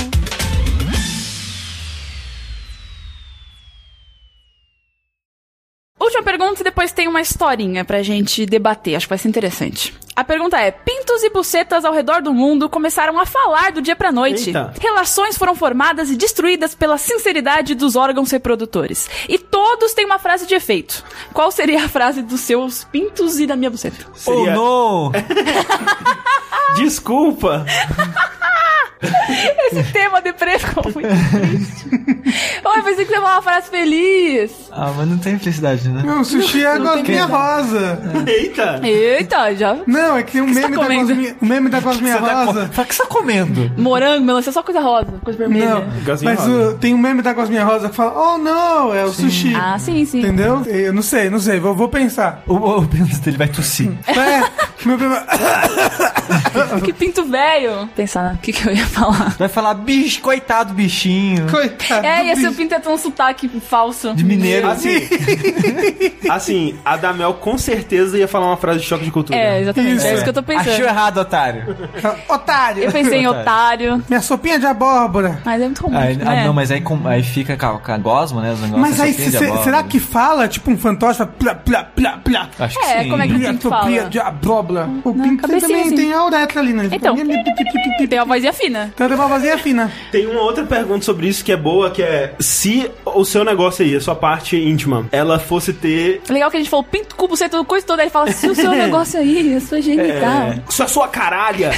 B: Última pergunta e depois tem uma historinha pra gente debater, acho que vai ser interessante. A pergunta é: pintos e bucetas ao redor do mundo começaram a falar do dia pra noite.
A: Eita.
B: Relações foram formadas e destruídas pela sinceridade dos órgãos reprodutores. E todos têm uma frase de efeito. Qual seria a frase dos seus pintos e da minha buceta?
A: Seria-
F: Oh, não!
A: Desculpa.
B: Esse tema deprê ficou *laughs* muito triste. Oi, pensei que você falava uma frase feliz.
F: Ah, mas não tem felicidade, né?
D: Não, o sushi é a gosminha rosa.
A: Eita.
B: Eita, já.
D: Não, é que tem um
B: você
D: meme,
B: tá
D: da
B: comendo? tá
D: gosminha, o meme da gosminha rosa.
F: Pra que você tá comendo?
B: Morango, melancia, só coisa rosa, coisa vermelha.
D: Não,
A: Gosminha
D: mas
A: rosa.
D: o- tem um meme da gosminha rosa que fala, oh não, é o sushi.
B: Ah, sim, sim.
D: Entendeu? Eu não sei, não sei, vou,
B: *laughs*
D: vou pensar.
F: *laughs* O, o Bento dele vai tossir.
D: É, meu problema.
B: Que pinto velho. Pensar no que, que eu ia falar.
F: Vai falar, bicho, coitado bichinho.
D: *laughs* Coitado.
B: É, e
D: do
B: esse
D: bicho.
B: pinto é tão sotaque falso.
F: De mineiro.
A: Assim, assim, a Damel com certeza ia falar uma frase de choque de cultura.
B: É, exatamente.
D: Isso,
B: é isso que eu tô
F: Achou
B: pensando.
F: errado, otário.
D: Otário.
B: Eu pensei em otário,
D: *laughs* Minha sopinha de abóbora.
B: mas é muito comum.
F: Aí-
B: né?
F: ah, não, mas aí, com- aí fica com a, com a gosma, né? Os negócios,
D: Mas aí,
F: assim, de
D: se- se-
F: abóbora.
D: será que fala tipo um fantoche? fala Plá, plá, plá, plá.
F: Acho que
B: É,
F: sim.
B: como é que-
D: Minha
B: pinto fala?
D: sopinha de abóbora. O
B: Não,
D: pinto
B: cabecinha
D: também
B: assim.
D: tem a uretra ali, né? Ele
B: Então. *laughs*
D: fica-
B: Tem uma vozinha fina.
D: Então tem uma vozinha fina.
A: Tem uma outra pergunta sobre isso que é boa, que é se o seu negócio aí, a sua parte íntima, ela fosse ter
B: Legal que a gente falou pinto, cubo, sei tudo, coisa toda. Ele fala, se o
D: *laughs*
B: seu
D: É.
B: negócio aí, a sua genital.
A: se É. a sua caralha,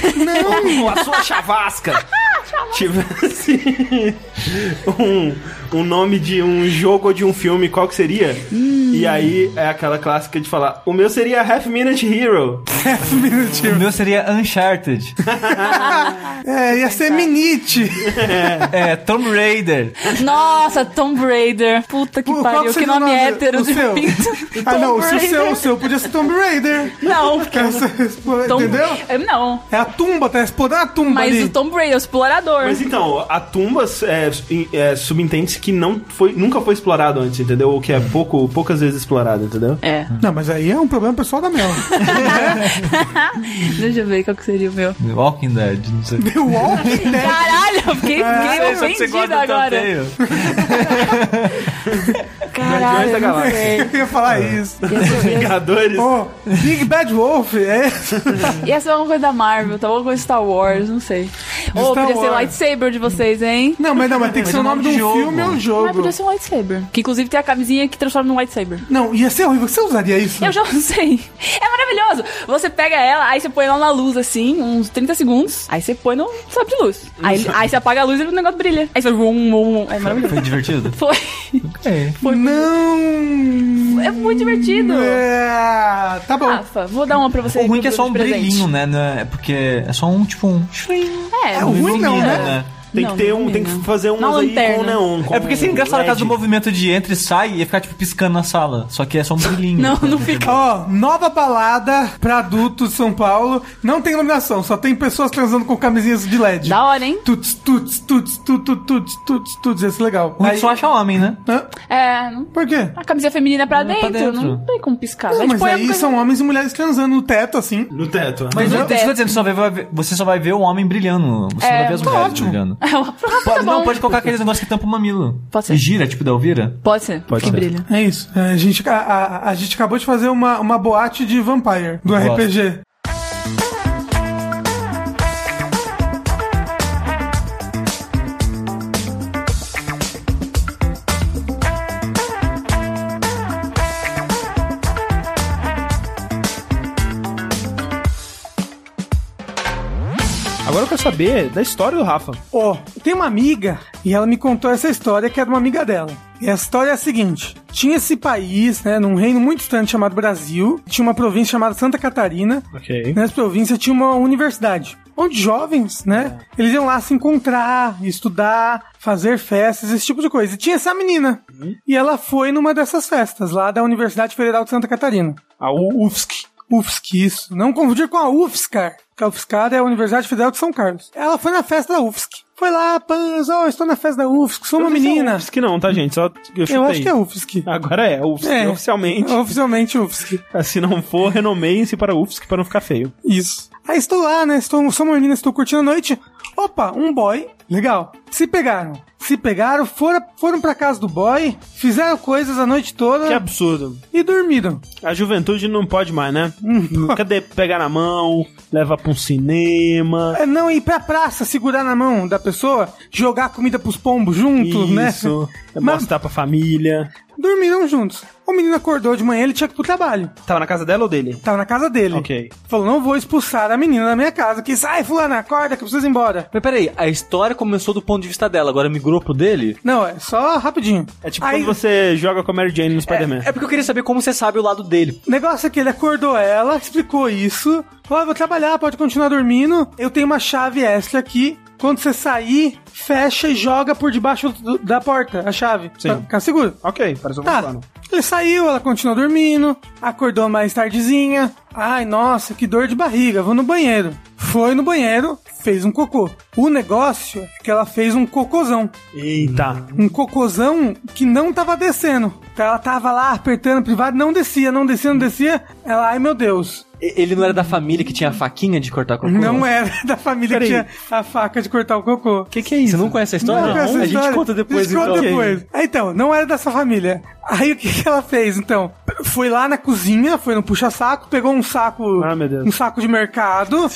A: ou *laughs* a sua chavasca, tivesse um, um nome de um jogo ou de um filme, qual que seria? E aí é aquela clássica de falar, o meu seria Half Minute Hero.
F: O meu seria Uncharted.
D: *laughs* É, ia ser minite.
F: é, Tomb Raider.
B: Nossa, Tomb Raider. Puta que
D: Pô, qual
B: pariu,
D: que
B: que
D: seria o
B: nome
D: nome?
B: hétero
D: O
B: de
D: seu?
B: pinto.
D: Ah, não,
B: Tomb
D: o seu,
B: Raider.
D: seu, o seu podia ser Tomb Raider.
B: Não, porque
D: Essa-
B: Tomb-
D: Entendeu?
B: É, Não,
D: É a tumba, tá explorando a tumba
B: mas
D: ali.
B: o Tomb Raider, o explorador.
A: Mas então, a tumba é, é, subentende-se que não foi, nunca foi explorado antes, entendeu? Ou que é pouco, poucas vezes explorado, entendeu?
B: É,
D: Não, mas aí é um problema pessoal da Mel.
B: *laughs* deixa eu ver qual que seria o meu.
F: The Walking Dead, não sei.
D: The Walking Dead.
B: Caralho, eu fiquei, fiquei
F: Só que É, você gosta
B: ofendido
F: do
B: agora.
F: tanteio. então
B: Caralho, eu não sei.
D: Eu ia falar isso.
A: Vingadores.
D: Pô, Big Bad Wolf, é isso?
B: Ia ser uma coisa da Marvel, tá bom com Star Wars, não sei. Ou
D: Star
B: podia ser
D: Wars.
B: lightsaber de vocês, hein?
D: Não, mas não, mas tem que ser o nome de um
F: jogo.
D: filme ou um
B: Mas
D: jogo.
B: podia ser um lightsaber. Que inclusive tem a camisinha que transforma num lightsaber.
D: Não, ia ser horrível. Você usaria isso?
B: Eu já *laughs* usei. É maravilhoso. Você pega ela, aí você põe ela na luz, assim, uns 30 segundos. Aí você põe no sabre de luz. Aí, aí você apaga a luz e o negócio brilha. Aí você... Vum, vum, vum. É maravilhoso.
F: Foi divertido?
B: Foi.
F: É.
D: Não.
B: É muito divertido.
D: É, tá bom.
B: Rafa, vou dar uma pra você.
F: O ruim é que é
B: de
F: só um
B: presente.
F: brilhinho, né? Não É porque é só um, tipo, um...
B: É,
D: É ruim não,
F: ilumina,
D: né?
A: Tem que
B: Não,
A: ter um,
B: não
A: tem que
B: ilumina.
A: fazer umas
B: Uma
A: aí com
B: lanterna.
A: neon. Com
F: É porque seria engraçado a
A: LED.
C: tá
F: casa do movimento de entra e sai e ia ficar, tipo, piscando na sala. Só que é só um brilhinho.
B: Não, não fica.
D: Ó, nova balada pra adultos de São Paulo. Não tem iluminação, só tem pessoas transando com camisinhas de LED.
F: um
B: Da hora, hein?
D: Tuts, tuts, tuts, tuts, tuts, tuts, tuts, tuts. Esse é legal.
F: O Aí... só acha homem, né?
D: Hã?
B: É, não-
D: Por quê?
B: a camisa feminina é pra dentro,
F: dentro.
B: não tem como piscar.
D: Não,
B: Vai,
D: mas
B: tipo, é uma
D: aí
B: coisa-
D: são homens e mulheres transando no teto, assim.
A: No teto. né?
F: Mas eu,
B: No
F: isso que eu tô
B: teto.
F: dizendo, você só, vai ver, você só vai ver o homem brilhando. Você
B: É,
F: não vai ver as
B: tá
F: mulheres
D: ótimo.
F: brilhando.
B: *laughs* É uma prova, tá
F: Pode, não,
B: bom.
F: pode colocar aqueles negócios que tampa o mamilo.
B: Pode ser.
F: E gira, tipo da Elvira.
B: Pode ser,
A: Pode
B: que
A: ser.
B: brilha.
D: É isso. É, A gente, a, a- a gente acabou de fazer uma, uma boate de Vampire do
F: Gosto.
D: RPG.
A: Agora eu quero saber da história do Rafa.
D: Ó, tem uma amiga e ela me contou essa história que era uma amiga dela. E a história é a seguinte: tinha esse país, né, num reino muito distante chamado Brasil, tinha uma província chamada Santa Catarina.
A: Ok.
D: Nessa província tinha uma universidade, onde jovens, né,
A: É.
D: eles iam lá se encontrar, estudar, fazer festas, esse tipo de coisa. E tinha essa menina.
A: Uhum.
D: E ela foi numa dessas festas lá da Universidade Federal de Santa Catarina.
A: A U- UFSC.
D: UFSC, isso. Não confundir com a UFSCar, que a UFSCar é a Universidade Federal de São Carlos. Ela foi na festa da UFSC. Foi lá, pans, ó, estou na festa da UFSC, sou uma
A: Não sei se é
D: menina.
A: UFSC não, tá, gente? Só eu,
D: Eu acho
A: chutei.
D: que é UFSC.
A: Agora é, UFSC
D: É.
A: oficialmente.
D: Oficialmente UFSC.
A: *laughs* Se não for, renomeiem-se para UFSC para não ficar feio.
D: Isso. Aí estou lá, né? Estou, sou uma menina, estou curtindo a noite. Opa, um boy. Legal. Se pegaram. Se pegaram, foram, foram pra casa do boy, fizeram coisas a noite toda
A: Que absurdo.
D: e dormiram. Uhum.
A: A juventude não pode mais, né?
D: Ah.
A: Cadê pegar na mão, levar pra um cinema?
D: É, Não ir pra praça, segurar na mão da pessoa, jogar comida pros pombos junto, né?
A: Isso. Mostrar pra família.
D: Dormiram juntos. O menino acordou de manhã, ele tinha que ir pro trabalho.
A: Tava na casa dela ou dele?
D: Tava na casa dele.
A: Ok.
D: Falou, não vou expulsar a menina da minha casa, que sai, fulana, acorda que eu preciso ir embora.
I: Mas peraí, a história começou do ponto de vista dela, agora migrou pro dele?
D: Não, é só rapidinho.
A: É tipo
D: Aí,
A: quando você joga com a Mary Jane no Spider-Man.
I: É porque eu queria saber como você sabe o lado dele.
D: O negócio é que ele acordou ela, explicou isso. Falou, "Ah, vou trabalhar, pode continuar dormindo. Eu tenho uma chave extra aqui. Quando você sair, fecha e joga por debaixo do- da porta a chave.
A: Sim.
D: Pra ficar seguro.
A: Ok, parece um bom
D: Tá.
A: plano.
D: Ele saiu, ela continuou dormindo, acordou mais tardezinha. Ai, nossa, que dor de barriga, vou no banheiro. Foi no banheiro, fez um cocô. O negócio é que ela fez um cocôzão.
A: Eita.
I: Hum.
D: Um cocôzão que não tava descendo. Então ela tava lá apertando o privado, não descia, não descia, não descia. Ela, ai meu Deus.
I: E- Ele não era da família que tinha a faquinha de cortar cocô?
D: Não era *laughs* da família que
A: Peraí.
D: tinha a faca de cortar o cocô.
A: O que, que é isso?
I: Você não conhece a história?
D: Não, essa
I: A
D: história.
I: gente conta depois,
D: A gente conta
I: então.
D: depois. Ah, Então, não era dessa família. Aí o que, que ela fez, então? Foi lá na cozinha, foi no puxa-saco, pegou um saco.
A: Ah, meu Deus.
D: Um saco de mercado,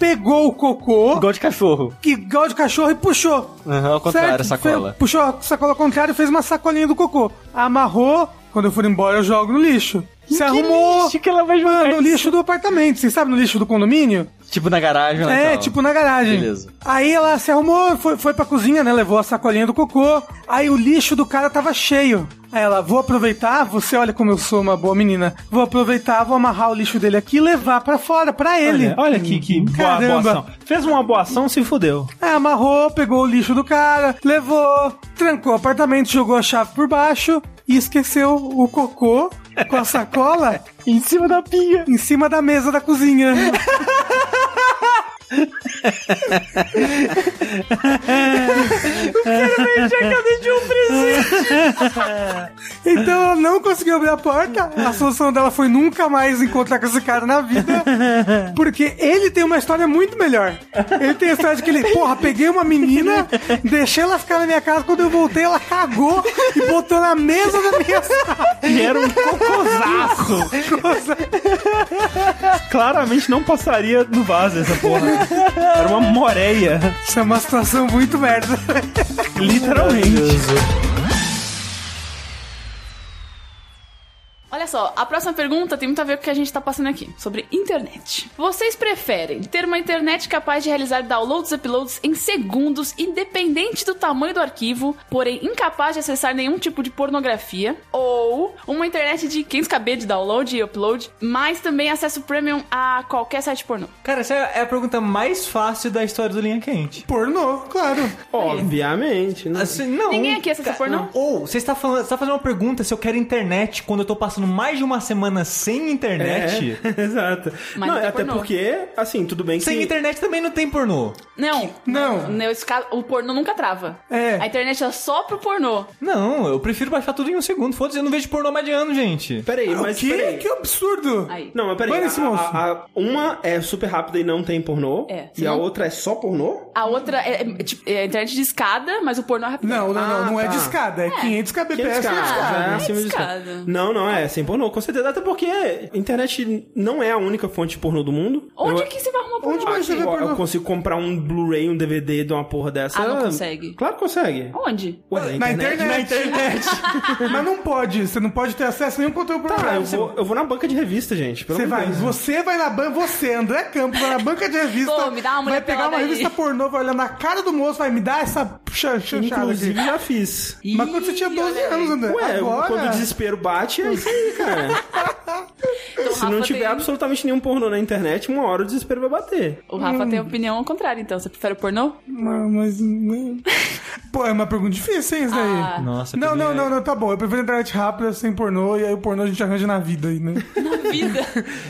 D: pegou o cocô,
I: Igual de cachorro.
D: que igual de cachorro, e puxou.
I: Aham, ao contrário, a
D: Certo?
I: sacola.
D: Fe- puxou a sacola ao contrário e fez uma sacolinha do cocô. Amarrou, quando eu for embora eu jogo no lixo. Se arrumou.
A: que ela vai jogar?
D: Mano, no lixo do apartamento, vocês sabem, no lixo do condomínio?
I: Tipo na garagem, né?
D: É,
I: então.
D: tipo na garagem.
I: Beleza.
D: Aí ela se arrumou, foi, foi pra cozinha, né? Levou a sacolinha do cocô. Aí o lixo do cara tava cheio. Aí ela, vou aproveitar, você olha como eu sou uma boa menina. Vou aproveitar, vou amarrar o lixo dele aqui e levar pra fora, pra ele.
A: Olha, olha que, que boa, boa
D: Caramba.
A: ação. Fez uma boa ação, se fudeu.
D: Aí É, amarrou, pegou o lixo do cara, levou, trancou o apartamento, jogou a chave por baixo e esqueceu o cocô com a sacola
A: Em cima da pia.
D: em cima da mesa da cozinha. um Então ela não conseguiu abrir a porta. A solução dela foi nunca mais encontrar com esse cara na vida. Porque ele tem uma história muito melhor. Ele tem a história de que ele, porra, peguei uma menina, deixei ela ficar na minha casa. Quando eu voltei, ela cagou e botou na mesa da minha sala.
A: E era um
D: *laughs*
A: cocosaço. Claramente não passaria no vaso essa porra. Era uma moreia.
D: Isso é uma situação muito merda.
A: Literalmente.
B: Olha só, a próxima pergunta tem muito a ver com o que a gente tá passando aqui, sobre internet. Vocês preferem ter uma internet capaz de realizar downloads e uploads em segundos, independente do tamanho do arquivo, porém incapaz de acessar nenhum tipo de pornografia, ou uma internet de 500kb de download e upload, mas também acesso premium a qualquer site pornô?
J: Cara, essa é a pergunta mais fácil da história do Linha Quente.
D: Pornô, claro.
A: Obviamente, né?
J: Assim, não.
B: Ninguém aqui acessa
J: Ca-
B: pornô?
J: Ou, você está, falando, você está fazendo uma pergunta se eu quero internet quando eu tô passando mais de uma semana sem internet?
A: É, *laughs* exato.
B: Mas
A: não,
B: não tem
A: até
B: pornô.
A: porque, assim, tudo bem que.
J: Sem internet também não tem pornô.
B: Não.
D: Não.
B: Nesse caso, o pornô nunca trava.
D: É.
B: A internet é só pro pornô.
J: Não, eu prefiro baixar tudo em um segundo. Foda-se, eu não vejo pornô mais de ano, gente.
A: Peraí, mas
D: Que,
A: peraí.
D: que absurdo.
B: Aí.
A: Não, mas peraí.
D: Olha esse
A: a-
D: moço.
A: a- a- uma é super rápida e não tem pornô.
B: É,
A: E a
B: senão-
A: outra é só pornô?
B: A outra é, é, tipo, é internet de escada, mas o pornô é rapidão.
D: Não, não, não,
A: Ah,
D: não é
A: tá.
D: de escada, é 500 kbps de
A: 500
D: escada.
A: já é acima de
B: Discado.
A: escada. Não, não, é. sim, pornô, com certeza. Até porque a internet não é a única fonte de pornô do mundo.
B: Onde
A: eu,
B: que você vai arrumar
D: Onde
B: pornô?
D: mais você vê
A: eu, eu
D: pornô?
A: consigo comprar um Blu-ray, um DVD de uma porra dessa.
B: Ah, não consegue.
A: Claro que consegue.
B: Onde?
A: Ué,
D: Na internet.
A: Na
D: *laughs*
A: internet. *laughs*
D: Mas não pode, você não pode ter acesso a nenhum conteúdo
A: Ah, eu
D: pornográfico.
A: vou, eu vou na banca de revista, gente. Pelo
D: Você
A: amor de
D: vai,
A: Deus.
D: você vai na banca, você, André Campos, vai na banca de revista.
B: Pô, me dá uma mulher
D: vai pegar uma
B: pelada aí.
D: revista pornô, vai olhar na cara do moço, vai me dar essa chan- chanchada aqui.
A: Inclusive, já fiz.
D: Mas quando você tinha 12 anos, André.
A: Ué,
D: agora... tá
A: quando o desespero bate, é isso aí,
D: *laughs*
A: cara.
B: Então, o
A: Se não
B: Rafa
A: tiver
B: tem-
A: absolutamente nenhum pornô na internet, uma hora o desespero vai bater.
B: O Rafa tem opinião ao contrário, então. Você prefere o pornô?
D: Mas... né?
B: *laughs*
D: Pô, é uma pergunta difícil, hein, isso daí?
B: Ah.
I: Nossa,
D: Não,
I: primeiro-
D: não, não, não, tá bom. Eu prefiro internet rápida sem pornô e aí o pornô a gente arranja na vida aí, né?
B: Vida.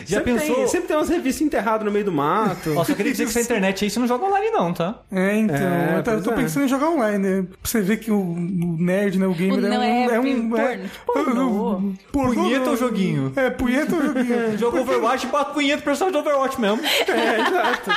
I: Já
A: sempre
I: pensou?
A: Tem, sempre tem umas revistas enterradas no meio do mato. *laughs*
C: Nossa, eu queria
I: é
C: dizer que essa internet aí você não joga online, não, tá?
D: É, então.
A: É,
D: eu, tô, eu tô
A: pois é.
D: pensando em jogar online, né? Pra você ver que o, o nerd, né? O gamer
B: O
D: é
B: não
D: um.
B: é porno.
D: É um
B: Pornô.
D: *laughs* pornô
I: Punheta
D: não.
I: ou joguinho?
D: É, punheta ou joguinho.
I: Jogo Overwatch, bate punheta pro personagem do Overwatch mesmo.
A: É, exato.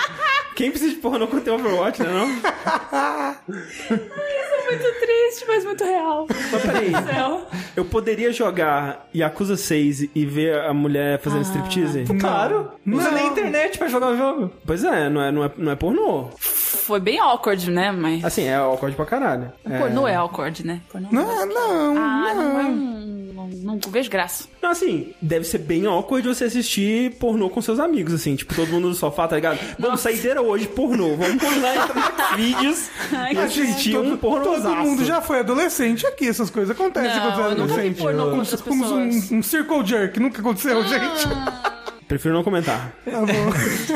A: Quem precisa de pornô quando tem Overwatch, né? Não?
B: *laughs* Muito triste, mas muito real.
A: Mas peraí,
B: Céu.
A: eu poderia jogar Yakuza 6 e ver a mulher fazendo striptease?
C: Claro. Não usa nem internet pra jogar o jogo.
A: Pois é não, é, não é, não é pornô.
B: Foi bem awkward, né? Mas.
A: Assim, é óculos pra caralho. É.
B: Pornô é awkward, né? Pornô
D: Não, não.
B: Ah, não é um. Não, não vejo graça.
A: Não, assim, deve ser bem awkward você assistir pornô com seus amigos, assim, tipo, todo mundo no sofá, tá ligado? Vamos sair inteira hoje, pornô.
D: *laughs*
A: Vamos combinar entre os vídeos
B: Ai,
A: e
B: que
A: assistir um pornô.
D: Todo mundo já foi adolescente aqui, essas coisas acontecem quando você é
B: Não, eu nunca vi
D: adolescente.
B: pornô com outras
D: Um,
B: pessoas. Ah.
D: um, um circle jerk, nunca aconteceu, gente.
B: *laughs*
D: Tá
A: Prefiro não comentar.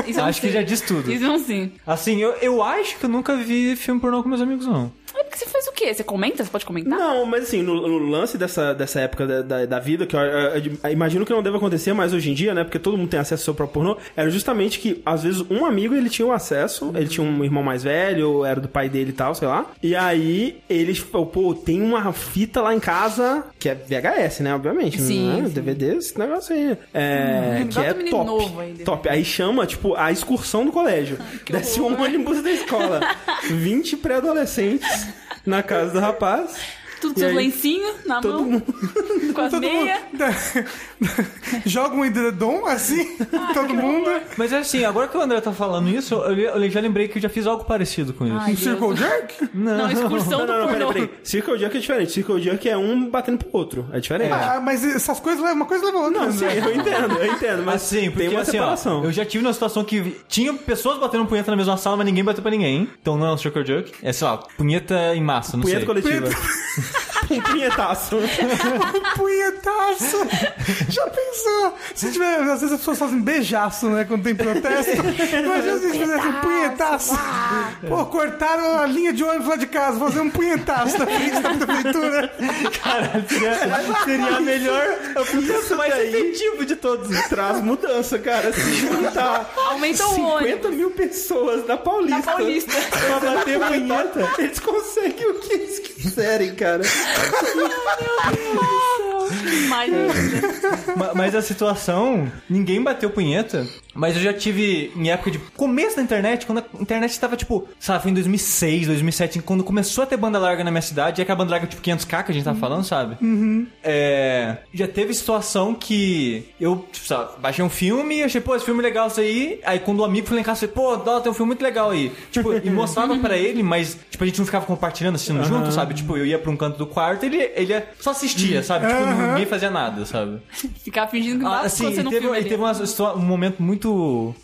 B: Isso é um
C: Acho que
B: sim.
C: já diz tudo.
B: Isso é um sim.
C: Assim, eu, eu acho que eu nunca vi filme pornô com meus amigos, não.
B: É porque você faz o quê? Você comenta? Você pode comentar?
A: Não, mas assim, no, no lance dessa, dessa época da, da, da vida, que eu, eu- eu imagino que não deva acontecer mais hoje em dia, né? Porque todo mundo tem acesso ao seu próprio pornô. Era justamente que, às vezes, um amigo ele tinha o acesso, ele tinha um irmão mais velho, ou era do pai dele e tal, sei lá. E aí, eles falou, pô, tem uma fita lá em casa, que é VHS, né? Obviamente.
B: Sim,
A: né?
B: sim.
A: DVD, esse negócio aí. É, que
B: Bota
A: é
B: o menino
A: top.
B: novo ainda.
A: top. Aí chama, tipo, a excursão do
B: *laughs*
A: colégio. Desce um ônibus da escola. 20 pré-adolescentes na casa do rapaz.
B: Tudo com
A: E
B: seus
A: aí?
B: lencinhos na
A: Todo
B: mão, *laughs* com as
D: Todo mundo.
B: meias.
D: *laughs* Joga um edredom assim, todo mundo.
C: *laughs* Mas é assim, agora que o André tá falando isso, eu, eu já lembrei que eu já fiz algo parecido com isso.
D: Um circle jerk?
B: Não,
A: Não,
B: excursão
A: não,
B: do
A: não, peraí,
B: pornô.
A: peraí. Circle Jerk é diferente. Circle Jerk é um batendo pro outro. É diferente.
D: Ah, mas essas coisas, uma coisa leva a outra.
A: Não,
D: né?
A: sim, eu entendo, eu entendo.
I: Ah,
A: Mas
C: Assim, porque
A: tem uma
C: assim,
A: separação.
C: ó, eu já tive uma situação que tinha pessoas batendo punheta na mesma sala, mas ninguém bateu pra ninguém. Então não é um circle jerk. É, sei lá, punheta em massa, não
A: Punheta
C: sei.
A: coletiva. *laughs* um punhetaço.
D: *laughs* Punhetaço! Já pensou? Se tiver, às vezes as pessoas fazem beijaço, né? Quando tem protesto. Imagina se eles fizessem punhetaço. Pô, cortaram a linha de ônibus lá de casa, fazer um punhetaço na frente da prefeitura.
A: *laughs* Seria a melhor isso mais efetivo de todos. *laughs* Traz mudança, cara. Se juntar
B: Aumenta o
A: 50
B: ônibus.
A: mil pessoas na Paulista,
B: Na Paulista.
A: pra bater punheta, eles conseguem o que eles quiserem, cara.
B: Mas,
C: Ma- Mas a situação, ninguém bateu punheta. Mas eu já tive, em época de começo da internet, quando a internet tava tipo, sabe, foi em 2006, 2007, quando começou a ter banda larga na minha cidade, é que a banda larga tipo 500k que a gente tava falando, sabe? Uhum. É. Já teve situação que eu, tipo, sabe, baixei um filme, achei, pô, esse filme é legal isso aí. Aí quando o amigo foi lá em casa, eu falei, pô, dá, tem um filme muito legal aí. Tipo, e mostrava pra ele, mas, tipo, a gente não ficava compartilhando, assistindo junto, sabe? Tipo, eu ia pra um canto do quarto, ele, ele só assistia, sabe? Tipo, ninguém fazia nada, sabe?
B: ficar fingindo que não
C: Ah,
B: tá
C: assim,
B: acontecendo um
C: teve,
B: filme
C: e
B: ali.
C: teve uma histó- um momento muito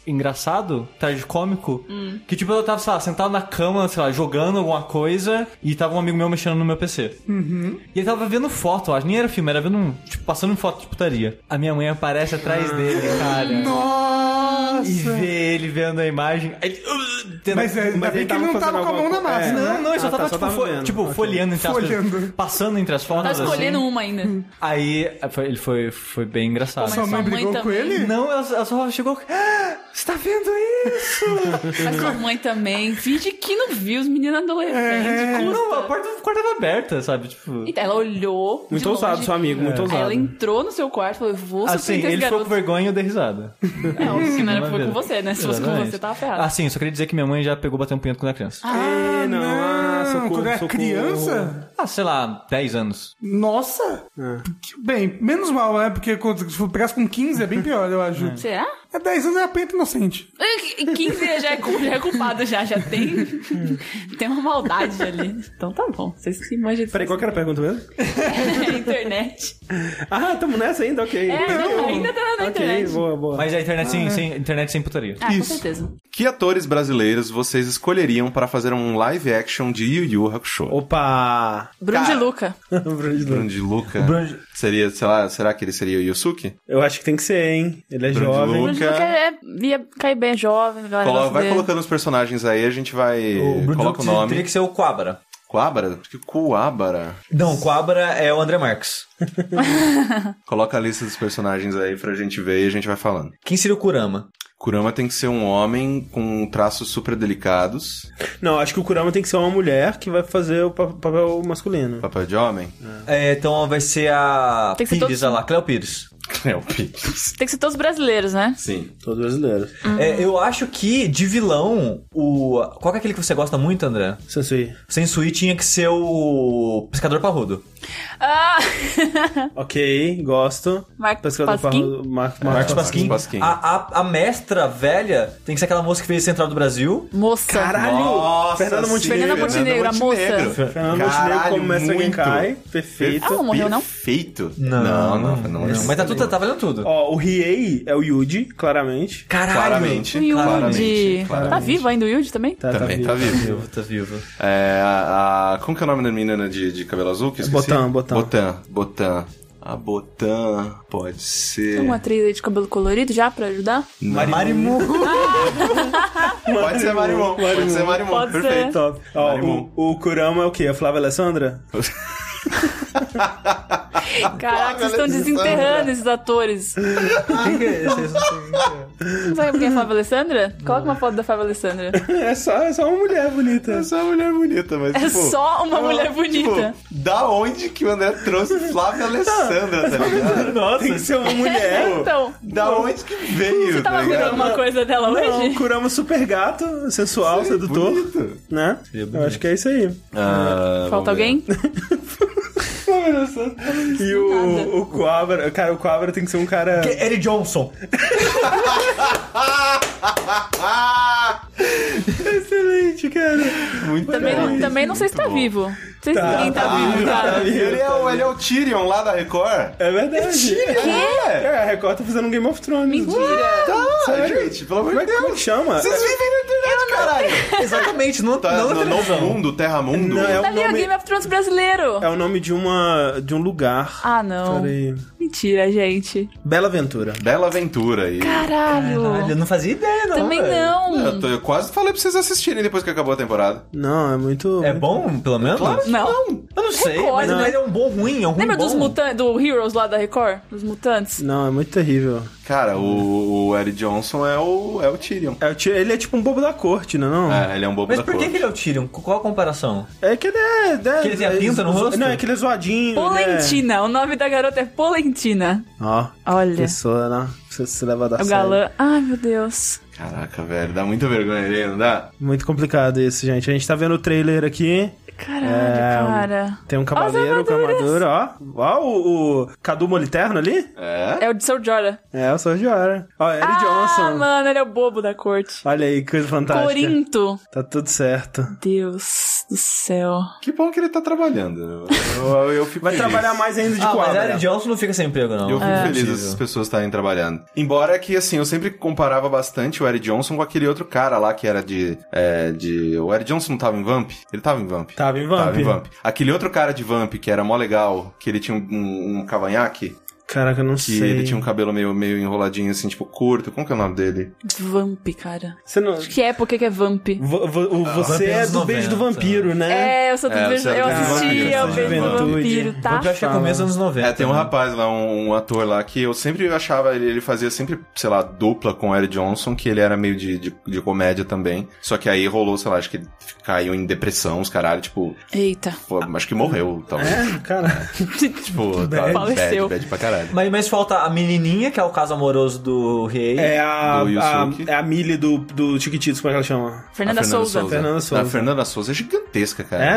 C: engraçado, tragicômico,
B: Hum.
C: que tipo, eu tava, sei lá, sentado na cama, sei lá, jogando alguma coisa, e tava um amigo meu mexendo no meu PC.
A: Uhum.
C: E ele tava vendo foto, eu acho, nem era filme, era vendo um, tipo, passando foto de putaria. A minha mãe aparece atrás
A: Ah.
C: dele, cara.
D: Nossa!
C: E vê ele vendo a imagem. aí ele, "Ugh", tendo-
D: Mas é, ainda bem que ele não tava com a mão na massa, né?
C: Não, não, ele só
A: Ah, tá,
C: tava,
A: só
C: tipo,
A: tava
C: fo-
A: vendo.
C: tipo, folheando entre as
D: Folheando.
C: Passando entre as
B: Tá
C: fotos.
B: escolhendo
C: assim.
B: uma ainda.
C: Aí foi- ele foi, foi bem engraçado.
D: Sua mãe
B: mãe
D: brigou com
B: também.
D: ele?
C: Não, ela, ela só chegou. "Ah, Você tá vendo isso?
B: Mas sua mãe também. Finge que não viu os meninos adolescentes. custa.
C: Não, a porta, a porta tava aberta, sabe? Tipo.
B: Então, ela olhou. de
A: Muito ousado,
B: longe.
A: seu amigo, muito
B: Aí ela
A: ousado.
B: entrou no seu quarto e falou: eu vou
C: Assim,
B: surpreender esse
C: ele ficou
B: garoto.
C: com vergonha e eu
B: *laughs*
C: dei risada.
B: É, óbvio que não era foi com
C: Maravilha.
B: você, né? Se fosse com
C: Exatamente. Ah,
B: você, tava ferrado.
C: Assim, só queria dizer que minha mãe já pegou bater um punhento quando era criança.
D: Ah,
A: É, não, ah, socorro,
D: Quando era
A: socorro.
D: criança?
C: Ah, sei lá, 10 anos.
D: Nossa! Que- Bem, menos mal, né? Porque quando, se for pegasse com 15 é bem pior, eu acho.
B: Será?
D: É 10 anos é apenas inocente.
B: Ai, 15 já é, cu- já é culpado, já, já tem. *laughs* tem uma maldade ali. Então tá bom, vocês que manjam
A: Peraí, qual que era a pergunta mesmo?
B: *laughs* na internet.
A: Ah, estamos nessa ainda? Ok.
B: É, não, ainda tá na
A: ok,
B: internet.
A: boa, boa.
C: Mas a internet sem, sem, internet sem putaria.
B: Ah, com certeza.
E: Que atores brasileiros vocês escolheriam para fazer um live action de Yu Yu Hakusho?
A: Opa!
B: Bruno
E: Cara.
B: de Luca.
A: *laughs* Bruno de Luca.
E: Bruno de Luca. Seria, sei lá, será que ele seria o Yusuke?
A: Eu acho que tem que ser, hein? Ele é
E: Bruno de
A: jovem.
B: Bruno
E: Luca.
B: de Luca é, ia cair bem jovem, galera.
E: Colo-
B: gosta
E: vai
B: dele.
E: colocando os personagens aí, a gente vai.
C: Bruno
E: coloca o
C: Jones
E: nome.
C: Teria que ser o Quabra.
E: Coabra? Que Coabra?
C: Não, o Quabra é o André Marques.
E: Coloca a lista dos personagens aí pra gente ver e a gente vai falando.
C: Quem seria o Kurama?
E: Kurama tem que ser um homem com traços super delicados.
A: Não, acho que o Kurama tem que ser uma mulher que vai fazer o pa- papel masculino.
E: Papel de homem?
C: É, então vai ser a
B: Tem que ser
C: Pires,
B: todos-
C: olha lá, Cleo Pires.
E: É o Pique.
B: Tem que ser todos brasileiros, né?
E: Sim.
A: Todos brasileiros.
B: Ah.
C: É, eu acho que de vilão, o. Qual que é aquele que você gosta muito, André?
A: Sensui.
C: Sensui tinha que ser o. Pescador Parrudo.
B: Ah!
A: Ok, gosto. Tá
B: Marcos
A: Pescador
B: Pasquim?
A: Parrudo- Mar- Mar-
C: Marcos Pasquim.
E: Pasquim.
C: A, a, a mestra velha tem que ser aquela moça que fez Central do Brasil.
B: *laughs* Moça.
A: Caralho!
E: Nossa,
A: Fernanda Montenegro.
B: Fernanda Montenegro, a moça.
A: Fernando Montenegro né? como Mestre Genkai. Perfeito.
B: Ah, não morreu, não?
E: Perfeito. Não, não, Fernanda Montenegro.
C: Mas tá, tudo, tá valendo tudo.
A: Ó, o Riei é o Yuji, claramente.
C: Caralho!
E: Claramente.
B: O Yudi.
E: Claramente.
B: Tá
E: claramente.
B: vivo ainda o Yudi também?
A: Tá,
E: Também tá
C: Tá
E: vivo.
C: vivo, tá vivo.
E: É, a, a- como que é o nome da menina de, de cabelo azul que eu esqueci?
A: Botan, Botan.
E: Botan, Botan. A Botan pode ser...
B: Tem uma atriz aí de cabelo colorido já pra ajudar?
E: Não. *laughs* Pode ser Marimon. Pode ser Marimon.
B: Pode ser.
E: Perfeito.
A: Top. Ó,
E: Marimun.
A: o, o Kurama é o quê? A Flávia Alessandra? *laughs*
B: Caraca, vocês estão desenterrando esses atores. *laughs* Não sabe quem é a Fábio Alessandra? Coloca uma foto da Fábio Alessandra.
A: É só, é só uma mulher bonita.
E: É só uma mulher bonita, mas
B: É
E: tipo,
B: só uma mulher bonita.
E: Tipo, da onde que o André trouxe Flávia Alessandra, tá ligado?
A: Nossa, tem que ser uma mulher.
B: então,
E: Da onde que veio,
B: você tava
E: tá
B: vendo
E: ligado?
B: alguma coisa dela
A: Não,
B: hoje?
A: Kurama super gato, sensual, sedutor,
E: Bonito.
A: né? Eu acho que é isso aí.
E: Ah, vamos ver.
B: Falta alguém?
A: E
B: né?
A: o, o Coabra, cara, o Coabra tem que ser um cara.
C: Eric Johnson.
E: Ah!
A: Excelente, cara.
E: Muito
B: Também,
E: bom.
B: não- também não sei se tá
E: bom.
B: vivo. Não sei se ninguém tá,
E: tá
B: vivo,
E: vivo,
B: cara.
A: tá vivo.
E: Ele é, o, ele é o Tyrion lá da Record.
A: É verdade.
E: É.
A: É, a Record tá fazendo um Game of Thrones.
B: Mentira.
E: Tá,
A: Sério?
E: gente, pelo amor
A: Como
E: de
A: é, como é que
E: Deus.
A: chama?
E: Vocês vivem na internet, caralho.
C: *laughs* Exatamente, não
E: Tá
C: não,
E: no
C: não,
E: novo mundo, terra mundo.
A: Não, é o
B: Tá ali o
A: nome-
B: Game of Thrones brasileiro.
A: É o nome de uma de um lugar.
B: Ah, não.
A: Peraí.
B: Mentira, gente.
A: Bela Aventura.
E: Bela Aventura aí.
B: Caralho.
C: Eu não fazia ideia, não.
B: Também
C: velho.
B: não.
E: Eu, tô- eu quase falei pra vocês assistirem depois que acabou a temporada.
A: Não, é muito.
C: É bom, pelo menos?
B: Não.
C: Eu não sei,
B: Record,
C: mas
B: né?
C: ele é um bom ruim, é um ruim
B: Lembra dos
C: bom.
B: mutantes, do Heroes lá da Record? Dos mutantes?
A: Não, é muito terrível.
E: Cara, o, o Eric Johnson é o, é o Tyrion.
A: É, o tio- ele é tipo um bobo da corte, não é? Não?
E: É, ele é um bobo
C: Mas
E: da
C: por que,
E: cor.
C: que ele é o Tyrion? Qual a comparação?
A: É que ele é. é
C: Que ele tem a
A: é
C: pinta no
A: zo-
C: rosto?
A: Não, é que ele é zoadinho. ele
B: Polentina. O nome da garota é Polentina.
A: é- Ó,
B: Olha. é
A: pessoa, né? Você se leva da
B: O galã. Ai, meu Deus.
E: Caraca, velho, dá muita vergonha ele, não dá?
A: Muito complicado isso, gente. A gente tá vendo o trailer aqui.
B: Caralho,
A: É,
B: cara.
A: Tem um cavaleiro com armadura, ó. Ó, o, o Cadu Moliterno ali?
E: É?
B: É o de Sir Jorah.
A: É, o Sr. Jora. Ó, Eric
B: Ah,
A: Johnson.
B: mano, ele é o bobo da corte.
A: Olha aí, que é? coisa fantástica.
B: Corinto.
A: Tá tudo certo.
B: Deus do céu.
E: Que bom que ele tá trabalhando. Eu, eu, eu fico
A: Vai
E: feliz.
A: trabalhar mais ainda de
C: Ah, mas
A: quadra.
C: Eric Johnson não fica sem emprego, não.
E: Eu fico
A: É.
E: feliz essas pessoas estarem trabalhando. Embora que, assim, eu sempre comparava bastante o Eric Johnson com aquele outro cara lá que era de. é, de... O Eric Johnson não tava em Vamp? Ele tava em Vamp.
A: Tava em Vamp.
E: Tava em Vamp. Aquele outro cara de Vamp que era mó legal, que ele tinha um, um, um cavanhaque,
A: Caraca, eu não
E: que
A: sei.
E: ele tinha um cabelo meio, meio enroladinho, assim, tipo curto. Como que é o nome dele?
B: Vamp, cara.
A: Você não...
B: Que época que é Vamp?
A: Vo- vo-
E: Ah,
A: o- você é
C: anos
A: do beijo do
C: 90.
A: vampiro, né?
B: É, eu sou do
E: É,
B: beijo.
E: você é
B: Eu
E: do
B: assisti
E: Vampiro,
B: ao
E: você é
B: beijo
E: do
B: do
A: Juventude.
B: vampiro,
C: Eu
B: tá?
C: acho que é começo dos anos 90.
E: É, tem um
C: né?
E: rapaz lá, um, um ator lá, que eu sempre achava, ele, ele fazia sempre, sei lá, dupla com o Eric Johnson, que ele era meio de, de, de comédia também. Só que aí rolou, sei lá, acho que ele caiu em depressão, os caralho, tipo,
B: Eita.
E: pô, acho que morreu, talvez.
A: É, Cara,
E: Tipo, tá
B: Faleceu.
E: bad, bad pra caralho. caralho.
C: Mas, mas falta a menininha, que é o caso amoroso do rei.
A: É a,
E: Do
A: a,
E: Yusuke.
A: é a Millie do, do Chiquititos, como é que ela chama?
B: Fernanda,
E: A
B: Souza.
A: Fernanda Souza.
E: A Fernanda Souza é gigantesca, cara.
A: É?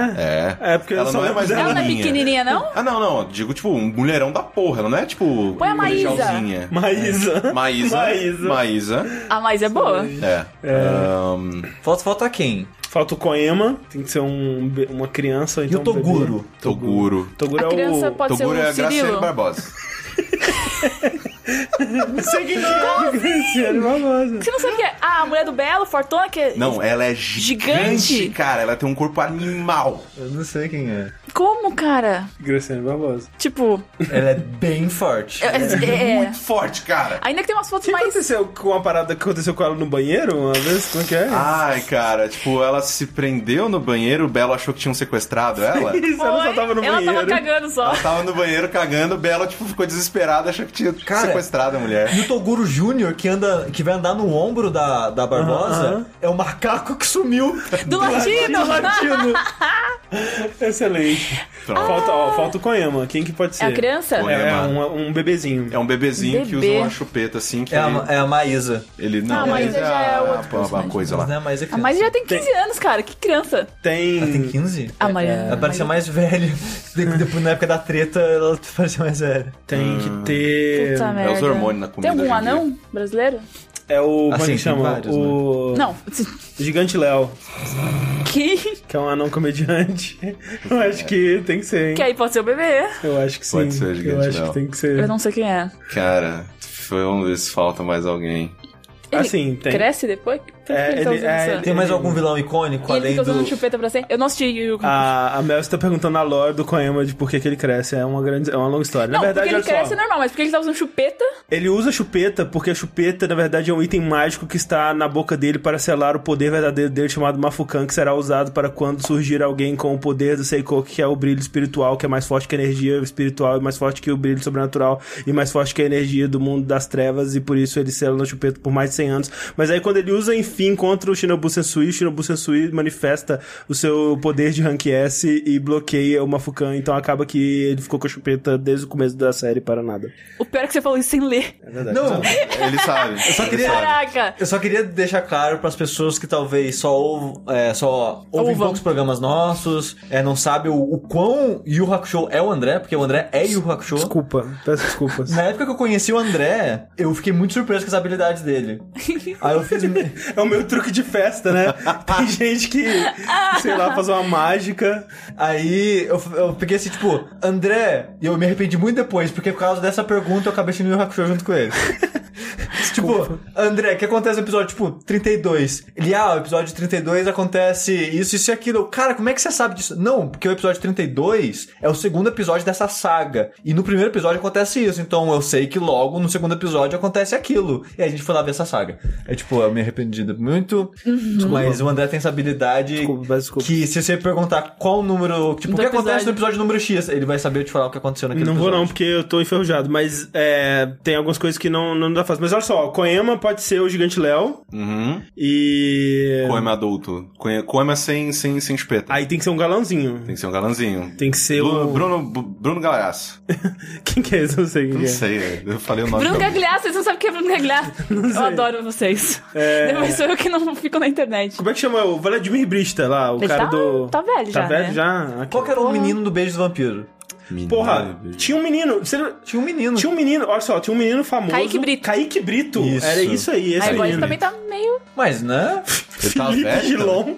E: É.
A: É, porque
E: ela
A: só-
E: não é mais
B: Ela não é
E: menininha.
B: pequenininha, não?
E: Ah, não, não. Digo, tipo, um mulherão da porra. Ela não é, tipo,
B: Põe a Maísa.
E: colegialzinha.
A: Maísa.
E: Maísa.
A: Maísa.
E: Maísa.
B: A mais é boa.
E: É. Ahn,
C: Falta, falta quem?
A: Falta o Koema, tem que ser um, be- uma criança. Então
C: o
A: um bebê.
C: Toguro?
E: Toguro.
A: Toguro
B: A
A: é
B: criança
A: o...
B: pode ser
E: Toguro é
B: o
E: a Graciane
B: Cirilo.
E: Barbosa.
A: *laughs* Graciane Barbosa.
B: Você não sabe o que é? Ah, a mulher do Belo, fortuna, que é...
E: Não, ela é gigante,
B: Gigante?
E: cara. Ela tem um corpo animal.
C: Eu não sei quem é.
B: Como, cara?
A: Graciane Barbosa.
B: Tipo...
C: Ela é bem forte.
B: é- é- é.
E: Forte, cara.
B: Ainda que tem umas
A: O
B: fotos
A: que
B: mais...
A: aconteceu com a parada que aconteceu com ela no banheiro uma vez? Como é que é?
C: Ah.
E: Ai, cara, tipo, ela se prendeu no banheiro, o Belo achou que tinham sequestrado ela. Ela
A: Isso, *laughs* ela só
B: Oi,
A: tava no
B: ela
A: banheiro. Ah.
B: tava cagando só.
E: tava no banheiro cagando, o Belo, tipo, ficou desesperado, achou que tinha
C: Cara,
E: sequestrado a mulher.
C: E o Toguro Júnior, que anda, que vai andar no ombro da, da Barbosa, é o macaco que sumiu.
B: Do latino!
C: Latino.
A: Excelente.
C: Ah.
E: Pronto.
A: Falta, ó, falta o Koema. Quem que pode ser?
B: *laughs* É a criança?
E: Pô,
A: É,
E: Koema.
A: um, um bebezinho.
E: É um bebezinho que usa
B: Ah, Bebê.
E: uma chupeta assim, que
C: É a, é a Maísa.
E: ele não.
B: Ah, mas
E: ele
B: já é
E: uma-
B: outro
E: uma,
B: personagem.
E: coisa
C: Mas não é
E: lá.
C: a Maísa
B: A
C: criança.
B: Maria já tem 15 anos, cara. Que criança.
A: Tem...
C: Ela tem 15?
E: É,
B: A Maria...
C: Ela parecia mais velha. De- Depois, na época da treta, ela parecia mais velha.
A: Tem
C: Ah.
A: que ter...
B: Puta
E: É
B: merda.
E: os hormônios na
B: Tem
E: comida.
B: algum
E: hoje em dia.
B: anão brasileiro?
A: É o... como é
C: Assim,
A: que
C: tem
A: chama?
C: vários, né?
A: o...
B: Não. *laughs*
A: Gigante Léo,
B: Que,
A: que é um anão comediante. *laughs* Eu acho que tem que ser, hein?
B: que aí pode ser o bebê.
A: Eu acho que sim.
E: Pode ser Gigante
A: Eu acho
E: Léo.
A: que tem que
B: Eu
A: ser.
B: não sei quem é.
E: Cara, foi um desses, falta mais alguém.
B: Ele
A: Assim, tem.
B: Cresce depois? Por que
A: É,
B: ele tá
A: ele-
B: usando
A: é,
B: essa?
A: ele- um
C: Tem mais algum vilão icônico
B: E ele
C: além
B: fica usando tipo-
C: do.
B: chupeta pra sempre? Eu não assisti
A: Ah,
B: o...
A: A, a Mel está perguntando a lore do Koema de por que, que ele cresce. É uma grande, é uma longa história.
B: Não,
A: na verdade,
B: porque
A: olha
B: ele
A: só,
B: cresce é normal, mas porque ele tá usando chupeta?
A: ele usa a chupeta porque a chupeta, na verdade, é um item mágico que está na boca dele para selar o poder verdadeiro dele chamado Mafukan, que será usado para quando surgir alguém com o poder do Seikoku, que é o brilho espiritual, que é mais forte que a energia espiritual e mais forte que o brilho sobrenatural e mais forte que a energia do mundo das trevas e por isso ele sela na chupeta por mais de 100 anos. Mas aí quando ele usa, enfim, contra o Shinobu Sensui, o Shinobu Sensui manifesta o seu poder de rank S e bloqueia o Mafukan, então acaba que ele ficou com a chupeta desde o começo da série para nada.
B: O pior é que você falou isso sem ler.
A: É verdade.
C: Não,
E: Ele sabe. Eu só
C: queria-
B: Caraca!
C: eu só queria deixar claro para as pessoas que talvez só, ouv- é, só ouvem
B: Ouvam.
C: poucos programas nossos, é, não sabe o, o quão Yu Hakusho é o André, porque o André é Yu Hakusho.
A: Desculpa, peço desculpas.
C: Na época que eu conheci o André, eu fiquei muito surpreso com as habilidades dele. Aí
A: *laughs*
C: eu fiz.
A: É o meu truque de festa,
C: *laughs*
A: né? Tem gente que, sei lá, faz uma mágica.
C: Aí eu, eu peguei assim, tipo, André, e eu me arrependi muito depois, porque por causa dessa pergunta eu acabei tendo o Hakusho junto com ele. *laughs* tipo, André, o que acontece no episódio, tipo, 32? Ele, ah, o episódio 32 acontece isso, isso e aquilo. Eu, Cara, como é que você sabe disso? Não, porque o episódio 32 é o segundo episódio dessa saga. E no primeiro episódio acontece isso, então eu sei que logo no segundo episódio acontece aquilo. E aí a gente foi lá ver essa saga. É tipo, eu me arrependi muito, mas o André tem essa habilidade
A: Desculpa, peço desculpa.
C: que se você perguntar qual o número. Tipo, o
B: Do
C: que acontece
B: episódio.
C: no episódio número X, ele vai saber te falar o que aconteceu naquele
A: não vou
C: episódio.
A: não, porque eu tô enferrujado. Mas é, tem algumas coisas que não, não dá fácil. Mas olha só, Koema pode ser o Gigante Léo.
E: Uhum.
A: E...
E: Coema adulto. Coe- Coema sem, sem, sem chupeta.
A: Aí tem que ser um galãozinho.
E: Tem que ser um galanzinho.
A: Tem que ser
E: Bruno,
A: o...
E: Bruno, Bruno Galhaço.
A: *laughs* Quem que é esse? Não sei quem
E: Não
A: que é.
E: sei, eu falei o nome.
B: Bruno
E: dele.
A: um-
B: Gagliasso, vocês não sabem quem é Bruno Gagliasso?
A: *laughs*
B: Eu adoro vocês. *laughs* Depois sou eu que não fico na internet.
A: Como é que chama? É. O Vladimir Brista lá, o
B: Ele
A: cara
B: tá-
A: do...
B: tá velho já,
A: Tá velho
B: né?
A: já? Aqui.
C: Qual que era o menino do beijo do vampiro?
E: Menino,
A: Porra, tinha um menino... Você... não-
C: Tinha um menino.
A: Tinha um menino, olha só, tinha um menino famoso...
B: Kaique Brito.
A: Kaique Brito.
C: Isso.
A: Era isso aí, esse
B: Aí agora ele
A: menino.
B: também tá meio.
A: um-
C: Mas, né?
E: Ele tá
A: Felipe
E: velho
A: Gilon.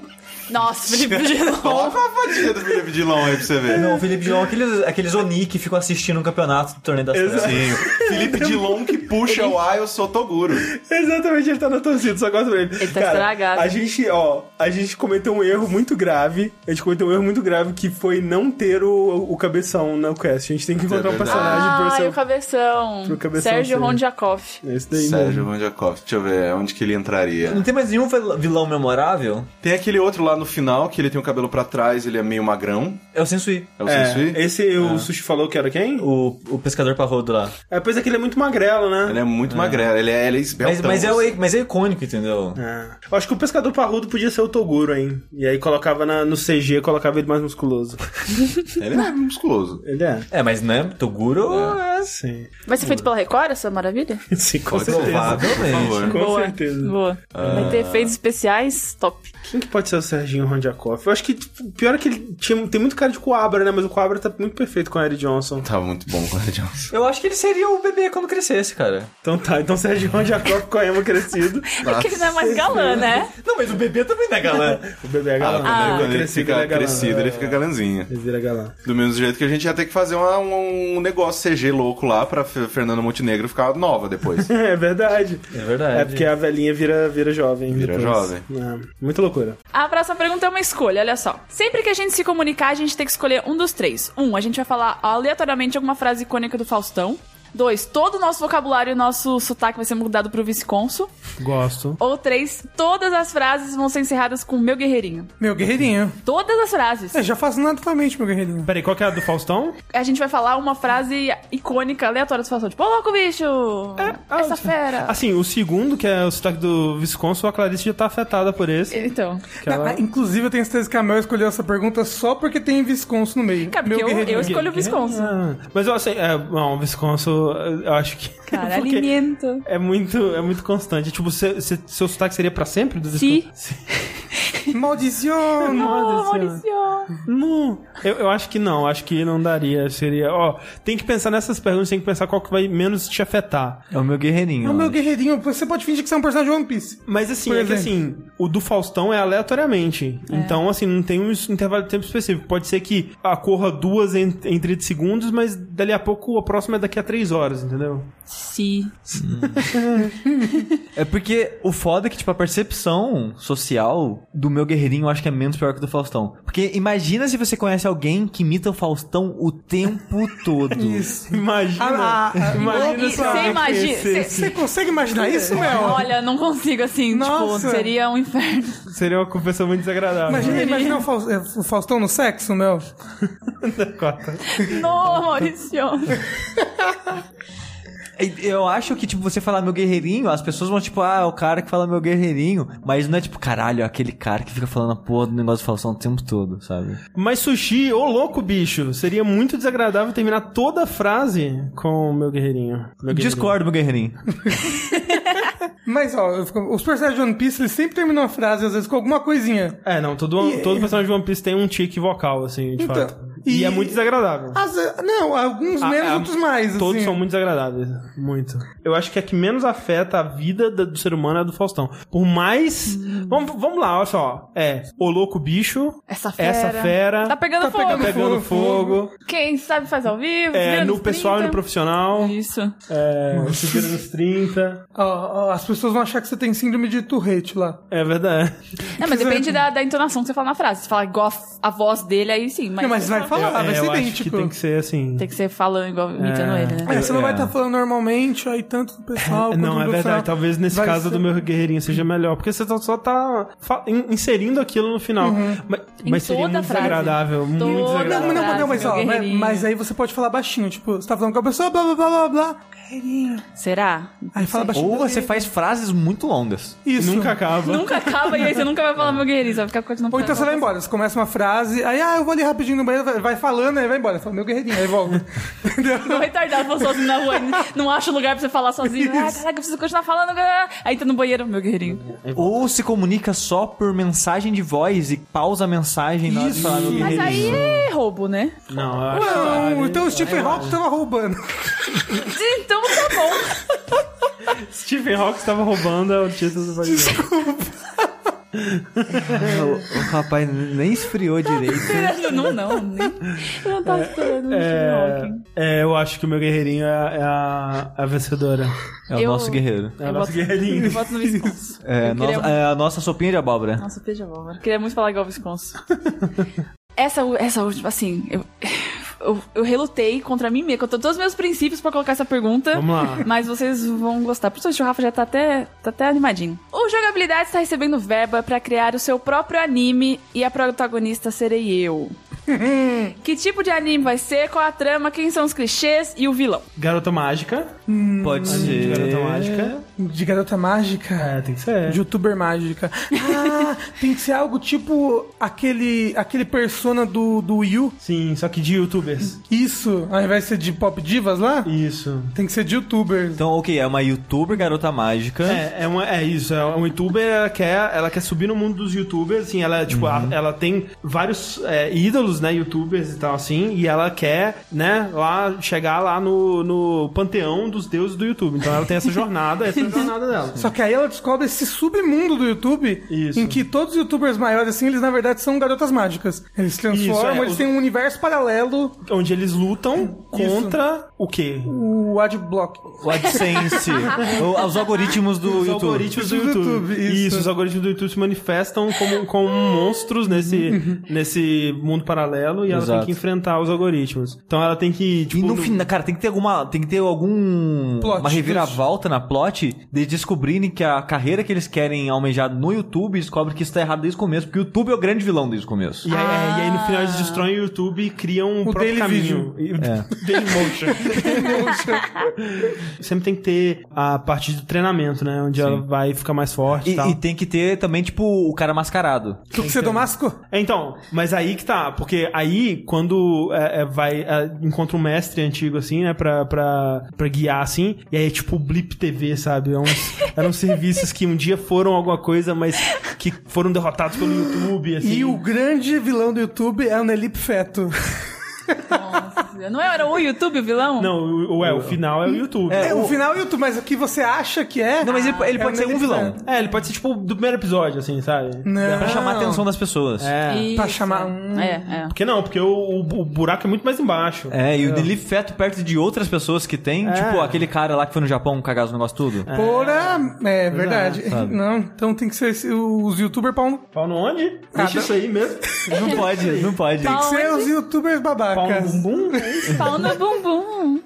A: *laughs*
B: Nossa, Felipe de novo.
E: Coloca uma fatia do Felipe Dilon aí pra você ver.
C: Não, o Felipe Dilon, aqueles, aqueles Oni que ficam assistindo o campeonato do Torneio das Trevas.
E: Sim, Felipe Dilon que puxa o A, eu sou Toguro.
A: Exatamente, ele tá na torcida, só gosto dele.
B: Ele tá estragado.
A: A gente, ó, a gente cometeu um erro muito grave. A gente cometeu um erro muito grave que foi não ter o, o cabeção na quest. A gente tem que encontrar um
E: é verdade.
A: personagem pra
B: Ai,
A: ser
B: o cabeção.
A: pro cabeção
B: Sérgio
A: ser.
B: Rondjakov.
A: É *laughs* Esse daí
E: Sérgio
A: mesmo.
E: Vandiakov, deixa eu ver onde que ele entraria.
C: Não tem mais nenhum vil- vilão memorável?
E: Tem aquele outro lá no final que ele tem o cabelo pra trás, ele é meio magrão.
C: É o Sensui.
E: É o Sensui.
A: É, esse o Sushi falou que era quem?
C: O, o pescador parrudo lá.
A: É, pois é que ele é muito magrelo, né?
E: Ele é muito magrelo, ele é, ele é esbeltão.
C: Mas, mas, é o, mas é icônico, entendeu?
A: É. Eu acho que o pescador parrudo podia ser o Toguro, hein? E aí colocava na- no CG, colocava ele mais musculoso.
E: Ele é musculoso.
A: Ele é.
C: É, mas né? Toguro é,
B: Ah.
A: Sim. *laughs*
B: Vai ser feito pela Record essa maravilha?
A: Sim, com certeza.
E: Provavelmente.
A: Com
B: Boa.
A: certeza. Ah.
B: Boa. Vai ter efeitos especiais, top.
A: Quem que pode ser o Serginho Rondiakoff? Eu acho que tipo, o pior é que ele tinha, tem muito cara de Coabra, né? Mas o Coabra tá muito perfeito com a Eric Johnson.
E: Tá muito bom com a Johnson.
C: Eu acho que ele seria o bebê quando crescesse, cara.
A: Então tá, então Serginho Rondiakoff com a Emma
E: *laughs*
A: crescido.
B: É que ele não é
A: *laughs*
B: mais galã, né?
C: Não, mas o bebê também não é galã.
A: O bebê é
E: Ah,
A: galã.
E: quando ele- quando ele
A: Crescido,
E: fica
A: ele é galã.
E: crescido, ele fica galanzinho.
A: Ele vira galã.
E: Do mesmo jeito que a gente ia ter que fazer uma- um, negócio CG louco lá pra F- Fernanda Montenegro ficar nova depois. *laughs*
A: É verdade.
C: É verdade.
A: É porque a velhinha vira, vira jovem.
E: Vira
A: depois.
E: jovem.
A: É, muita loucura.
B: A próxima pergunta é uma escolha, olha só. Sempre que a gente se comunicar, a gente tem que escolher um dos três. Um, a gente vai falar aleatoriamente alguma frase icônica do Faustão. Dois, todo o nosso vocabulário e o nosso sotaque vai ser mudado pro Visconso.
A: Gosto.
B: Ou três, todas as frases vão ser encerradas com meu guerreirinho.
D: Meu guerreirinho.
B: Todas as frases.
D: É, já faço nada com a mente, meu guerreirinho.
A: Peraí, qual que é a do Faustão?
B: A gente vai falar uma frase icônica, aleatória do Faustão. Tipo, ô louco, bicho! É,
A: É,
B: Essa fera!
A: Assim, o segundo, que é o sotaque do Visconso, a Clarice já tá afetada por esse.
B: Então.
A: que ela-
D: Ah, Inclusive, eu tenho certeza que a Mel escolheu essa pergunta só porque tem Visconso no meio.
B: Cara,
D: meu
B: porque eu, eu escolho o Visconso.
A: Ah, mas eu assim, é, bom, o Visconso, eu acho que. *laughs*
B: Cara,
A: porque
B: alimento.
A: É muito, é muito constante. Tipo, se, se- seu sotaque seria pra sempre do
B: Sim.
A: Visconso? *laughs* Sim.
B: *laughs*
D: Maldição!
B: Ô,
A: Nossa senhora.
B: Ah, Maurício!
A: Não. Eu, eu acho que não, acho que não daria. Seria, ó, tem que pensar nessas perguntas, tem que pensar qual que vai menos te afetar.
C: É o meu guerreirinho.
D: Não, meu guerreirinho, você pode fingir que você é um personagem de One Piece.
A: Mas assim,
D: Por
A: é que assim,
D: exemplo.
A: o do Faustão é aleatoriamente.
B: É.
A: Então, assim, não tem um intervalo de tempo específico. Pode ser que ocorra duas em, em 30 segundos, mas dali a pouco a próxima é daqui a três horas, entendeu?
B: Sim.
C: É porque o foda é que, tipo, a percepção social do meu guerreirinho eu acho que é menos pior que do Faustão. Porque imagina se você conhece alguém que imita o Faustão o tempo *laughs* todo. Isso.
A: Imagina.
D: Ah, ah, ah,
A: imagina
B: e
A: só.
B: você
A: alguém
B: imagina-
A: conhecer.
B: cê-
D: Você consegue imaginar isso, Mel?
B: Olha, não consigo assim,
D: Nossa.
B: tipo, seria um inferno.
A: Seria uma conversa muito desagradável.
D: Imagina, imagina o, Faus- é, o Faustão no sexo, Mel.
A: Corta.
B: Não, Maurício.
C: É, Eu acho que, tipo, você falar meu guerreirinho, as pessoas vão, tipo, ah, é o cara que fala meu guerreirinho. Mas não é, tipo, caralho, é aquele cara que fica falando a porra do negócio do Faustão o tempo todo, sabe?
A: Mas sushi, ô louco, bicho. Seria muito desagradável terminar toda a frase com o meu guerreirinho. Meu guerreirinho.
C: Discordo,
A: *laughs*
C: meu guerreirinho.
D: Mas, ó, eu fico- os personagens de One Piece, eles sempre terminam a frase, às vezes, com alguma coisinha.
A: É, não, todo, todo personagem de One Piece tem um tique vocal, assim, de
D: Então,
A: fato. E,
D: e-
A: é muito desagradável.
D: Às ve- não, alguns
A: Ah,
D: menos,
A: ah,
D: outros mais.
A: Todos
D: assim.
A: são muito desagradáveis. Muito. Eu acho que é a que menos afeta a vida da- do ser humano é a do Faustão. Por mais.
D: Hum.
A: Vamos, vamos lá, olha só. É, o louco bicho.
B: Essa fera.
A: Essa fera.
B: Tá pegando
D: Tá
B: fogo.
A: Tá pegando
D: fogo,
A: fogo.
B: Quem sabe faz ao vivo.
A: É,
B: vira
A: no
B: nos
A: pessoal e no
B: 30.
A: profissional.
B: Isso.
A: *laughs* É, se vira nos 30.
D: Ó, ó, as pessoas vão achar que você tem síndrome de Tourette lá.
A: É verdade.
B: É, mas depende da, da entonação que você fala na frase. Se falar igual a, f- a voz dele, aí sim. Mas,
D: não, mas vai
A: Eu-
D: falar,
A: é,
D: vai ser
A: eu acho
D: idêntico.
A: que tem que ser assim.
B: Tem que ser falando igual, imitando
A: É.
B: ele, né?
D: É, você não vai
C: É.
D: estar falando normalmente, aí tanto do pessoal. quanto
A: Não,
D: do
A: é verdade.
D: profissional.
A: Talvez nesse
D: Vai
A: caso
D: ser-
A: do meu guerreirinho seja melhor. Porque você tá- só tá fa- in- inserindo aquilo no final. Mas,
B: Uhum. Em
A: mas seria
B: toda
A: muito
B: a frase.
A: desagradável. Muito
B: Toda
A: desagradável.
D: Não, mas não, mas não, mas
B: Meu
D: ó, mas,
B: guerreirinho.
D: mas aí você pode falar baixinho, tipo, você tá falando com a pessoa, blá blá blá blá blá. Guerreirinho.
B: Será?
D: Aí fala baixinho.
C: Ou você faz frases muito longas.
D: Isso.
A: Nunca acaba.
B: Nunca acaba e aí você nunca vai falar meu guerreirinho. Você vai ficar continuando
D: Ou então você
B: falando.
D: vai embora, você começa uma frase, aí, ah, eu vou ali rapidinho no banheiro, vai- vai falando, aí vai embora, fala, meu guerreirinho, aí volta. Entendeu?
B: Não retardado, vou sozinho na rua, né? não acha um lugar pra você falar sozinho. Ah, caraca, eu preciso continuar falando. ah. Aí tá no banheiro, meu guerreirinho.
A: É
C: Ou se comunica só por mensagem de voz e pausa a mensagem na hora de falar meu
B: Mas
C: guerreirinho.
B: aí é roubo, né?
A: Não, eu acho que
D: Não,
A: vale.
D: então o Stephen Hawking tava roubando.
B: Então tá bom.
A: Stephen Hawking estava roubando o título do Desculpa.
C: O, o rapaz nem esfriou direito.
B: esperando. Não, não. Nem, eu não tá tava esperando o Stephen
A: É,
B: Hawking.
A: é, eu acho que o meu guerreirinho é, é a, a vencedora.
C: É o
B: Eu-
C: nosso guerreiro.
A: É o
B: Eu
A: nosso
B: boto- Eu
A: guerreirinho.
B: voto no Visconso.
C: É,
B: Eu
C: nossa-
B: queria-
C: é a nossa sopinha de abóbora.
B: Nossa, peixe abóbora. Queria muito falar igual o Visconso. *laughs* Essa, u- essa última, assim, eu, eu, eu relutei contra mim mesma, contra todos os meus princípios pra colocar essa pergunta.
A: Vamos lá.
B: Mas vocês vão gostar. Principalmente o Rafa já tá até, tá até animadinho. O tá Jogabilidade está recebendo verba pra criar o seu próprio anime e a protagonista serei eu. Que tipo de anime vai ser? Qual a trama? Quem são os clichês e o vilão?
A: Garota Mágica.
C: Pode
A: De
B: Hum.
C: ser.
A: Hum, Garota Mágica.
D: De garota mágica?
A: É, tem que ser.
D: De youtuber mágica. Ah, tem que ser algo tipo aquele, aquele persona do, do Wii U.
A: Sim, só que de youtubers.
D: Isso, ao invés de ser de pop divas lá,
A: Isso.
D: tem que ser de youtubers.
C: Então, ok, é uma youtuber garota mágica.
A: É, é, uma- é isso, é uma youtuber, ela quer, ela quer subir no mundo dos youtubers, assim, ela, tipo, a- ela tem vários é, ídolos, né, youtubers e tal, assim, e ela quer, né, lá, chegar lá no, no panteão dos deuses do YouTube. Então ela tem essa jornada, essa é *laughs* a jornada dela.
D: Só que aí ela descobre esse submundo do YouTube
A: Isso.
D: em que todos os youtubers maiores, assim, eles na verdade são garotas mágicas. Eles se transformam,
A: Isso, é,
D: eles
A: os-
D: têm um universo paralelo,
A: Onde eles lutam contra o quê?
D: o Adblock.
A: *laughs*
C: O AdSense. o- os algoritmos do
A: Os
C: YouTube.
A: algoritmos do
D: Do
A: YouTube.
D: YouTube,
A: isso.
D: isso.
A: os algoritmos do YouTube se manifestam como, como monstros nesse, nesse mundo paralelo e ela
C: Exato.
A: tem que enfrentar os algoritmos. Então ela tem que,
C: E
A: tipo,
C: no
A: no-
C: fim, cara, tem que ter alguma. Tem que ter algum.
D: Plot
C: uma
D: twist.
C: reviravolta na plot de descobrirem que a carreira que eles querem almejar no YouTube descobre que isso tá errado desde o começo, porque o YouTube é o grande vilão desde o começo.
A: E aí, é, e aí no final eles destroem o YouTube e criam um
D: O
A: próprio
D: Dailyvision.
A: caminho. E- *laughs* Dailymotion. Sempre tem que ter a parte do treinamento, né? Onde ela vai ficar mais forte e,
C: E,
A: tal.
C: e tem que ter também, tipo, o cara mascarado.
D: Tu que ser Damasco?
A: É, Então, mas aí que tá, porque aí quando é, é, vai é, encontra um mestre antigo assim, né, pra, pra, pra guiar assim, e aí é tipo Blip TV, sabe? É uns- eram serviços que um dia foram alguma coisa, mas que foram derrotados pelo YouTube, assim.
D: E o grande vilão do YouTube é o Nelip Feto.
B: Não era o YouTube o vilão?
A: Não, o, o- é, o final é o YouTube.
D: É, o final é o YouTube, mas o que você acha que é.
C: Não, mas ele, ele
D: é
C: pode
D: o
C: ser um
D: Nelip
C: vilão. É
D: Feto.
A: É, ele pode ser tipo do primeiro episódio, assim, sabe?
D: Não.
C: Pra chamar a atenção das pessoas. É.
A: É.
B: Isso.
D: Pra chamar um-
B: É, é.
A: Porque não, porque o, o, o buraco é muito mais embaixo.
C: É, e o Nelly Feto perto de outras pessoas que tem,
A: É.
C: tipo aquele cara lá que foi no Japão cagar os negócios tudo.
D: Porra, é verdade. não, então tem que ser esse- os youtubers pau no...
A: Pau no onde? Deixa isso aí mesmo.
C: Não pode, não pode.
D: Tem que ser os youtubers
A: Pau no
D: babacas.
A: bumbum?
B: Pau no bumbum.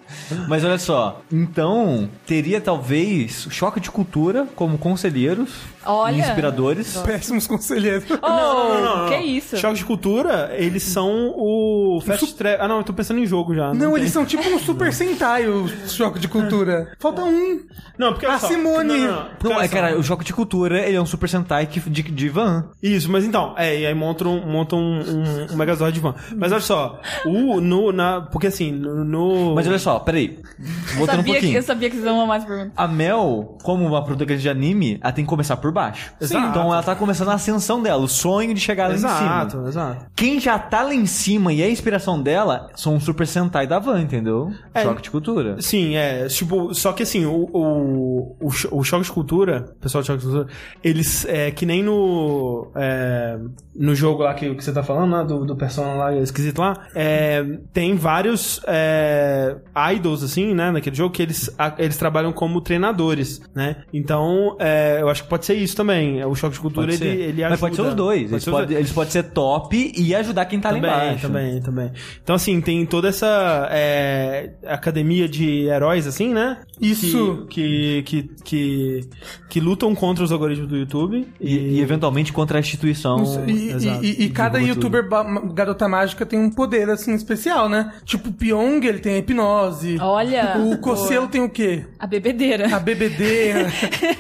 C: Mas olha só, então teria talvez choque de cultura como conselheiros
B: Olha.
C: e inspiradores.
D: *laughs* Péssimos conselheiros.
B: Oh, Que isso?
A: Choque de cultura, eles são o Fast Track. Ah, não, eu tô pensando em jogo já.
D: Não,
A: tem-
D: eles são tipo um Super Sentai, o choque de cultura. Falta um.
A: Não, porque olha
D: A
A: só.
D: Simone.
A: Não, não, não. Porque
C: Ah, Não,
A: olha
C: é
A: só.
C: cara, o choque de cultura ele é um Super Sentai que- de, de van.
A: Isso, mas então, é, e aí montam, montam um, um, um Megazord de van. Mas olha só, o, no, na, porque assim, no... no-
C: Mas olha só, peraí.
B: *laughs* Eu
C: Voltando um
B: sabia, que, eu
C: pouquinho.
B: sabia que vocês vão amar essa pergunta.
C: A Mel, como uma protagonista de anime, ela tem que começar por baixo.
A: Exato.
C: Então ela tá começando a ascensão dela, o sonho de chegar lá em
A: Exato,
C: cima.
A: exato.
C: Quem já tá lá em cima e é a inspiração dela são o Super Sentai da van, entendeu?
A: É.
C: Choque de cultura.
A: Sim, é. Tipo, só que assim, o, o, o, cho- o Choque de Cultura, o pessoal do Choque de Cultura, eles, é, que nem no. é, no jogo lá que, que você tá falando, né, do, do Persona lá, esquisito lá, é, tem vários é, idols, assim, né, naquele jogo, que eles, a- eles trabalham como treinadores, né? Então, é, eu acho que pode ser isso também. é, O Choque de Cultura,
C: Pode
A: ele,
C: ser.
A: ele ajuda.
C: Mas pode ser os dois.
A: Pode
C: Eles
A: ser os
C: podem
A: dois.
C: eles podem ser top e ajudar quem tá
A: Também,
C: lá embaixo.
A: também, também. Então, assim, tem toda essa é, academia de heróis, assim, né?
D: Isso.
A: Que, que, que, que, que lutam contra os algoritmos do YouTube.
C: E, e é eventualmente contra a instituição.
D: E,
A: exato.
D: e- e- e cada
C: Um, Divulga
D: youtuber ba- garota mágica tem um poder assim especial, né? Tipo o Pyong, ele tem a hipnose.
B: Olha.
D: O Cocelo tem o quê?
B: A bebedeira. *laughs*
D: A bebedeira. né?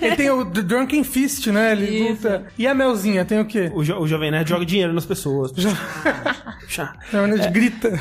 D: ele tem o The Drunken Fist, né? Ele
B: Isso.
D: luta. E a Melzinha tem o quê?
A: O, jo- o Jovem Nerd joga dinheiro nas
C: *laughs*
A: pessoas. Chá.
D: Na verdade, grita.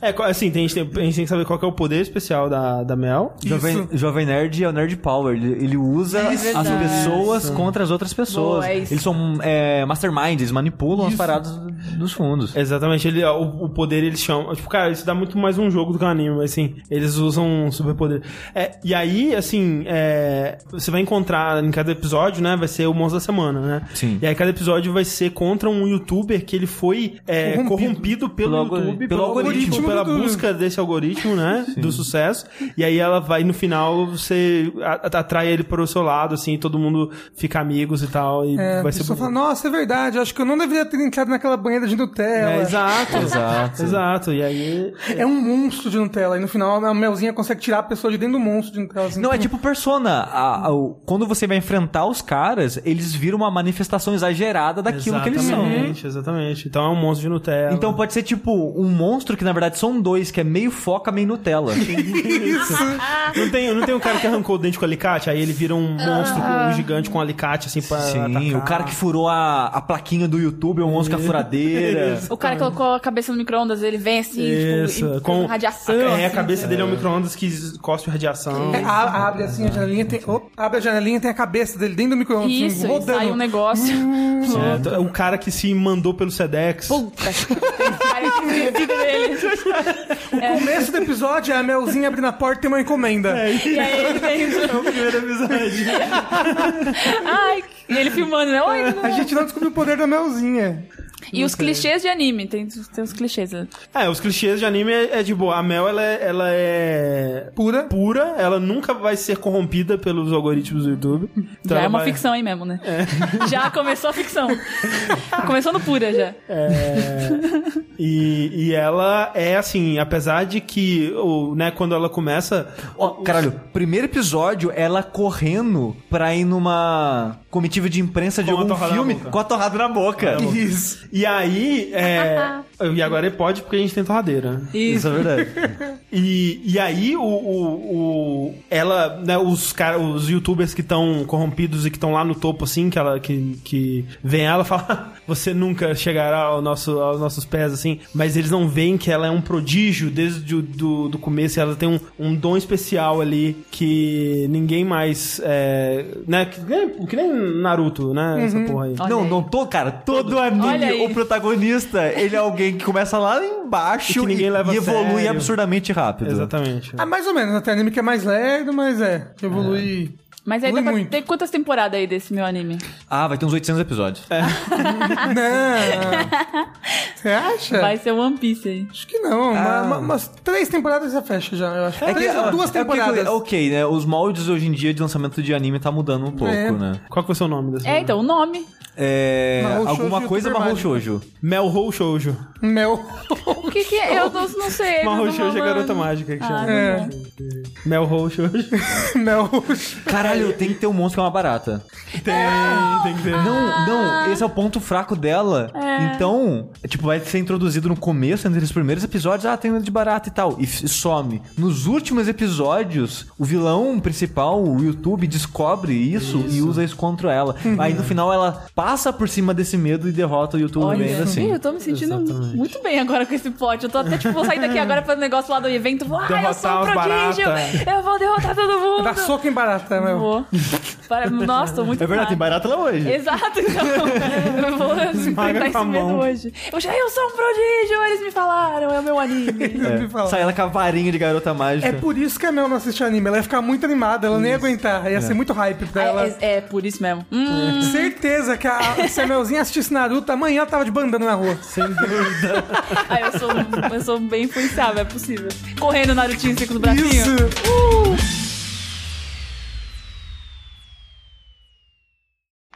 A: É, co- assim, tem, a gente tem- a gente tem que saber qual que é o poder especial da, da Mel.
C: Jovem,
D: Isso.
C: Jovem Nerd é o Nerd Power. Ele, ele usa as
B: É verdade.
C: pessoas
I: Ah.
C: contra as outras pessoas.
B: Boa, é isso.
C: Eles são é, masterminds, eles manipulam as paradas dos fundos.
A: Exatamente, ele, ó, o, o poder eles chamam. Tipo, cara, isso dá muito mais um jogo do que um anime, mas assim, eles usam um superpoder. É, e aí, assim, é, você vai encontrar em cada episódio, né? Vai ser o monstro da semana, né?
C: Sim.
A: E aí cada episódio vai ser contra um youtuber que ele foi é, corrompido.
D: Corrompido.
A: pelo,
C: Pelo
A: YouTube,
C: algori-
A: pelo,
C: pelo
A: algoritmo,
D: algoritmo
A: pela
D: do YouTube.
A: busca desse algoritmo, né? Do sucesso. E aí ela vai, no final, você a- atrai ele para o seu lado, assim, todo mundo fica amigos e tal. E
D: É, a
A: vai ser
D: pessoa
A: bonito.
D: fala, nossa, é verdade, acho que eu não deveria ter entrado naquela banheira de Nutella.
A: É, exato.
C: Exato.
A: Exato. E aí.
D: É um monstro de Nutella. tela. E no final a Melzinha consegue tirar a pessoa de dentro do monstro de um tela. assim,
C: Não, é
D: como-
C: tipo Persona. A- a- o- quando você vai enfrentar os caras, eles viram uma manifestação exagerada daquilo que eles são.
A: Exatamente, exatamente. Então é um monstro de Nutella.
C: Então pode ser tipo um monstro que na verdade são dois, que é meio foca,
A: *laughs*
C: meio Nutella.
A: Não tem, não tem um cara que arrancou o dente com alicate, aí ele vira um monstro, com- um gigante com alicate, assim, pra
C: Sim, Tipo,
A: atacar.
C: o cara que furou a, a plaquinha do YouTube é um monstro com
A: *laughs*
C: a furadeira.
B: O cara colocou a cabeça no micro-ondas, ele vem assim, tipo,
A: Isso,
B: e-
A: com
B: radiação.
A: É, a
B: assim.
A: cabeça dele é um micro-ondas que cospe radiação.
D: É, a- abre assim a janelinha, tem, oh, abre a janelinha tem a cabeça dele dentro do micro-ondas, assim,
B: Isso, e
D: rodando.
B: sai um negócio.
A: Certo. É O cara que se mandou pelo Sedex.
B: Puta que pariu, tem vídeo dele.
D: O começo do episódio é a Melzinha abrindo a porta e tem uma encomenda.
B: E aí ele tem.
A: primeiro episódio.
B: Ai, e ele filmando, né? Oi,
D: A
B: não.
D: gente não descobriu o poder da Melzinha.
B: E os clichês de anime, tem, tem os clichês. né?
A: *laughs* É, os clichês de anime é, é de boa. A Mel, ela é, ela é
D: Pura.
A: pura, ela nunca vai ser corrompida pelos algoritmos do YouTube. Então
B: já
A: ela
B: é uma
A: vai-
B: ficção aí mesmo, né? *laughs* Já começou a ficção. começou no pura já.
A: E, e ela é assim, apesar de que, o, né, quando ela começa.
C: Ó, caralho, primeiro episódio, ela correndo pra ir numa comitiva de imprensa de
A: Com a
C: algum
A: torrada na
C: filme
A: boca. É.
C: com a torrada na boca.
A: Isso. E aí. É, e agora ele pode porque a gente tem torradeira.
C: Isso é verdade.
A: E, e aí o, o, o- ela, né, os cara, os youtubers que estão corrompidos e que estão lá no topo assim, que ela que, que vem ela *laughs* e fala, você nunca chegará ao nosso, aos nossos pés assim, mas eles não veem que ela é um prodígio desde o do, do começo, ela tem um, um dom especial ali que ninguém mais é, né, que, nem- que nem Naruto, né, essa porra aí.
C: não,
B: aí.
C: não tô, cara. Todo
B: Olha
C: anime,
B: aí.
C: o protagonista, ele é alguém que começa lá embaixo
A: E que ninguém leva a
C: e evolui
A: sério.
C: absurdamente rápido.
A: Exatamente.
D: Ah, mais ou menos, até anime que é mais lerdo, mas é, que evolui.
B: Mas aí
D: Evolui
B: dá pra...
D: muito.
B: tem quantas temporadas aí desse meu anime?
C: Ah, vai ter uns 800 episódios.
D: Não. Você acha?
B: Vai ser One Piece aí.
D: Acho que não. uma- uma- umas três temporadas já fecha já, eu acho. três ou duas
C: é porque-
D: temporadas.
C: ok, né? Os moldes hoje em dia de lançamento de anime tá mudando um pouco,
D: É.
C: né?
A: Qual que vai ser o nome dessa?
B: É, então, o nome.
C: É.
D: Mahou
C: alguma
D: Shoujo e
C: coisa
D: Super
C: barrou
D: Mario.
C: *laughs* shoujo.
A: Mel Ho Shoujo.
D: Mel.
B: O que que é? Eu não, não sei.
A: Mel
B: não
A: Ho
B: tô
A: Shoujo é a
B: falando.
A: garota mágica que chama.
D: É.
A: Mel Ho Shoujo.
D: Mel.
C: Caralho, tem que ter um monstro que é uma barata.
A: Tem,
D: É.
A: tem que ter.
C: Não, não, esse é o ponto fraco dela. Então, é, tipo, vai ser introduzido no começo, entre os primeiros episódios, ah, tem medo de barata e tal, e f- some. Nos últimos episódios, o vilão principal, o YouTube, descobre isso, e usa isso contra ela. Aí no final ela passa por cima desse medo e derrota o YouTube
B: Olha,
C: ainda assim.
B: Ih, eu tô me sentindo muito bem agora com esse pote. Eu tô até, tipo, vou sair daqui agora pra um negócio lá do evento. Vou, ah, eu sou um
A: Derrotar os
B: prodígio.
A: barata.
B: Eu vou derrotar todo mundo.
D: Dá soco em barata, Mel.
B: Vou. Para- Nossa, tô muito
C: É verdade, tem
B: animada.
C: barata lá hoje.
B: Exato, então.
A: *laughs*
B: Eu vou enfrentar
A: com a
B: esse medo
A: mão.
B: hoje. Eu já, eu sou um prodígio, eles me falaram, é o meu
A: *laughs*
B: anime.
D: Eu ouvi falar.
C: Sai ela com a varinha de garota mágica.
D: É por isso que a Mel não assiste anime. Ela ia ficar muito animada, ela nem ia aguentar. Ia ser muito hype pra ela.
B: É, é, é por isso mesmo. Hum,
A: É.
D: Certeza que a, se a Melzinha assistisse Naruto, amanhã ela tava de bandana na rua.
B: ah, eu, sou, eu sou bem influenciável, é possível. Correndo Narutinho assim, com os bracinhos.
D: Isso!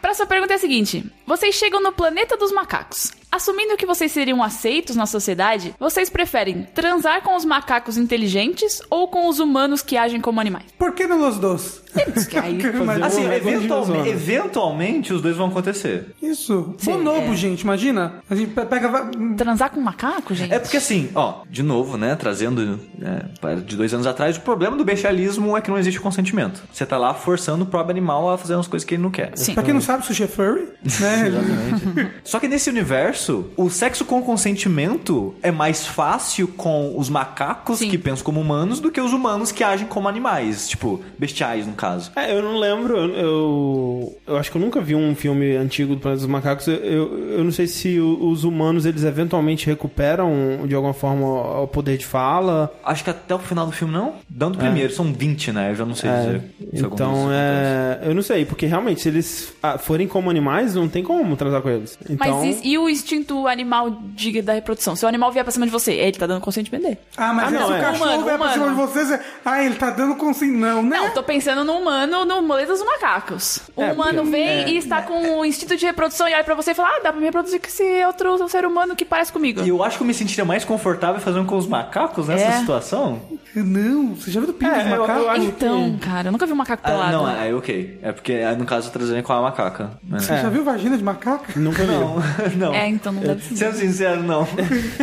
B: Próxima pergunta é a seguinte: Vocês chegam no planeta dos macacos. Assumindo que vocês seriam aceitos na sociedade, vocês preferem transar com os macacos inteligentes ou com os humanos que agem como animais?
D: Por que não Los Dos?
B: Diz
D: *laughs*
B: que aí-
C: Assim,
A: Fazer um negócio de
C: eventualmente,
A: zona.
C: eventualmente os dois vão acontecer.
D: Isso. Bonobo, gente, imagina. A gente pe- pega. va-
B: transar com macaco, gente?
C: É porque assim, ó, de novo, né, trazendo né, para- de dois anos atrás, o problema do bestialismo é que não existe consentimento. Você tá lá forçando o próprio animal a fazer umas coisas que ele não quer.
B: Sim.
D: Pra quem não sabe, sushi é furry, né? Ele-
C: Só que nesse universo, o sexo com consentimento é mais fácil com os macacos
B: Sim.
C: que pensam como humanos do que os humanos que agem como animais, tipo, bestiais no caso.
A: É, eu não lembro, eu, eu, eu acho que eu nunca vi um filme antigo do Planeta dos Macacos. Eu, eu, eu não sei se o- os humanos eles eventualmente recuperam de alguma forma o poder de fala.
C: Acho que até o final do filme não? Dando primeiro, são 20, né? Eu já não sei dizer.
A: É.
C: se algum
A: Então,
C: desses acontece.
A: é, eu não sei, porque realmente se eles ah, forem como animais, não tem como transar com eles. Então,
B: Mas e, e o instinto animal de, da reprodução? Se o animal vier pra cima de você, ele tá dando consentimento dele.
D: Ah, mas
A: Ah,
D: aí
A: não,
D: se o
A: é.
D: cachorro
B: Humano,
D: vai pra cima de é,
B: humano.
D: vocês, ah, ele tá dando consenso. Não, né?
B: Não, tô pensando num um humano no Moleta dos Macacos. Um
F: É,
B: humano
F: porque-
B: vem e está com o instinto de reprodução e olha pra você e fala: Ah, dá pra me reproduzir com esse outro ser humano que parece comigo.
C: E eu acho que eu me sentiria mais confortável fazendo com os macacos nessa
B: É.
C: situação.
D: Não, você já viu do pinto
F: É,
D: de
F: eu-
D: macaco?
F: eu acho-
B: Então, cara, eu nunca vi um macaco
C: Ah,
B: pelado.
C: não, é, ok. É porque, ah, no caso, eu trazer com a macaca. Mas...
D: Você já viu vagina de macaco?
A: Nunca vi.
C: Não, *laughs* não.
B: É, então não deve ser.
C: Sendo sincero, não.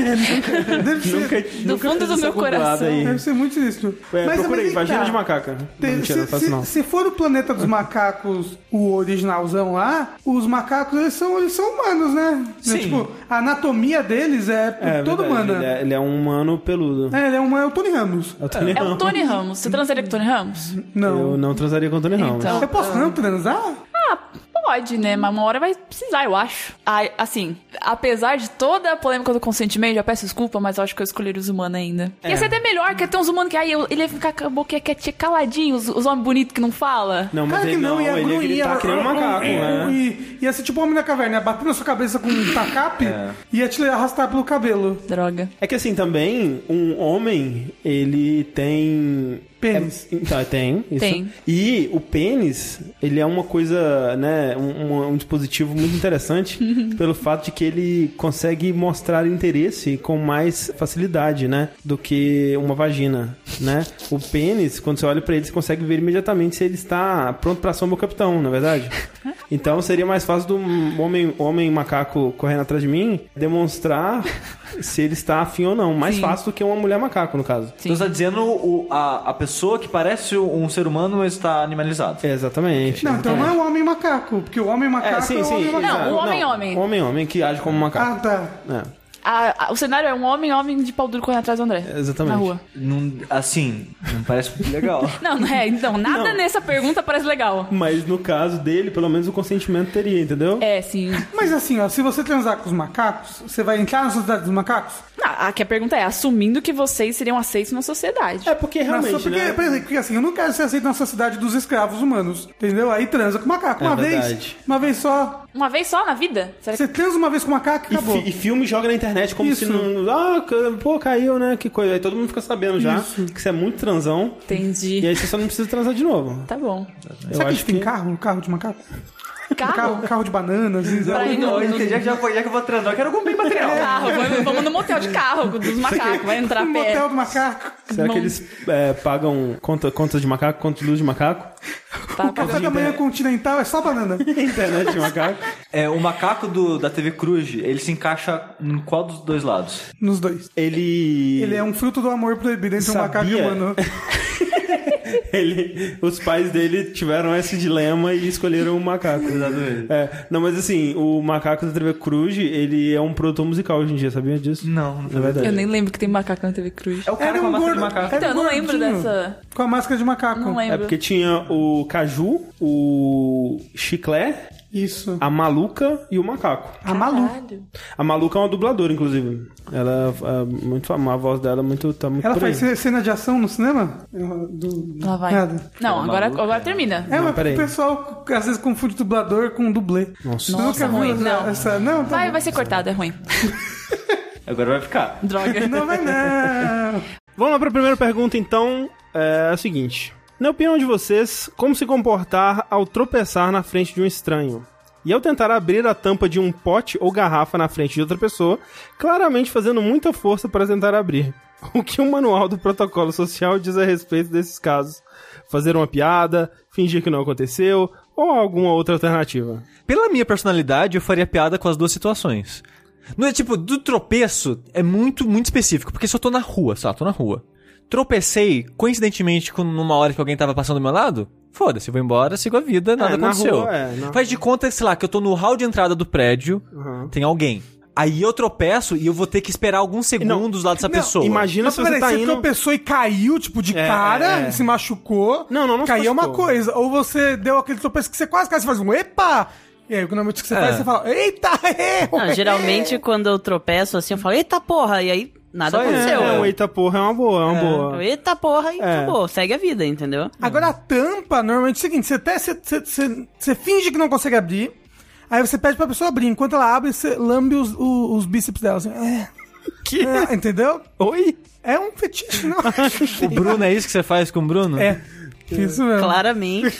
D: Deve ser,
B: Do fundo do meu coração.
D: deve ser muito sinistro.
A: É, procurei,
D: aí que
A: vagina
D: tá.
A: de macaca. Não,
D: Tem-
A: mentira, não
D: se,
A: faço
D: se-
A: não.
D: se for o planeta dos macacos, o originalzão lá, os macacos eles são, eles são humanos, né?
C: Sim.
D: Tipo, a anatomia deles é,
A: É,
D: toda
A: verdade,
D: humana.
A: Ele é, ele é um humano peludo.
D: É, ele é, um, é o Tony Ramos.
A: É o Tony
B: É o
A: Ramos.
B: Tony *laughs* Ramos. Você transaria com o Tony Ramos?
A: Eu
D: Não.
A: não transaria com o Tony Ramos.
B: Então.
D: Eu posso não transar?
B: Ah, pode, né? Mas uma hora vai precisar, eu acho. Ah, assim, apesar de toda a polêmica do consentimento, já peço desculpa, mas eu acho que eu escolheria os humanos ainda. Ia ser até melhor, que tem uns humanos que aí eu- ele ia ficar com a boquinha quietinha, caladinho, os, os homens bonitos que não falam.
A: Não, mas
D: Claro
A: ele
D: que não,
A: não,
D: ia
A: ele ia
D: grunhir.
A: gritar que nem um macaco, né?
D: E ia ser tipo um homem na caverna, ia bater na sua cabeça com um tacape e ia te arrastar pelo cabelo.
B: Droga.
A: É que assim, também, um homem, ele tem...
D: Pênis.
A: É, então, tem, isso.
B: Tem.
A: E o pênis, ele é uma coisa, né, um, um- um dispositivo muito
B: *laughs*
A: interessante pelo fato de que ele consegue mostrar interesse com mais facilidade, né, do que uma vagina, né? O pênis, quando você olha pra ele, você consegue ver imediatamente se ele está pronto pra sombra o capitão, na é
B: *laughs*
A: verdade? Então seria mais fácil do homem, homem macaco correndo atrás de mim
B: *laughs*
A: demonstrar se ele está afim ou não. Mais
B: Sim.
A: fácil do que uma mulher macaco, no caso.
C: Então você tá dizendo o- a, a pessoa que parece um ser humano, mas tá animalizado.
A: Exatamente.
D: Não, então não é um homem macaco, porque o homem macaco é, o homem macaco.
A: exato.
B: Não, o homem-homem.
A: Homem-homem que age como
D: Ah,
A: macaco.
D: tá.
B: A- a- o cenário é um homem, homem de pau duro correndo atrás do André.
A: É, exatamente.
B: Na rua.
C: Não, assim, não parece muito legal.
B: Não, não é. Então, nada nessa pergunta parece legal.
A: Mas no caso dele, pelo menos o consentimento teria, entendeu?
B: É, sim.
D: Mas assim, ó, se você transar com os macacos, você vai entrar na sociedade dos macacos?
B: Ah, aqui a pergunta é, assumindo que vocês seriam aceitos na sociedade.
A: É porque
D: Na
A: realmente,
D: sua- porque,
A: né?
D: por exemplo, porque assim, eu não quero ser aceito na sociedade dos escravos humanos, entendeu? Aí transa com macaco.
A: É
D: uma vez,
A: verdade.
D: uma vez só.
B: Uma vez só na vida? Será que...
D: Você transa uma vez com macaco e
A: E,
D: acabou.
A: fi- e filme joga na internet como
D: Isso.
A: se não. Ah, ca- pô, caiu, né? Que coisa. Aí todo mundo fica sabendo já
D: Isso.
A: que você é muito transão. E
B: Entendi.
A: aí você só não precisa transar de novo.
B: Tá bom.
A: Eu
D: Será que a
A: acho
D: gente tem carro? Carro de macaco?
B: Carro?
D: Carro, carro de bananas?
B: Pra ir no- no-
C: já, já, foi- já que eu vou transar, eu quero algum bem material.
B: É. carro. Vamos, vamos no motel de carro dos macacos. Vai
C: *laughs*
B: entrar
D: Um
B: a pé.
D: motel do macaco.
A: Será
B: Não.
A: que eles é, pagam conta, contas de macaco, conta de luz de macaco?
B: Tá, tá.
D: Um Café da manhã continental é só
B: *laughs*
D: banana.
A: Internet de macaco?
C: É, o macaco do, da TV Cruz, ele se encaixa em qual dos dois lados?
D: Nos dois.
A: Ele.
D: Ele é um fruto do amor proibido entre um
A: Sabia?
D: macaco e um humano.
A: Ele, os pais dele tiveram esse dilema e escolheram o macaco. Exatamente. não, mas assim, o macaco da TV Cruz, ele é um produtor musical hoje em dia, sabia disso?
C: Não, não
A: É verdade.
B: Eu nem lembro que tem macaco na TV Cruz.
C: É o cara
D: Era
C: com a
D: um
C: máscara de
D: gordo.
C: macaco.
B: Então, eu não
D: gordinho.
B: lembro dessa.
D: Com a máscara de macaco.
B: Não
A: É
B: lembro.
A: porque tinha o Caju, o Chiclé,
D: Isso.
A: a Maluca e o Macaco.
C: tá
D: A Malu.
B: Caralho.
A: A Maluca é uma dubladora, inclusive. Ela é muito famosa, a voz dela é muito, tá muito
D: Ela
A: por
D: faz
A: aí.
D: cena de ação no cinema? Ela- Do...
B: Lá vai.
C: É.
D: Nada.
B: Não, agora, agora termina.
D: É,
A: Não,
D: mas
A: peraí.
D: o pessoal às vezes confunde dublador com dublê.
A: Nossa.
D: Você nunca
B: Nossa,
D: viu
B: ruim.
D: essa-
B: Não.
D: Essa... Não, tá
B: Vai,
D: bom.
B: vai ser cortado, é ruim. *laughs*
C: Agora vai ficar.
B: Droga.
D: *laughs* Não vai não.
A: Vamos lá para a primeira pergunta, então. É a seguinte: Na opinião de vocês, como se comportar ao tropeçar na frente de um estranho? E ao tentar abrir a tampa de um pote ou garrafa na frente de outra pessoa, claramente fazendo muita força para tentar abrir. O que o manual do protocolo social diz a respeito desses casos? Fazer uma piada, fingir que não aconteceu ou alguma outra alternativa?
I: Pela minha personalidade, eu faria piada com as duas situações. Não é tipo, do tropeço é muito, muito específico, porque se eu tô na rua, só tô na rua. Tropecei, coincidentemente, com- numa hora que alguém tava passando do meu lado, foda-se, eu vou embora, sigo a vida, nada
A: É, na
I: aconteceu.
A: rua, é, na-
I: Faz de conta, sei lá, que eu tô no hall de entrada do prédio,
A: Uhum.
I: tem alguém. Aí eu tropeço e eu vou ter que esperar alguns segundos lá dessa pessoa.
A: Imagina
D: Mas
A: se você
D: peraí,
A: tá
D: você
A: indo.
D: tropeçou e caiu, tipo, de
A: É,
D: cara
A: é, é.
D: e se machucou.
A: Não, não, não se
D: Caiu é uma
A: machucou.
D: coisa. Ou você deu aquele tropeço que você quase caiu, você faz um epa! E aí, normalmente o que você
A: É.
D: faz, você fala, eita, *laughs* erro!
N: Não, tá? geralmente quando eu tropeço assim, eu falo, eita porra, e aí nada aconteceu.
A: É, um eita porra, é uma boa, é uma
N: Eu,
A: boa.
N: Eita porra, e
A: É.
N: acabou, segue a vida, entendeu?
D: Agora a tampa, normalmente é o seguinte, você até você, você, você, você finge que não consegue abrir, aí você pede pra pessoa abrir. Enquanto ela abre, você lambe os, o- os bíceps dela, assim, é.
A: Que?
D: É, entendeu?
A: Oi?
D: É um fetiche, não.
I: O Bruno, é isso que você faz com o Bruno?
D: É. Isso mesmo.
N: Claramente.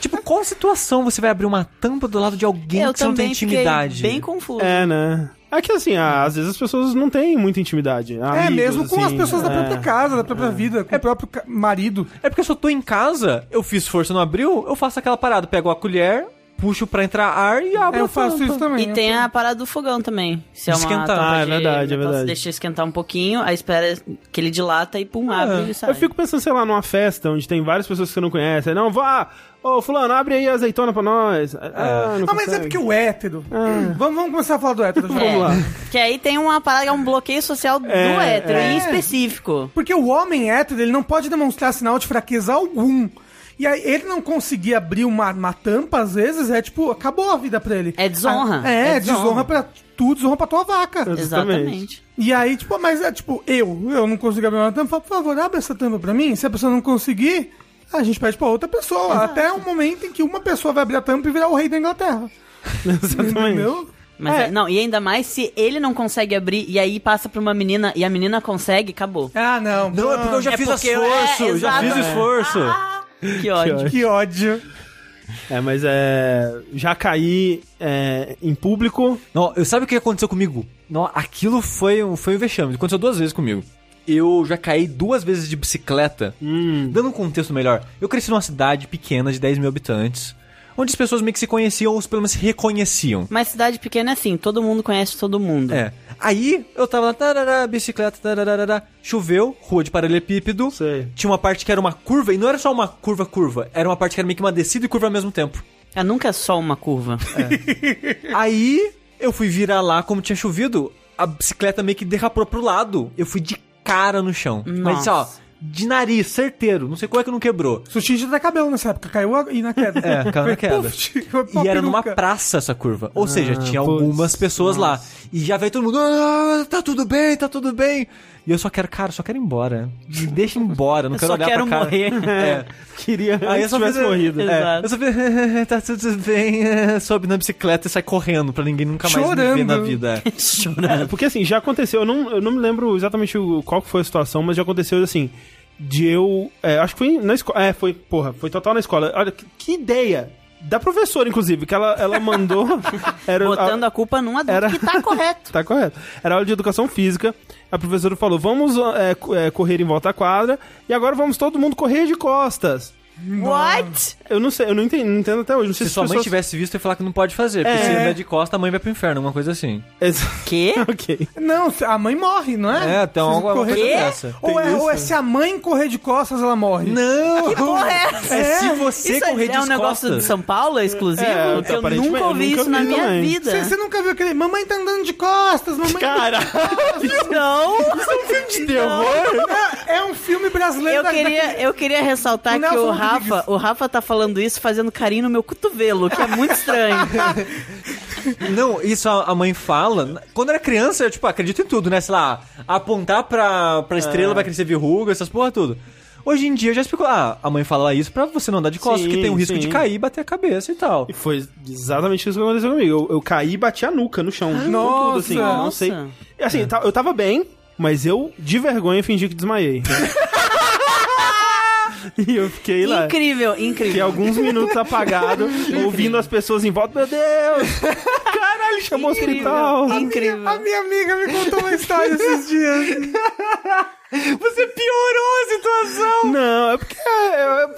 I: Tipo, qual situação você vai abrir uma tampa do lado de alguém
N: eu
I: que você não tem
N: também fiquei
I: intimidade?
N: bem
D: tipo,
N: confuso.
A: É, né? É que assim, ah, às vezes as pessoas não têm muita intimidade.
D: É, mesmo com as
A: assim,
D: pessoas da
A: é.
D: própria casa, da própria vida, com o próprio ca- marido.
I: É porque se eu tô em casa, eu fiz força no abril, eu faço aquela parada, pego a colher, puxo pra entrar ar e abro
D: É,
I: a
D: eu faço
I: tampa.
D: isso também.
N: E
D: eu
N: tem
D: faço.
N: a parada do fogão também. Se é uma
I: Esquentar.
N: tampa
A: Ah, é
N: de
A: verdade, é
N: metal, você
A: verdade.
N: Deixa esquentar um pouquinho, aí espera que ele dilata e pum, abre e sai.
A: Eu fico pensando, sei lá, numa festa onde tem várias pessoas que você não conhece. Aí, não, vá! Ô, fulano, abre aí a azeitona pra nós. Ah, não
D: Ah, mas é
A: consegue. *laughs*
D: porque o hétero. Vamos, vamos começar a falar do hétero.
N: É,
D: Vamos lá.
N: Que aí tem uma parada, é um bloqueio social do
A: É,
N: hétero,
D: é.
N: em específico.
D: Porque o homem hétero, ele não pode demonstrar sinal de fraqueza algum. E aí, ele não conseguir abrir uma, uma tampa, às vezes, é tipo, acabou a vida pra ele.
N: É desonra.
D: Ah, É,
N: É
D: desonra.
N: desonra. É
D: pra tu, desonra pra tua vaca.
A: Exatamente.
N: Exatamente.
D: E aí, tipo, mas é tipo, eu, eu não consigo abrir uma tampa, por favor, abre essa tampa pra mim. Se a pessoa não conseguir, a gente pede pra outra pessoa. Até o momento em que uma pessoa vai abrir a tampa e virar o rei da Inglaterra.
A: Exatamente.
D: Entendeu?
N: Mas é- não, e ainda mais se ele não consegue abrir e aí passa pra uma menina e a menina consegue, acabou.
D: Ah, não.
C: Não, é
I: Então
C: porque eu já
N: É
C: fiz
A: assim.
N: porque eu-
C: esforço, já
N: é,
C: fiz
N: exato. Ah,
C: esforço.
N: Que ódio.
A: ódio.
D: Que ódio.
A: É, mas é. Já caí é, em público.
C: Não, eu sabe o que aconteceu comigo? Não, aquilo foi um, foi um vexame. Aconteceu duas vezes comigo. Eu já caí duas vezes de bicicleta.
A: Hum.
C: Dando um contexto melhor, eu cresci numa cidade pequena de 10 mil habitantes, onde as pessoas meio que se conheciam ou pelo menos se reconheciam.
N: Mas cidade pequena é assim, todo mundo conhece todo mundo.
C: É. *laughs* Aí eu tava lá, tarará, bicicleta, tarará, choveu, rua de paralelepípedo.
A: Sei.
C: Tinha uma parte que era uma curva, e não era só uma curva curva, era uma parte que era meio que uma descida e curva ao mesmo tempo.
N: É, nunca é só uma curva.
C: Aí eu fui virar lá, como tinha chovido, a bicicleta meio que derrapou pro lado. Eu fui de cara no chão. Mas assim, ó,
N: Nossa.
C: de nariz, certeiro. Não sei como é que não quebrou.
D: Sushi já tá cabelo nessa época, caiu a- e na queda.
C: É, caiu na queda.
D: Puff, foi pra
C: E era numa
D: peruca.
C: praça essa curva.
N: Ah,
C: Ou seja, tinha algumas pessoas lá. E já veio todo mundo. "Ah, tá tudo bem, tá tudo bem. E eu só quero, cara, só quero ir embora. *laughs* Me deixa ir embora, não
N: Eu
C: quero
N: só
C: olhar
N: quero
C: pra cara.
N: morrer.
C: *laughs* É.
A: Queria
C: Aí eu
A: antes
C: só fiz,
A: tivesse morrido.
C: é,
N: Exato.
C: eu só fiz, *laughs* tá tudo bem, *laughs* sobe na bicicleta e sai correndo pra ninguém nunca mais me ver
D: Chorando.
C: na
N: *laughs*
C: vida. é.
A: É, porque assim, já aconteceu, eu não, eu não me lembro exatamente o- qual que foi a situação, mas já aconteceu assim, de eu. é, acho que foi na escola. É, foi, porra, foi total na escola. Olha, que, que ideia! Da professora, inclusive, que ela, ela mandou. *laughs* Era,
N: Botando a culpa num adulto
A: Era-
N: que
A: *laughs*
N: tá correto.
A: Tá correto. Era aula de educação física. A professora falou: vamos é, co- é, correr em volta à quadra e agora vamos todo mundo correr de costas.
N: What?
A: Eu não sei, eu não entendo, não entendo até hoje. Não sei
C: Se
A: se,
C: sua
A: as
C: mãe
A: pessoas... *laughs*
C: tivesse visto, eu ia falar que não pode fazer. Porque
A: É.
C: se anda de costa, a mãe vai pro inferno, uma coisa assim.
A: Ex-
N: Quê?
A: *laughs* ok.
D: Não, se- a mããe morre, não é?
C: É, então
D: Se
C: alguma
D: correr-
C: coisa
N: Quê?
C: dessa. né?
D: Ou é, ou é se a mãe correr de costas, ela morre.
C: Não!
N: Que porra é essa?
C: É se você
N: *laughs* isso
C: correr
N: é,
C: de
N: um negócio de
C: costas.
N: São Paulo, é exclusivo?
A: É,
N: Porque eu
A: aparentemente,
N: nunca
A: eu
N: ouvi
A: nunca
N: isso na
A: vi
N: minha
A: também.
N: vida. *laughs*
D: Você nunca viu aquele. Mamãe tá andando de costas, mamãe. tá
A: Cara,
N: Não!
D: Não, é um filme brasileiro
N: Eu
D: da-
N: queria, eu queria ressaltar
D: O
N: que
D: Nelson
N: o
D: Rodrigues.
N: Rafa, o Rafa tá falando isso fazendo carinho no meu cotovelo, que é muito estranho.
C: Não, isso a, a mãe fala. Quando eu era criança, eu, tipo, acredito em tudo, né? Sei lá, apontar pra,
I: É.
C: pra estrela vai crescer verruga, essas porra tudo. Hoje em dia eu já explico, ah, a mãe fala isso pra você não andar de costas,
A: Sim,
C: porque tem o risco
A: sim.
C: de cair e bater a cabeça e tal.
A: E foi exatamente isso que aconteceu comigo. Eu, eu caí e bati a nuca no chão. com
D: nossa.
A: assim, eu não
N: Nossa.
A: sei. E assim, tá- eu tava bem, mas eu, de vergonha, fingi que desmaiei. e eu fiquei lá.
N: incrível,
A: Fiquei
N: incrível.
A: alguns minutos apagado, ouvindo as pessoas em volta. Meu Deus! Caralho, chamou o
N: Incrível,
A: hospital.
D: Ah,
N: incrível.
D: A minha amiga me contou uma história esses dias.
C: *laughs* Você piorou a situação!
A: Não, é porque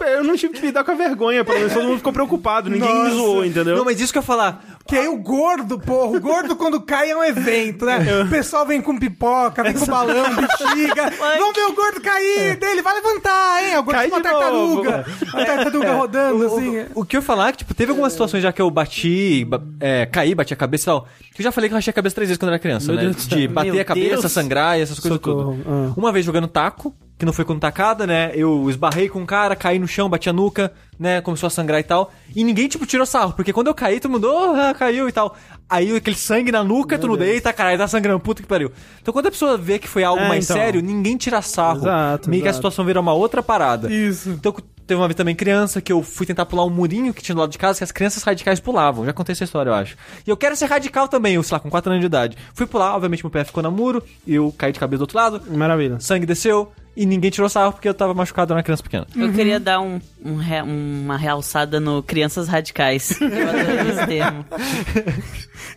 A: eu, eu não tive que lidar com a vergonha, pelo menos todo mundo ficou preocupado, ninguém me zoou, entendeu?
C: Não, mas isso que eu ia falar.
D: Que aí o gordo, porra. O gordo quando cai é um evento, né? O pessoal vem com pipoca, vem com balão, bexiga. Vamos ver o gordo cair dele, vai levantar, hein? O gordo
A: Cai
D: com uma
A: de novo.
D: tartaruga. Uma tartaruga rodando, assim. é.
C: O que eu ia falar é que, tipo, teve algumas situações já que eu bati, ba- é, caí, bati a cabeça e tal. Que eu já falei que eu rachei a cabeça três vezes quando eu era criança, né?
A: Deus do céu.
C: de bater
N: Meu
C: a cabeça,
N: Deus.
C: sangrar e essas coisas
A: Socorro.
C: tudo.
A: Ah.
C: Uma vez jogando taco, que não foi com tacada, né? Eu esbarrei com um cara, caí no chão, bati a nuca, né? Começou a sangrar e tal. E ninguém, tipo, tirou sarro, porque quando eu caí, todo mundo, "Oh, ah, caiu e tal. Aí aquele sangue na nuca, todo mundo, eita, caralho, tá sangrando, puta que pariu. Então quando a pessoa vê que foi algo
A: É,
C: mais
A: então.
C: sério, ninguém tira sarro.
A: Exato,
C: Meio que a
A: exato.
C: situação vira uma outra parada.
D: Isso.
C: Então, teve uma vez também criança que eu fui tentar pular um murinho que tinha do lado de casa que as crianças radicais pulavam. Já contei essa história, eu acho. E eu quero ser radical também, eu, sei lá, com 4 anos de idade. Fui pular, obviamente meu pé ficou no muro, eu caí de cabeça do outro lado,
A: Maravilha.
C: sangue desceu. e ninguém tirou sarro porque eu tava machucado na criança pequena.
N: Eu queria dar um, um re- uma realçada no crianças radicais. Eu adorei esse termo.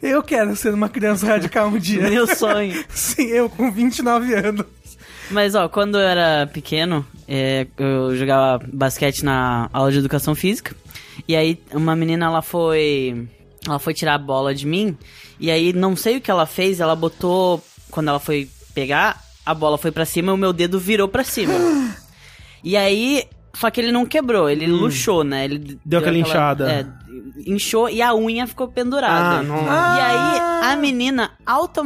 D: Eu quero ser uma criança radical um dia.
N: Meu sonho.
D: *laughs* Sim, eu com 29 anos.
N: Mas, ó, quando eu era pequeno, é, eu jogava basquete na aula de educação física. E aí, uma menina, ela foi. Ela foi tirar a bola de mim. E aí, não sei o que ela fez, ela botou. Quando ela foi pegar, a bola foi pra cima e o meu dedo virou pra cima. e aí. Só que ele não quebrou, ele luxou, né? Ele deu,
O: Hum. aquela inchada.
N: É, inchou e a unha ficou pendurada.
O: Ah, não.
N: E aí, a menina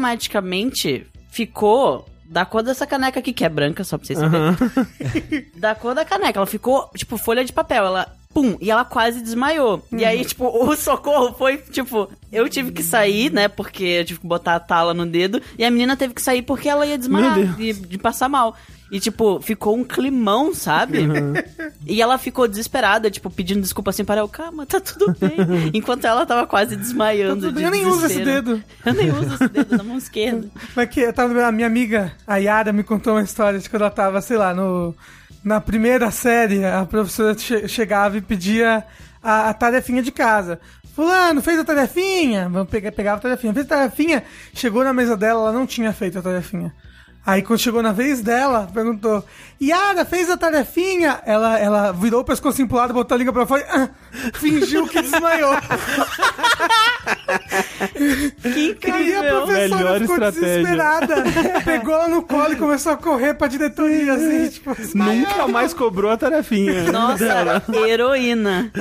N: automaticamente ficou da cor dessa caneca aqui, que é branca, só pra vocês saberem. Da cor da caneca. Ela ficou, tipo, folha de papel. Ela. Pum, e ela quase desmaiou. E
D: Uhum.
N: aí, tipo, o *laughs* socorro foi, tipo, eu tive que sair, né? Porque eu tive que botar a tala no dedo. E a menina teve que sair porque ela ia
O: Meu
N: desmaiar, de, de passar mal. E, tipo, ficou um climão, sabe?
D: Uhum.
N: E ela ficou desesperada, tipo, pedindo desculpa assim para eu, calma, tá tudo
D: *laughs*
N: bem. Enquanto ela tava quase
D: Tá
N: desmaiando.
D: Tudo
N: de
D: bem, Eu nem uso esse
N: desespero.
D: dedo.
N: Eu nem uso esse dedo na
D: *laughs*
N: mão esquerda.
D: Mas que eu tava, a minha amiga, a Yara, me contou uma história de quando ela tava, sei lá, no, na primeira série, a professora che- chegava e pedia a, a tarefinha de casa. Fulano, fez a tarefinha? Vamos pegar, pegava a tarefinha. Fez a tarefinha, chegou na mesa dela, ela não tinha feito a tarefinha. Aí quando chegou na vez dela, perguntou: Yara, fez a tarefinha? Ela, ela virou o pescoço pro lado, botou a língua pra fora e ah, fingiu que desmaiou.
N: Que
D: Aí a
N: incrível!
D: professora
O: Melhor
D: ficou
O: estratégia.
D: desesperada. Pegou ela no colo e começou a correr pra diretoria, assim, tipo...
O: Nunca mais cobrou a tarefinha.
N: Nossa, heroína.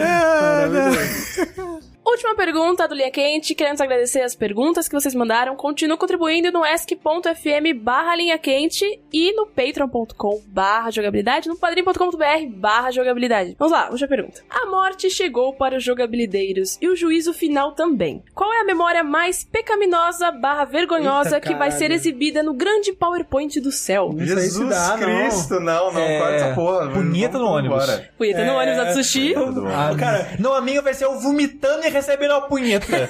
B: Última pergunta do Linha Quente. Queremos agradecer as perguntas que vocês mandaram. Continua contribuindo no ask.fm barra linha quente e no patreon.com barra jogabilidade, no padrim.com.br barra jogabilidade. Vamos lá, última pergunta. A morte chegou para os jogabilideiros e o juízo final também. Qual é a memória mais pecaminosa barra vergonhosa
C: Eita,
B: que vai ser
C: caralho.
B: exibida no grande PowerPoint do céu?
E: Jesus Cristo, Ah, não, não,
C: É,
E: corta essa porra.
C: punheta
E: Vamos
C: no ônibus.
E: embora.
B: Punheta no
C: É,
B: ônibus da sushi.
E: Punheta do ônibus.
C: cara, não, a minha vai ser eu vomitando e recebendo uma punheta.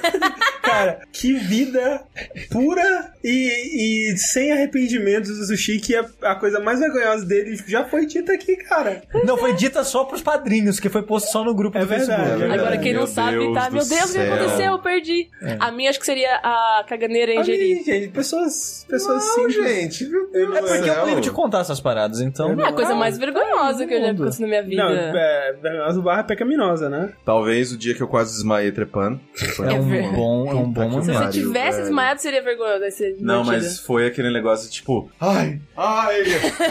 A: Cara, que vida pura e, e sem arrependimentos do Sushi, que é a, a coisa mais vergonhosa dele já foi dita aqui, cara.
C: não, foi dita só pros padrinhos, que foi posto só no grupo
A: É
C: do
A: verdade.
C: Facebook.
E: É verdade.
B: Agora, quem não
E: Meu
B: sabe,
E: Deus
B: tá?
E: do
B: Meu Deus, o que
E: céu. É.
B: aconteceu? Eu perdi. A minha acho que seria a caganeira
A: Olha
B: ingerir.
A: aí, gente, pessoas, pessoas
E: Não,
A: simples.
E: gente, meu Deus
C: É
E: do
C: porque eu
E: céu.
C: ligo de contar essas paradas, então.
B: É a coisa mais vergonhosa que eu já aconteci na minha vida.
A: Não, é, vergonhosa barra pecaminosa, né?
E: Talvez o dia que eu quase desmaiei trepando. Foi
B: É verdade.
C: bom, é um bom
E: Puta
B: Se
C: momento.
E: que
B: você
E: pariu,
B: tivesse
E: velho.
B: desmaiado, seria vergonhoso. ia ser
E: é. Não,
B: divertido.
E: mas foi aquele negócio de tipo, ai, ai,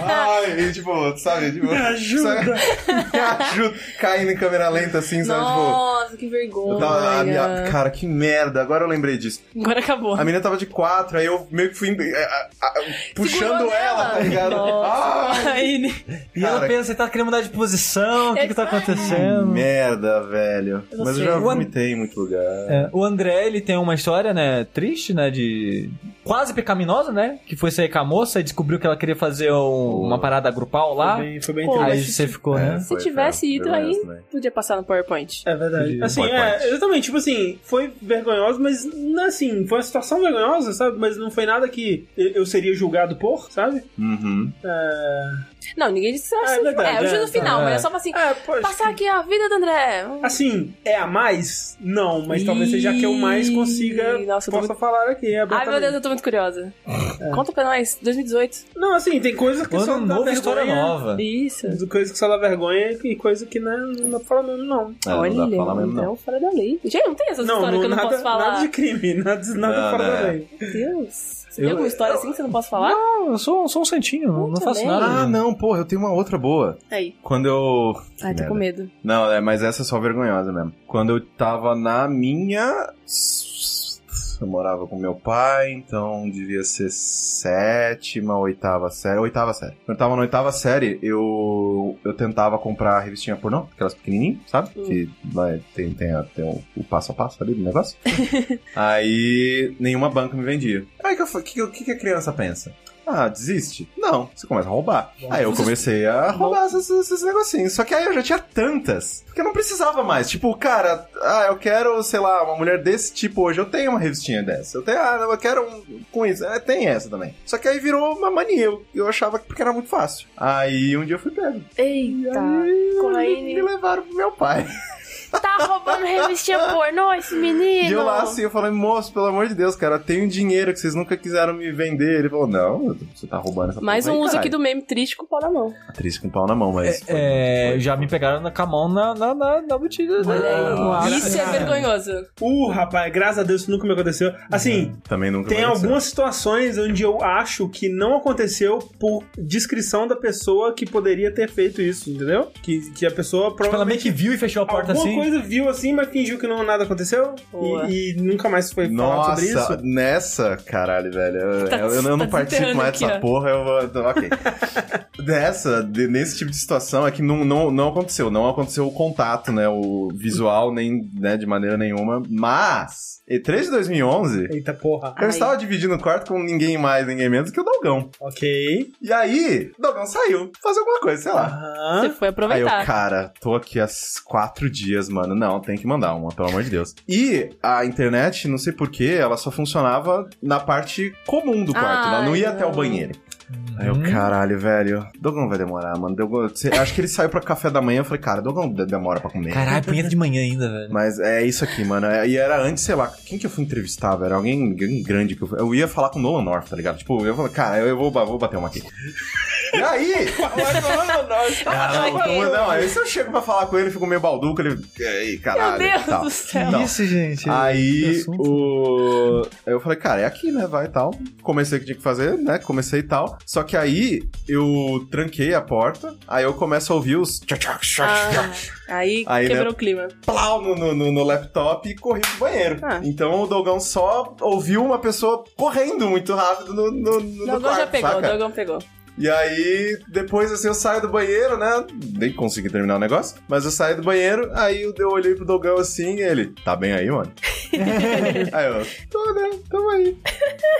E: ai, e, tipo, sabe? Tipo, *laughs* me
A: ajuda.
E: *laughs* me ajuda. Caindo em câmera lenta assim, sabe? Tipo.
B: Nossa, que
E: eu
B: vergonha.
E: tava- a minha- cara, que merda, agora eu lembrei disso.
B: Agora acabou.
E: A menina tava de quatro, aí eu meio que fui eh, ah, ah, puxando
B: Segurou
E: ela,
B: nela.
E: tá ligado? Ai,
B: Nossa. Aí, né?
C: E ela
E: Cara,
C: pensa, você tá querendo mudar de posição, o que que tá
E: que
C: acontecendo?
E: merda, velho.
B: Eu não
E: Mas eu
B: sei.
E: já
C: O
E: vomitei em muito lugar.
C: É, o André, ele tem uma história, né, triste, né, de... Quase pecaminosa, né? Que foi sair com a moça e descobriu que ela queria fazer um- uma parada grupal lá.
B: Ah,
A: Foi bem, foi bem
B: Pô,
A: triste.
C: Aí
B: mas-
C: você ficou, né?
E: É,
B: Se
E: foi,
B: tivesse
E: foi,
B: ido
E: foi
B: aí,
E: mesmo, né?
B: podia passar no PowerPoint.
A: É verdade.
E: Podia.
A: Assim,
E: Pode, pode.
A: é, exatamente, tipo assim, foi vergonhoso, mas não assim, foi uma situação vergonhosa, sabe? Mas não foi nada que eu eu seria julgado por, sabe?
E: Uhum.
B: Não, ninguém disse
A: Ah, é
B: assim.
A: verdade,
B: É, o juízo
E: tá.
A: é,
B: final,
C: é.
B: mas é só pra assim.
A: É, poxa.
B: Passar aqui a vida do André.
A: Assim, é a mais? Não, mas talvez seja a que eu mais consiga
B: Ih, nossa, eu tô
A: possa falar aqui. é
B: Ai,
A: abertamente.
B: meu Deus, eu tô muito curiosa.
E: É.
B: Conta pra nós, 2018.
A: Não, assim, tem coisas que só
C: Ano
A: dá
C: novo,
A: vergonha.
C: história nova.
B: Isso.
E: É,
A: Coisa que só dá vergonha e coisa que
P: né,
A: não, não dá pra falar mesmo, não.
E: É, não dá pra
Q: um
E: falar mesmo, não.
B: então, fora da lei. Gente, não tem essas
A: Não,
B: histórias
A: não,
B: que eu não
A: nada,
B: posso falar.
A: nada
P: *laughs*
A: de crime, nada, nada
E: Não,
A: fora
C: é.
A: da
E: né?
A: lei.
B: Meu Deus. Você tem alguma história assim que você não posso falar?
C: Não, eu sou, sou um santinho, não-
B: Muito
C: não faço
B: bem.
C: nada.
E: Ah,
C: né?
E: não, porra, eu tenho uma outra boa.
B: Aí.
E: Quando eu.
B: Ai, tô
E: Merda.
B: com medo.
E: Não, é, mas essa é só vergonhosa mesmo. Quando eu tava na minha. Eu morava com meu pai, então devia ser sétima, oitava série. Oitava série. Quando eu tava na oitava série, eu, eu tentava comprar a revistinha pornô, aquelas pequenininhas, sabe? Que vai, tem, tem, a- tem o, o passo a passo ali do negócio. Aí nenhuma banca me vendia. Aí o que, eu fa- que, que, que a criança pensa? Ah, desiste? Não, você começa a roubar. aí eu comecei a roubar esses, esses negocinhos. Só que aí eu já tinha tantas, que eu não precisava mais. Tipo, cara, ah, eu quero, sei lá, uma mulher desse tipo hoje. Eu tenho uma revistinha dessa. Eu tenho, ah, eu quero um com isso. É, tem essa também. Só que aí virou uma mania. Eu, eu achava que porque era muito fácil. Aí um dia eu fui pego.
R: Eita,
Q: Tá.
E: Me
R: Coine.
E: levaram pro meu pai.
R: Tá roubando revistinha pornô esse menino?
E: E eu lá assim, eu falei, moço, pelo amor de Deus, cara, eu tenho dinheiro que vocês nunca quiseram me vender. Ele falou, não, você tá roubando essa
Q: Mais
E: porra
Q: um
E: aí,
Q: uso
E: caralho.
Q: aqui do meme triste com o pau na mão.
E: Atriz com pau na mão, mas. foi-
C: É,
E: foi-
C: já me pegaram na, com a mão na, na, na, na botina.
E: Ah,
Q: Olha
C: Olha
Q: aí. Isso é vergonhoso.
P: Uh, rapaz, graças a Deus isso nunca me aconteceu. Assim,
E: Também nunca
C: é
P: Tem
E: vai acontecer.
P: algumas situações onde eu acho que não aconteceu por descrição da pessoa que poderia ter feito isso, entendeu? Que, que a pessoa
C: Tipo, Ela
P: provavelmente
C: meio que viu e fechou a porta
P: alguma
C: assim.
P: coisa viu assim, mas fingiu que não nada aconteceu
Q: Boa.
P: e, e nunca mais foi falado sobre
E: Nossa,
P: isso.
E: nessa, caralho, velho. Eu,
Q: Tá
E: eu- eu não
Q: desenterrando
E: participo mais
Q: aqui,
E: dessa
Q: ó.
E: porra, eu vou. então, Ok. *laughs* Dessa, de- nesse tipo de situação é que não, não, não aconteceu. Não aconteceu o contato, né? O visual, nem, né, de maneira nenhuma. Mas, E3 de 2011,
P: Eita porra.
E: eu estava dividindo o quarto com ninguém mais, ninguém menos que o Dogão.
P: Ok.
E: E aí, o Dogão saiu fazer alguma coisa, sei lá.
P: Aham.
Q: Você foi
E: Aí eu,
Q: aproveitar.
E: cara, tô aqui há quatro dias, mano. Não, tem que mandar uma, pelo amor de Deus. E a internet, não sei porquê, ela só funcionava na parte comum do quarto.
Q: Ah,
E: ela não ia
Q: não.
E: até o banheiro. Aí eu, caralho, velho. Dogão vai demorar, mano. Dogão- você- acho que ele saiu pra café da manhã. Eu falei, cara, Dogão de- demora pra comer.
C: Caralho, punheta de manhã ainda, velho.
E: Mas é isso aqui, mano. É- E era antes, sei lá, quem que eu fui entrevistar, velho? Alguém, alguém grande que eu fui. Eu ia falar com o Nolan North, tá ligado? Tipo, eu falei, cara, eu, eu vou, ba- vou bater uma aqui. *laughs* e aí? Ah, não, então, não, aí se eu chego pra falar com ele, eu fico meio balduco, ele. Ei,
Q: Meu
E: caralho.
Q: Deus
E: tal.
Q: do céu.
E: Então,
C: Isso, gente.
E: Aí
C: assunto.
E: o. aí Eu falei, cara, é aqui, né? Vai e tal. Comecei o que tinha que fazer, né? Comecei e tal. Só que aí eu tranquei a porta, aí eu começo a ouvir os. tchac, tchac, tchac, tchac,
Q: Ah, aí,
E: Aí,
Q: quebrou
E: né?
Q: o clima.
E: plau no, no- no- no laptop e corri pro banheiro.
Q: Ah.
E: Então o Dogão só ouviu uma pessoa correndo muito rápido no, no, no
Q: Dogão
E: quarto,
Q: já pegou,
E: saca?
Q: Dogão pegou.
E: E aí, depois assim, eu saio do banheiro, né? Nem consegui terminar o negócio, mas eu saio do banheiro, aí eu, eu olhei pro Dogão assim e ele, tá bem aí, mano? aí eu, tô, né? Tamo aí.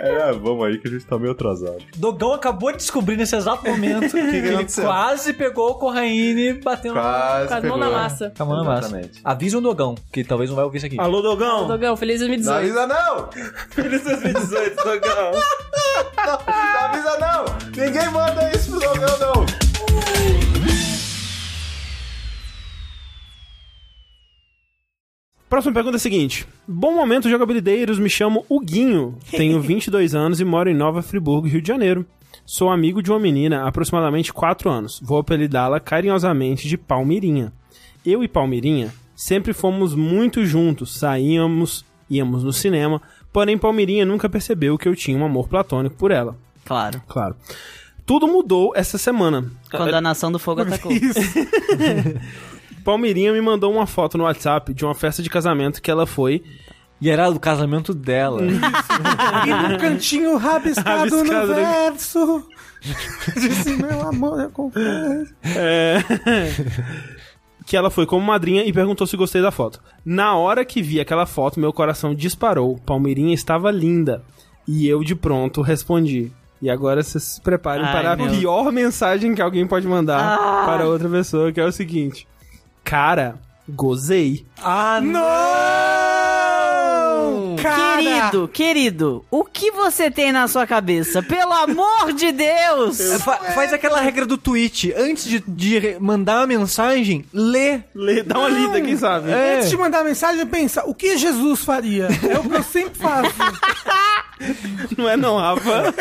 E: Aí, ah, vamos aí que a gente tá meio atrasado.
C: Dogão acabou de descobrir nesse exato momento *laughs* que,
E: que
C: ele
E: aconteceu?
C: quase pegou o Corraine batendo
E: Quase
Q: Com as
E: pegou. né?
Q: mãos na massa.
C: com a mão na massa.
E: Exatamente.
C: Avisa o Dogão, que talvez não vai ouvir isso aqui.
P: Alô, Dogão.
Q: Dogão, feliz
E: Não
Q: 2018.
E: avisa não!
P: Feliz 2018, Dogão.
E: Não avisa não! Ninguém manda isso pro Dogão, não!
A: Próxima pergunta é a seguinte. Bom momento, jogabilideiros. Me chamo Huguinho.
E: *laughs*
A: Tenho 22 anos e moro em Nova Friburgo, Rio de Janeiro. Sou amigo de uma menina há aproximadamente 4 anos. Vou apelidá-la carinhosamente de Palmirinha. Eu e Palmirinha sempre fomos muito juntos. Saíamos, íamos no cinema. Porém, Palmirinha nunca percebeu que eu tinha um amor platônico por ela.
N: Claro.
A: Claro. Tudo mudou essa semana.
N: Quando a nação do fogo atacou.
A: Palmirinha me mandou uma foto no WhatsApp de uma festa de casamento que ela foi
C: E era do casamento dela.
D: E no cantinho rabiscado,
A: Rabiscado,
D: no
A: né?
D: verso. *laughs* Disse, meu amor, eu confesso.
A: que ela foi como madrinha e perguntou se gostei da foto. Na hora que vi aquela foto, meu coração disparou. Palmeirinha estava linda. E eu de pronto respondi. E agora vocês se preparem
N: Ai,
A: para a
N: meu. Ah.
A: pior mensagem que alguém pode mandar para outra pessoa, que é o seguinte: Cara, gozei.
C: ah,
D: Não! Cara,
N: Querido, querido, o que você tem na sua cabeça? Pelo amor de Deus!
I: É,
C: Fa-
A: É,
C: faz aquela regra do tweet. Antes de, de re- mandar uma mensagem, lê.
A: Lê- Dá uma lida, quem sabe?
D: Antes de mandar mensagem, pensa, o que Jesus faria? É o que eu sempre faço.
A: Não é, não,
N: *laughs*
A: Rafa?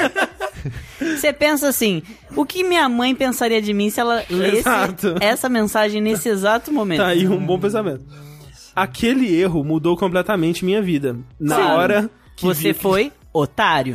N: Você pensa assim, o que minha mãe pensaria de mim se
A: *laughs*
N: ela lesse
A: Exato.
N: essa mensagem nesse exato momento?
A: Tá aí um bom pensamento. Aquele erro mudou completamente minha vida. Na
N: Claro.
A: hora que
N: Você
A: vi
N: foi
A: *laughs*
N: otário.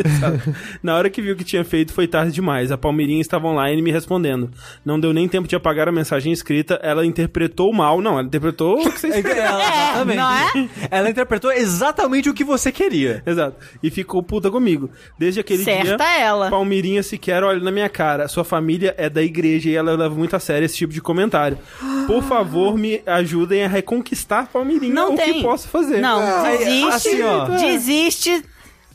A: Na hora que viu o que tinha feito, foi tarde demais. A Palmeirinha estava online me respondendo. Não deu nem tempo de apagar a mensagem escrita. Ela interpretou mal. Não, ela interpretou o que
N: *laughs*
A: você *laughs* escreveu.
C: exatamente.
N: É, não é?
C: Ela interpretou exatamente o que você queria.
A: Exato. E ficou puta comigo. Desde aquele dia,
N: Certa ela.
A: Palmeirinha sequer olha na minha cara. Sua família é da igreja e ela leva muito a sério esse tipo de comentário. Por favor, me ajudem a reconquistar Palmeirinha.
N: Não
A: o
N: tem.
A: que posso fazer? é,
N: Não,
C: Ah,
N: desiste.
C: assim, ó.
N: desiste.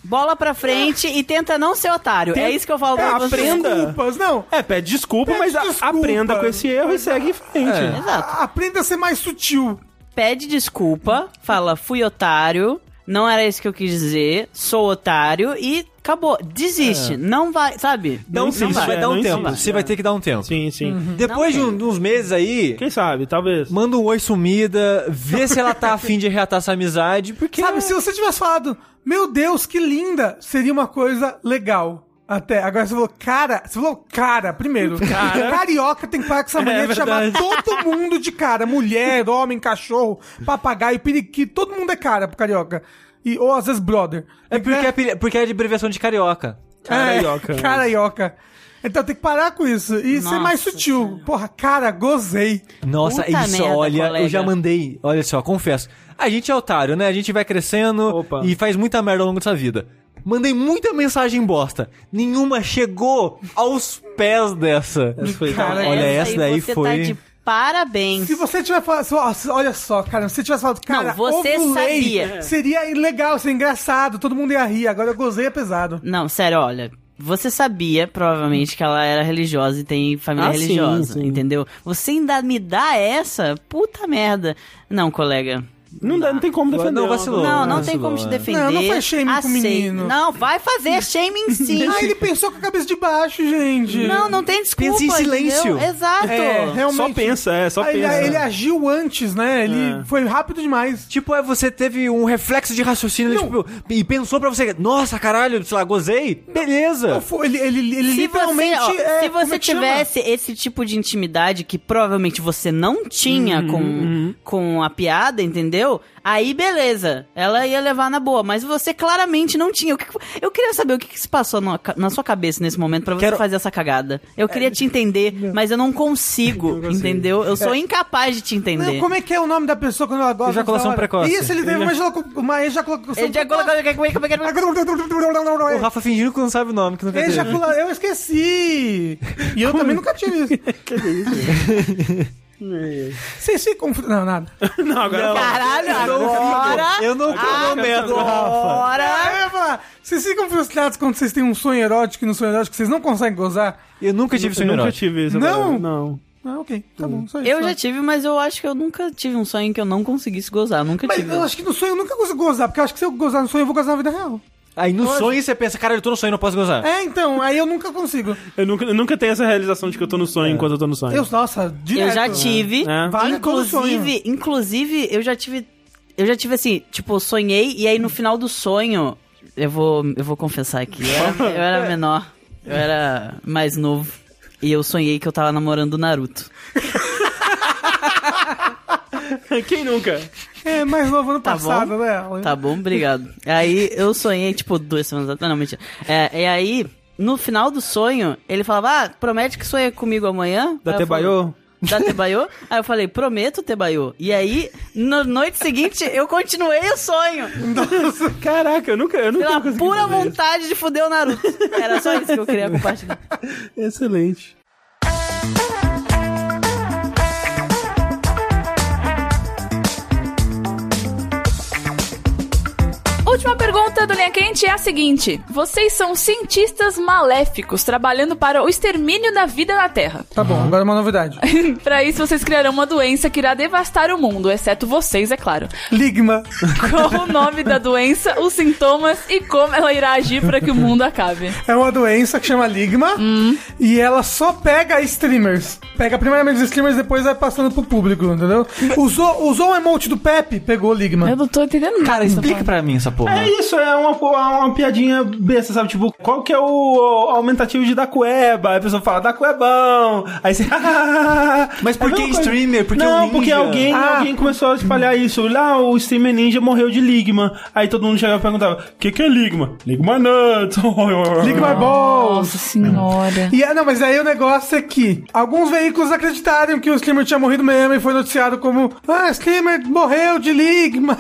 N: Bola pra frente e tenta não ser otário. É isso que eu falo
A: Ah,
N: pra vocês.
D: Desculpas, não.
A: É, pede desculpa,
D: Pede
A: mas a-
D: desculpa.
A: aprenda com esse erro e
N: é.
A: segue em frente.
N: Exato.
D: A- Aprenda a ser mais sutil.
N: Pede desculpa, fala fui otário, não era isso que eu quis dizer, sou otário e acabou. Desiste.
D: É.
N: Não vai, sabe?
A: Não
N: não
A: insiste,
N: vai.
A: é, não insiste.
I: Você um vai ter que dar um tempo.
A: Sim, sim.
N: Uhum.
I: Depois de um- de uns meses aí,
A: Quem sabe, talvez.
I: manda um oi sumida, vê se ela
N: *laughs*
I: tá afim de reatar essa amizade, porque.
D: Sabe, se você tivesse falado, meu Deus, que linda, seria uma coisa legal. Até. Agora você falou, cara. Você falou, cara,
A: *laughs*
D: primeiro.
A: Cara. É
D: Carioca tem que parar com essa mania de chamar
A: verdade.
D: todo mundo de cara. Mulher, homem, cachorro, papagaio, periquito. Todo mundo é cara pro carioca. E, ou às vezes brother.
I: É porque é, apeli- porque é de abreviação de carioca.
A: Carioca. né?
D: É, carioca. Então tem que parar com isso. E ser
N: Nossa
D: mais sutil. Porra, cara, gozei.
I: Nossa,
N: Puta
I: isso,
N: merda,
I: olha,
N: colega.
I: eu já mandei. Olha só, confesso. A gente é otário, né? A gente vai crescendo
A: Opa.
I: e faz muita merda ao longo dessa vida. Mandei muita mensagem bosta. Nenhuma chegou aos pés dessa.
D: Cara,
I: olha, essa,
N: aí
I: daí
N: você
I: foi.
N: Tá de parabéns.
D: Se você tiver falado, assim, ó, se- olha só, cara, se você tivesse falado, cara,
N: você
D: ovulei, É.
N: sabia.
D: Seria legal, seria engraçado, todo mundo ia rir. Agora eu gozei é pesado.
N: Não, sério, olha. Você sabia, provavelmente, que ela era religiosa e tem família
A: Ah, sim,
N: religiosa,
A: sim.
N: entendeu? Você ainda me dá essa? Puta merda. Não, colega.
A: Não, dá, não tem como defender.
I: Não, vacilou.
N: não, não
I: né?
N: tem como te
I: Vacilou, né?
N: defender.
D: Não, não faz shaming com o
N: Aceita.
D: menino.
N: Não, vai fazer shaming
D: *laughs*
N: sim.
D: Ah, ele pensou com a cabeça de baixo, gente.
N: Não, não tem desculpa.
I: Pensa em silêncio.
N: entendeu? Exato.
D: assim, É, realmente.
A: Só pensa, é, só
D: Ah, ele,
A: pensa.
D: ele agiu antes, né? Ele foi rápido demais.
I: Tipo, é, você teve um reflexo de raciocínio tipo, e pensou pra você, nossa, caralho, sei lá, gozei? Beleza.
D: Foi- Ele, ele, ele
N: Se você,
D: literalmente.
N: ó,
D: é,
N: se
D: como
N: você
D: é que chama?
N: tivesse esse tipo de intimidade que provavelmente você não tinha
D: Uhum,
N: com, com a piada, entendeu? Aí beleza, ela ia levar na boa, mas você claramente não tinha. O que que- eu queria saber o que, que se passou na, ca- na sua cabeça nesse momento pra você fazer essa cagada. Eu
D: É.
N: queria te entender, mas eu não
D: *laughs*
N: consigo, entendeu? Eu sou incapaz de te entender.
D: É. Não, como é que é o nome da pessoa quando ela gosta?
I: Ejaculação precoce.
D: Isso, ele teve uma, ejaculação uma ejaculação
N: Ele é já colocou-
I: O Rafa fingindo que não sabe o nome, que nunca teve.
D: Ejacula... Eu esqueci! E eu também nunca tinha visto. que isso? Vocês ficam... Não, nada.
A: Não, agora
N: Caralho,
A: é
N: agora!
I: Eu
A: Ah,
I: não
A: tá
I: prometo, Rafa.
N: Agora!
D: Ah, Eu ia falar, vocês ficam frustrados quando vocês têm um sonho erótico e no sonho erótico vocês não conseguem gozar?
I: Eu nunca tive
A: eu
I: sonho
A: nunca
I: erótico.
A: tive isso.
D: Não?
A: agora. Não.
D: Ah, ok. Tá bom, só isso.
N: Eu já tive, mas eu acho que eu nunca tive um sonho em que eu não conseguisse gozar. Nunca
D: Mas
N: tive.
D: eu acho que no sonho eu nunca consigo gozar, porque eu acho que se eu gozar no sonho eu vou gozar na vida real.
I: Aí no sonho você pensa, caralho, eu tô no sonho, não posso gozar.
D: É, então, aí eu nunca consigo.
A: Eu nunca, eu nunca tenho essa realização de que eu tô no sonho enquanto eu tô no sonho.
D: Eu, nossa, direto.
N: Eu já tive.
A: É.
D: *laughs* Vale todo sonho.
N: inclusive, inclusive, eu já tive. Eu já tive assim, tipo, eu sonhei e aí no final do sonho. Eu vou, eu vou confessar aqui. Eu era, eu
D: *laughs*
N: era menor. Eu era mais novo. E eu sonhei que eu tava namorando o Naruto.
A: Quem nunca?
D: É, mais novo ano
N: Tá
D: passado,
N: bom?
D: né?
N: Tá bom, obrigado. Aí eu sonhei, tipo, duas semanas atrás. Não, mentira. É, e aí, no final do sonho, ele falava: Ah, promete que sonha comigo amanhã?
A: Da
N: Aí eu falei,
A: Tebaiô?
N: Da Tebaiô? Aí eu falei, prometo, Tebaiô. E aí, na noite seguinte, eu continuei o sonho.
A: Caraca, eu nunca, eu nunca
N: Pela
A: consegui
N: pura
A: fazer isso.
N: vontade de foder o Naruto. Era só isso que eu queria compartilhar.
A: Excelente.
B: Última pergunta do Linha Quente é a seguinte: Vocês são cientistas maléficos trabalhando para o extermínio da vida na Terra.
D: Tá bom, agora uma novidade.
B: *laughs* Para isso, vocês criarão uma doença que irá devastar o mundo, exceto vocês, é *laughs* claro.
D: Ligma.
B: Qual o nome da doença, os sintomas e como ela irá agir para que o mundo acabe?
D: É uma doença que chama Ligma
N: Hum.
D: e ela só pega streamers. Pega primeiramente os streamers, depois vai passando pro público, entendeu? Usou, usou o emote do Pepe, pegou Ligma.
B: Eu não tô entendendo nada.
I: Cara, explica pra mim essa porra.
A: É isso, é uma, uma piadinha besta, sabe? Tipo, qual que é o aumentativo de da cueba? Aí a pessoa fala, da cuebão. Aí você. *laughs* "Ah,
I: Mas por
A: É a
I: que
A: mesma coisa.
I: streamer? Por que
A: Não,
I: o ninja?
A: porque alguém,
D: Ah.
A: alguém começou a espalhar isso. Lá o streamer ninja morreu de Ligma. Aí todo mundo chegava e perguntava: o que, que é Ligma? Ligma Nuts. *laughs*
D: Ligma é bom.
B: Nossa senhora.
D: E, ah, não, mas aí o negócio é que alguns veículos acreditaram que o streamer tinha morrido mesmo e foi noticiado como Ah, streamer morreu de Ligma.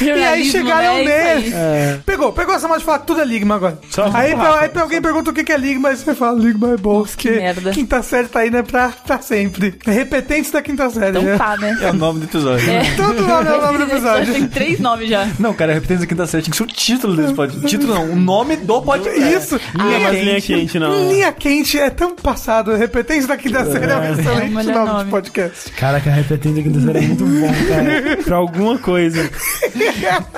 D: E aí
B: Jornalismo,
D: chegaram
B: né? É
D: nele.
B: isso
D: Pegou, pegou essa mão de falar que tudo é Ligma agora. aí,
A: um
D: pra, aí pra alguém pergunta o que que é Ligma, aí você fala, Ligma é bom, porque quinta série tá aí, né, pra, pra sempre. Repetentes da quinta série,
B: Então
D: né?
B: tá, né?
C: É o nome do episódio.
B: É.
D: Tanto lá no *laughs* nome
B: *laughs* Já
D: do
B: Tem
D: episódio.
B: três nomes já.
C: Não, cara, repetência da quinta série tinha que ser o título desse podcast. Título não, o nome do podcast.
D: Isso.
A: Linha mais linha Ah, quente, não.
D: Linha quente é tão passado. Repetência da quinta série é um excelente
B: melhor
D: nome,
B: nome.
D: de podcast.
A: Caraca, repetindo aqui do série é muito bom, cara. *laughs* pra alguma coisa.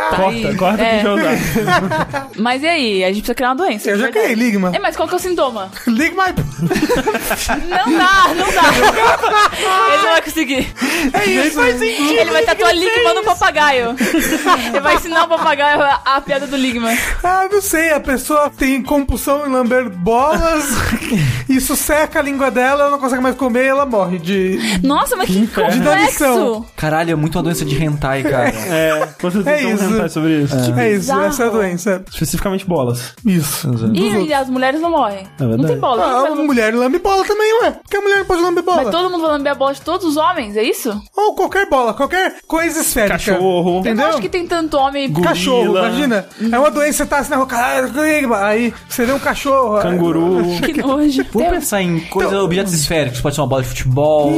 A: Corta,
B: aí.
A: corta que
B: É.
A: a gente vai usar.
B: Mas e aí? A gente precisa criar uma doença.
D: Eu
B: de
D: já
B: verdade.
D: criei Ligma.
B: É, mas qual que é o sintoma?
D: Ligma é
B: Não dá, não dá.
D: *laughs*
B: Ele não vai conseguir.
D: é isso. Faz sentido.
B: Ele vai tatuar Ligma no *laughs* papagaio. Ele vai ensinar o papagaio a, a piada do Ligma.
D: Ah, não sei, a pessoa tem compulsão em
B: *laughs*
D: lamber bolas, isso seca a língua dela, ela não consegue mais comer ela morre de...
B: Nossa, mas que
D: De dar lição.
B: complexo.
C: Caralho, é muito uma doença de hentai, cara.
A: É, vocês
D: É
A: precisam
D: isso.
A: comentar sobre isso. Tipo,
D: É isso,
B: bizarro.
D: essa é a doença.
A: Especificamente bolas.
D: Isso.
B: E as mulheres não morrem. não
A: verdade.
B: tem bola. todo
D: Ah, a
B: mundo vai-
D: mulher lambe bola também, ué. Porque a mulher não pode lamber
B: Mas
D: bola.
B: todo mundo vai lamber a bola de todos os homens, é isso?
D: Ou qualquer bola, qualquer coisa esférica.
A: Cachorro.
B: Eu não
D: Entendeu?
B: acho que tem tanto homem.
D: Cachorro,
A: gorila.
D: imagina. É uma doença, você tá assim na rua, caralho, ligma. aí você vê um cachorro.
A: Canguru.
B: *laughs* Que nojo.
C: Vamos pensar em coisas, objetos esféricos. Pode ser uma bola de futebol,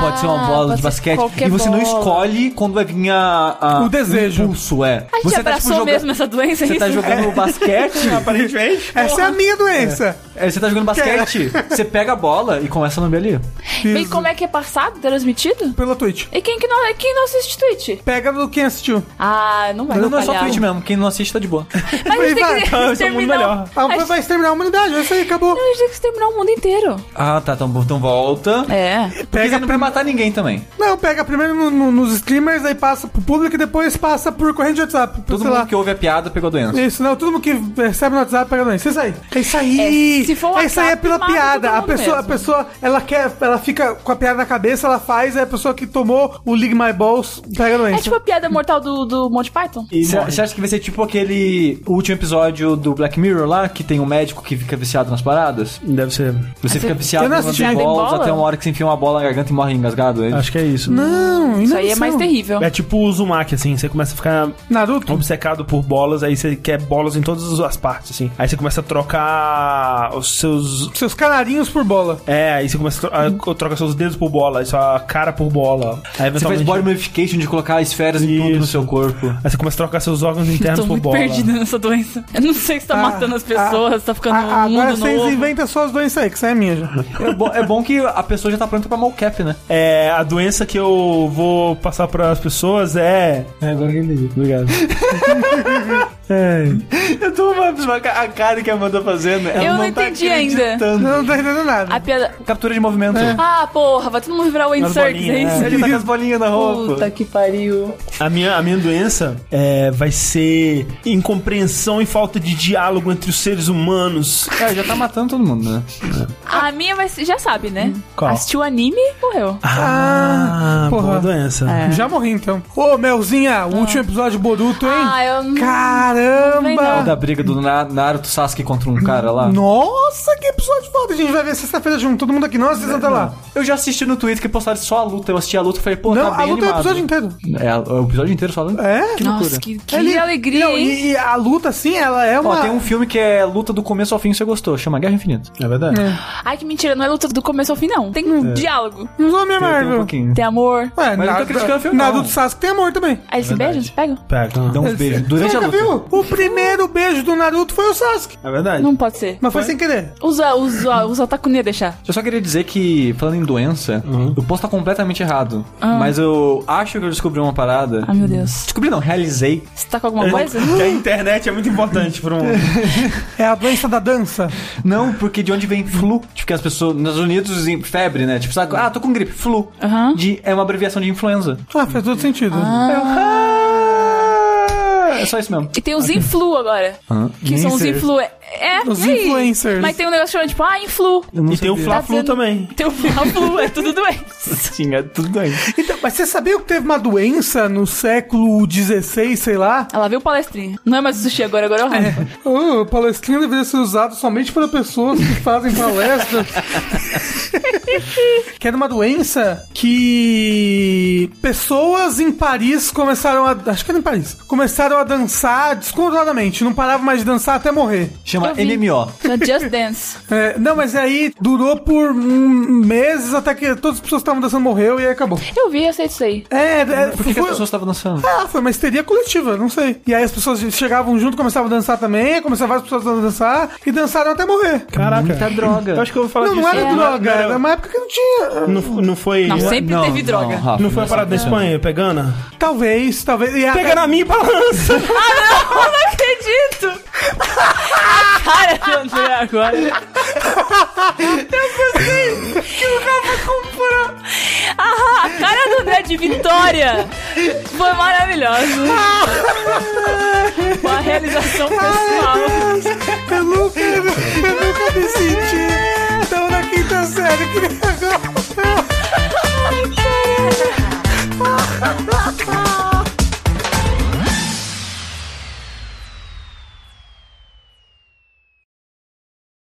C: pode ser uma
B: então, Ah,
C: bola
B: pode
C: de
B: ser
C: basquete.
B: qualquer
C: E você não
B: bola.
C: escolhe quando vai vir a, a-
D: O desejo.
C: O impulso, é.
B: A gente
C: você tá, tipo,
B: um abraçou
C: joga-
B: mesmo essa doença, é
C: Você
B: isso?
C: tá jogando
B: *laughs*
C: basquete.
A: Aparentemente.
D: Essa é a minha doença.
C: é, Você tá jogando basquete.
B: É. *laughs*
C: Você pega a bola e começa a lamber ali.
B: E como é que é passado, transmitido?
D: Pela Twitch.
B: E quem que não, e quem não assiste Twitch?
D: Pega no quem assistiu.
B: Ah, não vai.
C: Não, não é só
B: palhaço.
C: Twitch mesmo. Quem não assiste tá
B: *laughs*
C: de boa.
B: Mas a gente
D: Vai,
B: tem
A: vai,
B: que
A: isso é muito
B: exterminar.
A: melhor.
D: Ah, vai exterminar a humanidade, é isso aí, acabou.
B: A gente tem que exterminar o mundo inteiro.
C: Ah, tá. Então, então volta.
B: É.
C: Porque você não vai matar ninguém também.
D: Não, pega primeiro no- no- nos streamers, aí passa pro público e depois passa por corrente de WhatsApp. Por,
C: Todo
D: sei
C: mundo
D: lá.
C: que ouve a piada pegou a doença.
D: Isso, não, todo mundo que recebe no WhatsApp pega doença. Isso aí. É isso aí.
B: É, se for
D: é isso aí, é
B: WhatsApp,
D: pela
B: mata
D: piada.
B: todo
D: A
B: mundo
D: pessoa, a
B: mesmo.
D: pessoa, ela quer, ela fica com a piada na cabeça, ela faz, aí a pessoa que tomou o League My Balls pega doença.
B: É tipo a piada mortal do, do Monty Python.
C: E Você você acha que vai ser tipo aquele último episódio do Black Mirror lá, que tem um médico que fica viciado nas paradas?
A: Deve ser.
C: Você fica viciado
D: eu não
C: nas
D: assisti.
C: bolas
B: Tem bola?
C: até uma hora que você enfia uma bola na garganta e morre engasgado. Ele.
A: Acho que é isso.
D: Não,
B: Isso aí é
D: inação.
B: mais terrível.
A: É tipo o Uzumaki, assim. Você começa a ficar
D: Naruto?
A: obcecado por bolas, aí você quer bolas em todas as partes, assim. Aí você começa a trocar os seus...
D: Seus canarinhos por bola.
A: É, aí você começa a tro- a trocar seus dedos por bola, aí sua cara por bola. Aí
C: Você faz
A: eventualmente...
C: body modification de colocar esferas em tudo no
A: Isso.
C: seu corpo.
A: Aí você começa a trocar seus órgãos
B: Eu
A: internos
B: tô
A: por
B: muito
A: bola.
B: perdida nessa doença. Eu não sei se tá
D: Ah,
B: matando as pessoas, se tá ficando
D: Ah,
B: um mundo
D: agora vocês
B: novo.
D: inventam suas doenças aí, que isso aí é minha já.
C: É bom, é bom que a pessoa já tá pronta pra mocap, né?
A: É, a doença que eu vou passar para as pessoas é. É, agora que eu entendi. Obrigado. É.
C: Eu tô a cara que a Amanda fazendo.
B: ela Eu não não tá entendi ainda. acreditando.
D: Eu não tô entendendo nada.
B: A piada.
C: Captura de movimento.
B: Ah, porra, vai todo mundo virar o
A: As
B: Circus, é
A: bolinhas,
B: isso?
A: né?
C: Ele tá com as bolinhas na roupa.
B: Puta que pariu.
A: A minha, a minha doença é, vai ser incompreensão e falta de diálogo entre os seres humanos.
C: Cara, já tá matando todo mundo, né?
B: A minha vai ser- já sabe, né?
A: qual?
B: Assistiu anime morreu.
A: Ah,
D: porra.
A: boa doença.
B: É.
D: Já morri então. Ô, Melzinha, o último episódio de Boruto, hein?
B: Ah, eu não. Vem
D: Caramba!
B: não.
C: É Da briga do Na- Naruto Sasuke contra um cara lá.
D: Nossa, que episódio foda! A gente vai ver sexta-feira junto, todo mundo aqui. Nossa, vocês vão estar lá.
C: Eu já assisti no Twitter que postaram só a luta. Eu assisti a luta e falei, pô,
D: Não,
C: tá bem
D: a luta é o
C: animado.
D: episódio inteiro.
C: É, é o episódio inteiro só a luta.
D: É?
B: Nossa, que, que
D: Ele-
B: alegria,
D: Não,
B: hein?
D: e, e a luta, assim, ela é uma.
C: Ó, tem um filme que é luta do começo ao fim, você gostou. Chama Guerra Infinita.
A: É verdade.
B: Ai, que mentira, não é luta do começo ao fim, não. Tem um diálogo.
D: Não sou a minha
C: Tem um
D: Marvel.
C: pouquinho.
B: Tem amor.
D: Ué,
C: não tô
D: Naruto-
C: criticando o filme, não.
D: Naruto Sasuke tem amor também.
B: Aí eles se beijam, se pegam?
A: Pega.
C: Dá
A: Não.
C: uns beijos. Durante
D: Você
C: a
D: nunca
C: luta.
D: viu? O primeiro beijo do Naruto foi o Sasuke.
A: É verdade.
B: Não pode ser.
D: Mas foi sem querer.
B: Usa, usa, usa o taco não ia deixar.
C: Eu só queria dizer que, falando em doença, eu posso estar completamente errado.
B: Ah.
C: Mas eu acho que eu descobri uma parada.
B: Ai, meu Deus.
C: Descobri não, realizei.
B: Você tá com alguma coisa?
A: Que a internet é muito importante para um.
D: É a doença da dança.
C: Não, porque de onde vem flu? Tipo, que as pessoas, nos Estados Unidos, em febre, né? Tipo, sabe? Ah, tô com gripe, flu.
B: Aham.
C: De, é uma abreviação de influenza.
D: Ah, faz todo sentido.
C: Ah, é só isso mesmo.
B: E tem os influ agora. Que são os influ. É,
D: Os
B: e aí?
D: influencers.
B: Mas tem um negócio chamado tipo, ah, influ.
A: E tem o Fla-Flu
B: dizendo-
A: também.
B: Tem o flu, é tudo doença.
C: Sim, é tudo bem.
D: Então, mas você sabia que teve uma doença no século XVI, sei lá?
B: Ela viu palestrinha. Não é mais o sushi agora, agora é o ramen.
D: Ah, palestrina deveria ser usado somente para pessoas que fazem palestras. que era uma doença que pessoas em Paris começaram a. Acho que era em Paris. Começaram a dançar descontroladamente. Não paravam mais de dançar até morrer.
C: Chama
B: Eu vi.
C: MMO.
B: No Just Dance.
D: É, não, mas aí durou por hum, meses até que todas as pessoas que estavam dançando morreu e aí acabou.
B: Eu vi, eu sei disso aí.
D: É, é
C: Por que, que as
D: foi-
C: pessoas estavam dançando?
D: ah, foi uma histeria coletiva, não sei. E aí as pessoas chegavam junto, começavam a dançar também, começavam várias pessoas a dançar e dançaram até morrer.
A: Caraca.
C: Muita droga.
A: Eu acho que eu vou falar
D: Não, não
A: disso. É.
D: era droga, era uma época que não tinha.
A: Não, não foi.
B: Não, sempre
C: Não,
B: teve droga. né?
C: Não, Rafa,
A: é- Não foi a parada da Espanha, pegando?
D: Talvez, talvez. E a-
A: Pega na minha e balança!
B: Eu não *laughs* acredito! A cara do André agora. Eu pensei que o Rafa comprou. Ah, a cara do André de vitória foi maravilhosa. Uma realização pessoal.
D: Eu nunca, eu nunca me senti.